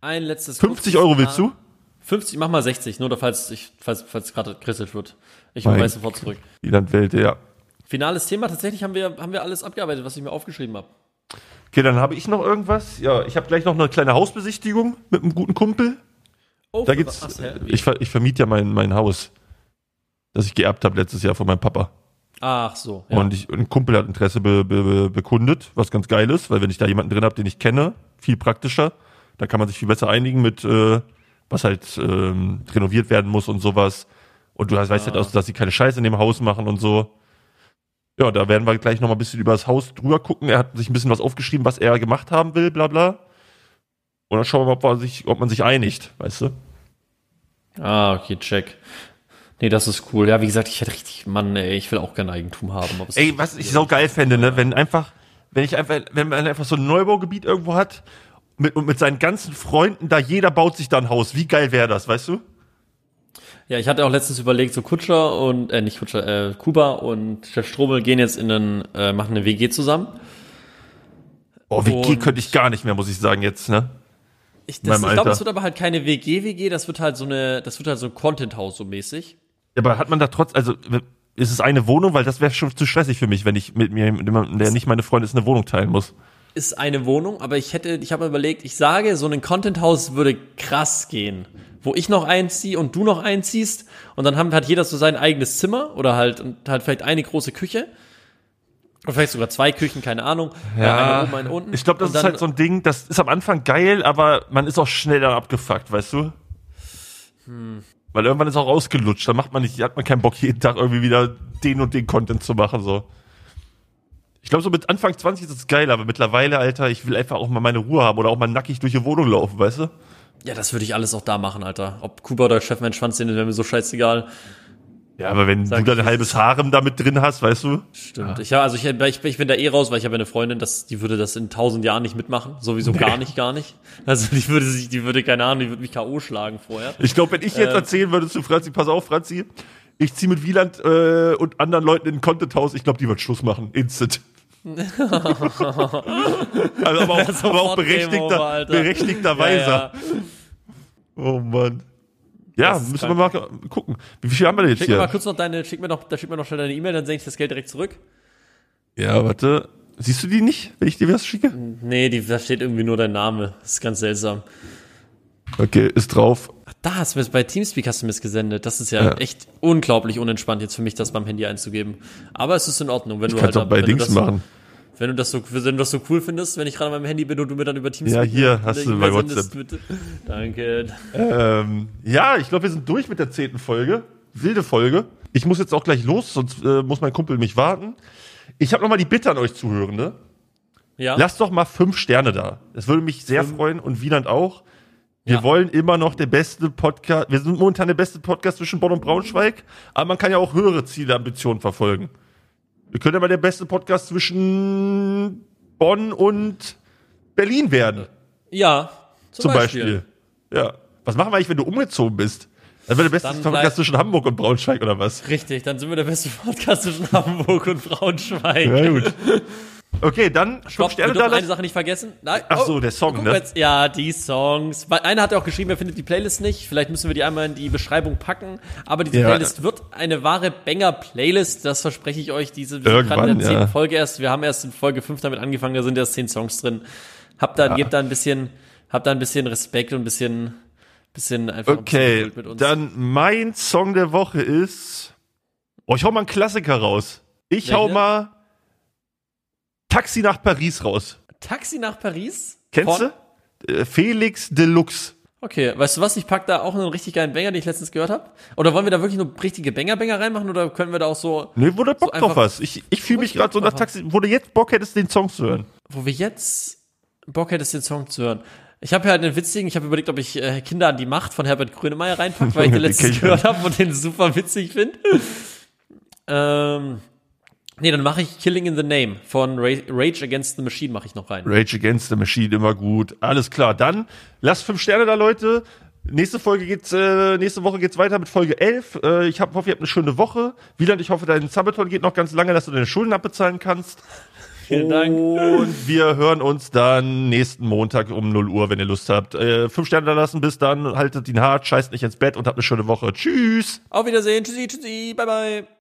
[SPEAKER 1] Ein letztes.
[SPEAKER 2] 50 Euro willst du?
[SPEAKER 1] 50, mach mal 60, nur falls ich, falls, falls gerade krisselt wird. Ich
[SPEAKER 2] Mein
[SPEAKER 1] weiß sofort zurück.
[SPEAKER 2] Wieland wählte, ja.
[SPEAKER 1] Finales Thema, tatsächlich haben wir, haben wir alles abgearbeitet, was ich mir aufgeschrieben habe.
[SPEAKER 2] Okay, dann habe ich noch irgendwas. Ja, ich habe gleich noch eine kleine Hausbesichtigung mit einem guten Kumpel.
[SPEAKER 1] Oh,
[SPEAKER 2] Da äh, gibt's,
[SPEAKER 1] ach, hä?
[SPEAKER 2] ich, ver- ich vermiete ja mein, mein Haus, das ich geerbt habe letztes Jahr von meinem Papa.
[SPEAKER 1] ach so. Ja.
[SPEAKER 2] Und ich, ein Kumpel hat Interesse be, be, be, bekundet, was ganz geil ist, weil wenn ich da jemanden drin habe, den ich kenne, viel praktischer, da kann man sich viel besser einigen mit, äh, was halt ähm, renoviert werden muss und sowas. Und du hast- weißt halt auch, dass sie keine Scheiße in dem Haus machen und so. Ja, da werden wir gleich nochmal ein bisschen über das Haus drüber gucken. Er hat sich ein bisschen was aufgeschrieben, was er gemacht haben will, bla bla. Und dann schauen wir mal, ob, wir sich, ob man sich einigt, weißt du?
[SPEAKER 1] Ah, okay, check. Nee, das ist cool. Ja, wie gesagt, ich hätte richtig, Mann, ey, ich will auch gerne Eigentum haben. aber es-
[SPEAKER 2] Ey, was ich sau geil fände, ne, wenn einfach, wenn ich einfach, wenn man einfach so ein Neubaugebiet irgendwo hat mit, und mit seinen ganzen Freunden da, jeder baut sich da ein Haus. Wie geil wäre das, weißt du?
[SPEAKER 1] Ja, ich hatte auch letztens überlegt, so Kutscher und, äh, nicht Kutscher, äh, Kuba und Chef Strobel gehen jetzt in einen, äh, machen eine WG zusammen.
[SPEAKER 2] Oh, WG
[SPEAKER 1] Und-
[SPEAKER 2] könnte ich gar nicht mehr, muss ich sagen jetzt, ne?
[SPEAKER 1] Ich,
[SPEAKER 2] Meinem
[SPEAKER 1] das- ich glaube,
[SPEAKER 2] Alter.
[SPEAKER 1] das wird aber halt keine WG-WG, das wird halt so eine, das wird halt so ein Content-House so mäßig.
[SPEAKER 2] Aber hat man da trotz, also ist es eine Wohnung, weil das wäre schon zu stressig für mich, wenn ich mit mir mit jemandem, der nicht meine Freundin ist, eine Wohnung teilen muss.
[SPEAKER 1] Ist eine Wohnung, aber ich hätte, ich habe mir überlegt, ich sage, so ein Content-House würde krass gehen. Wo ich noch einziehe und du noch einziehst und dann haben, hat jeder so sein eigenes Zimmer oder halt, und halt vielleicht eine große Küche. Oder vielleicht sogar zwei Küchen, keine Ahnung. Eine oben, eine unten.
[SPEAKER 2] Ich glaube, das
[SPEAKER 1] Und
[SPEAKER 2] ist
[SPEAKER 1] dann-
[SPEAKER 2] halt so ein Ding, das ist am Anfang geil, aber man ist auch schneller abgefuckt, weißt du?
[SPEAKER 1] Hm.
[SPEAKER 2] Weil irgendwann ist auch ausgelutscht, da macht man nicht, hat man keinen Bock, jeden Tag irgendwie wieder den und den Content zu machen, so. Ich glaube, so mit Anfang 20 ist es geil, aber mittlerweile, Alter, ich will einfach auch mal meine Ruhe haben oder auch mal nackig durch die Wohnung laufen, weißt du?
[SPEAKER 1] Ja, das würde ich alles auch da machen, Alter. Ob Kuba oder Chef mein Schwanz sind, wäre mir so scheißegal.
[SPEAKER 2] Ja, aber wenn
[SPEAKER 1] Sag
[SPEAKER 2] du dann
[SPEAKER 1] ich,
[SPEAKER 2] ein halbes Harem damit drin hast, weißt du?
[SPEAKER 1] Stimmt. Ich, ja, also ich, ich, ich bin da eh raus, weil ich habe eine Freundin, das, die würde das in tausend Jahren nicht mitmachen. Sowieso gar nicht, gar nicht. Also die würde sich, die würde, keine Ahnung, die würde mich K.O. schlagen vorher.
[SPEAKER 2] Ich glaube, wenn ich
[SPEAKER 1] Äh.
[SPEAKER 2] jetzt erzählen würde zu Franzi, pass auf, Franzi, ich ziehe mit Wieland äh, und anderen Leuten in ein Content House, ich glaube, die wird Schluss machen.
[SPEAKER 1] [LAUGHS]
[SPEAKER 2] Instant. also, aber auch, aber auch
[SPEAKER 1] Sofort Game
[SPEAKER 2] berechtigter,
[SPEAKER 1] over, Alter.
[SPEAKER 2] berechtigterweise.
[SPEAKER 1] Ja, ja.
[SPEAKER 2] Oh Mann. Ja,
[SPEAKER 1] Das ist
[SPEAKER 2] müssen wir mal gucken. Wie viel haben wir denn jetzt
[SPEAKER 1] Schick mir mal
[SPEAKER 2] hier?
[SPEAKER 1] kurz noch deine, schick mir noch, da schick mir noch schnell deine E-Mail, dann senke ich das Geld direkt zurück.
[SPEAKER 2] Ja, warte. Siehst du die nicht, wenn ich dir was schicke?
[SPEAKER 1] Nee, die, da steht irgendwie nur dein Name. Das ist ganz seltsam.
[SPEAKER 2] Okay, ist drauf.
[SPEAKER 1] Ach, da hast du mir bei Teamspeak hast du mir es gesendet. Das ist ja,
[SPEAKER 2] Ja.
[SPEAKER 1] echt unglaublich unentspannt jetzt für mich, das beim Handy einzugeben. Aber es ist in Ordnung, wenn du
[SPEAKER 2] Kannst
[SPEAKER 1] halt
[SPEAKER 2] auch bei
[SPEAKER 1] wenn du
[SPEAKER 2] Dings
[SPEAKER 1] das-
[SPEAKER 2] machen.
[SPEAKER 1] Wenn du das so, wenn du das so cool findest, wenn ich gerade an meinem Handy bin und du mir dann über Teams
[SPEAKER 2] Ja, hier, hast du bei
[SPEAKER 1] Danke.
[SPEAKER 2] Ähm, ja, ich glaube, wir sind durch mit der zehnten Folge. Wilde Folge. Ich muss jetzt auch gleich los, sonst äh, muss mein Kumpel mich warten. Ich habe nochmal die Bitte an euch Zuhörende.
[SPEAKER 1] Ja,
[SPEAKER 2] Lasst doch mal fünf Sterne da. Das würde mich sehr freuen und Wieland auch. Wir
[SPEAKER 1] Ja.
[SPEAKER 2] wollen immer noch der beste Podcast. Wir sind momentan der beste Podcast zwischen Bonn und Braunschweig, aber man kann ja auch höhere Ziele, Ambitionen verfolgen. Wir können ja mal der beste Podcast zwischen Bonn und Berlin werden.
[SPEAKER 1] Ja, zum,
[SPEAKER 2] Zum
[SPEAKER 1] Beispiel.
[SPEAKER 2] Beispiel. Ja. Was machen wir eigentlich, wenn du umgezogen bist? Dann wäre der beste
[SPEAKER 1] Dann
[SPEAKER 2] Podcast
[SPEAKER 1] bleib-
[SPEAKER 2] zwischen Hamburg und Braunschweig oder was?
[SPEAKER 1] Richtig, dann sind wir der beste Podcast zwischen Hamburg und Braunschweig.
[SPEAKER 2] Ja, gut. [LAUGHS] Okay, dann
[SPEAKER 1] Stopp, wir
[SPEAKER 2] fünf Sterne da
[SPEAKER 1] dürfen eine
[SPEAKER 2] lassen.
[SPEAKER 1] Sache nicht vergessen. Nein,
[SPEAKER 2] Ach so, der Song,
[SPEAKER 1] gucken
[SPEAKER 2] ne?
[SPEAKER 1] wir Jetzt, ja, die Songs. Weil Einer hat ja auch geschrieben, er findet die Playlist nicht. Vielleicht müssen wir die einmal in die Beschreibung packen. Aber diese
[SPEAKER 2] Ja.
[SPEAKER 1] Playlist wird eine wahre Banger-Playlist. Das verspreche ich euch. Diese wir sind gerade in der
[SPEAKER 2] Irgendwann, ja.
[SPEAKER 1] zehnten Folge erst. Wir haben erst in Folge 5 damit angefangen. Da sind erst zehn Songs drin. Habt da, gebt da ein bisschen, habt da ein bisschen Respekt und ein bisschen, bisschen einfach ein bisschen
[SPEAKER 2] Okay,
[SPEAKER 1] Geduld mit uns.
[SPEAKER 2] dann mein Song der Woche ist. Oh, ich hau mal einen Klassiker raus. Ich hau
[SPEAKER 1] Welche?
[SPEAKER 2] mal Taxi nach Paris raus.
[SPEAKER 1] Taxi nach Paris?
[SPEAKER 2] Kennst
[SPEAKER 1] Von-
[SPEAKER 2] du? Äh, Felix Deluxe.
[SPEAKER 1] Okay, weißt du was? Ich pack da auch einen richtig geilen Banger, den ich letztens gehört habe. Oder wollen wir da wirklich nur richtige Banger-Banger reinmachen oder können wir da auch so,
[SPEAKER 2] Ne, wurde Bock drauf
[SPEAKER 1] einfach-
[SPEAKER 2] was. Ich, ich fühle mich
[SPEAKER 1] Bock
[SPEAKER 2] gerade so nach
[SPEAKER 1] drauf
[SPEAKER 2] Taxi, wo du jetzt Bock hättest, den Song zu hören.
[SPEAKER 1] wo wir jetzt Bock hättest, den Song zu hören? Ich habe ja einen witzigen, ich habe überlegt, ob ich äh, Kinder an die Macht von Herbert Grönemeyer reinpacke, weil ich den
[SPEAKER 2] Den kenn
[SPEAKER 1] letztens
[SPEAKER 2] ich
[SPEAKER 1] gehört habe und den super witzig finde. ähm, nee, dann mache ich Killing in the Name von Ra Rage Against the Machine mache ich noch rein.
[SPEAKER 2] Rage Against the Machine, immer gut. Alles klar. Dann lasst fünf Sterne da, Leute. Nächste Folge geht's, äh, nächste Woche geht's weiter mit Folge 11. Äh, ich hab, hoffe, ihr habt eine schöne Woche. Wieland, ich hoffe, dein Sabaton geht noch ganz lange, dass du deine Schulden abbezahlen kannst.
[SPEAKER 1] Vielen Dank.
[SPEAKER 2] Und wir hören uns dann nächsten Montag um 0 Uhr, wenn ihr Lust habt. Äh, fünf Sterne da lassen, bis dann. Haltet ihn hart, scheißt nicht ins Bett und habt eine schöne Woche. Tschüss.
[SPEAKER 1] Auf Wiedersehen, tschüssi, tschüssi, bye bye.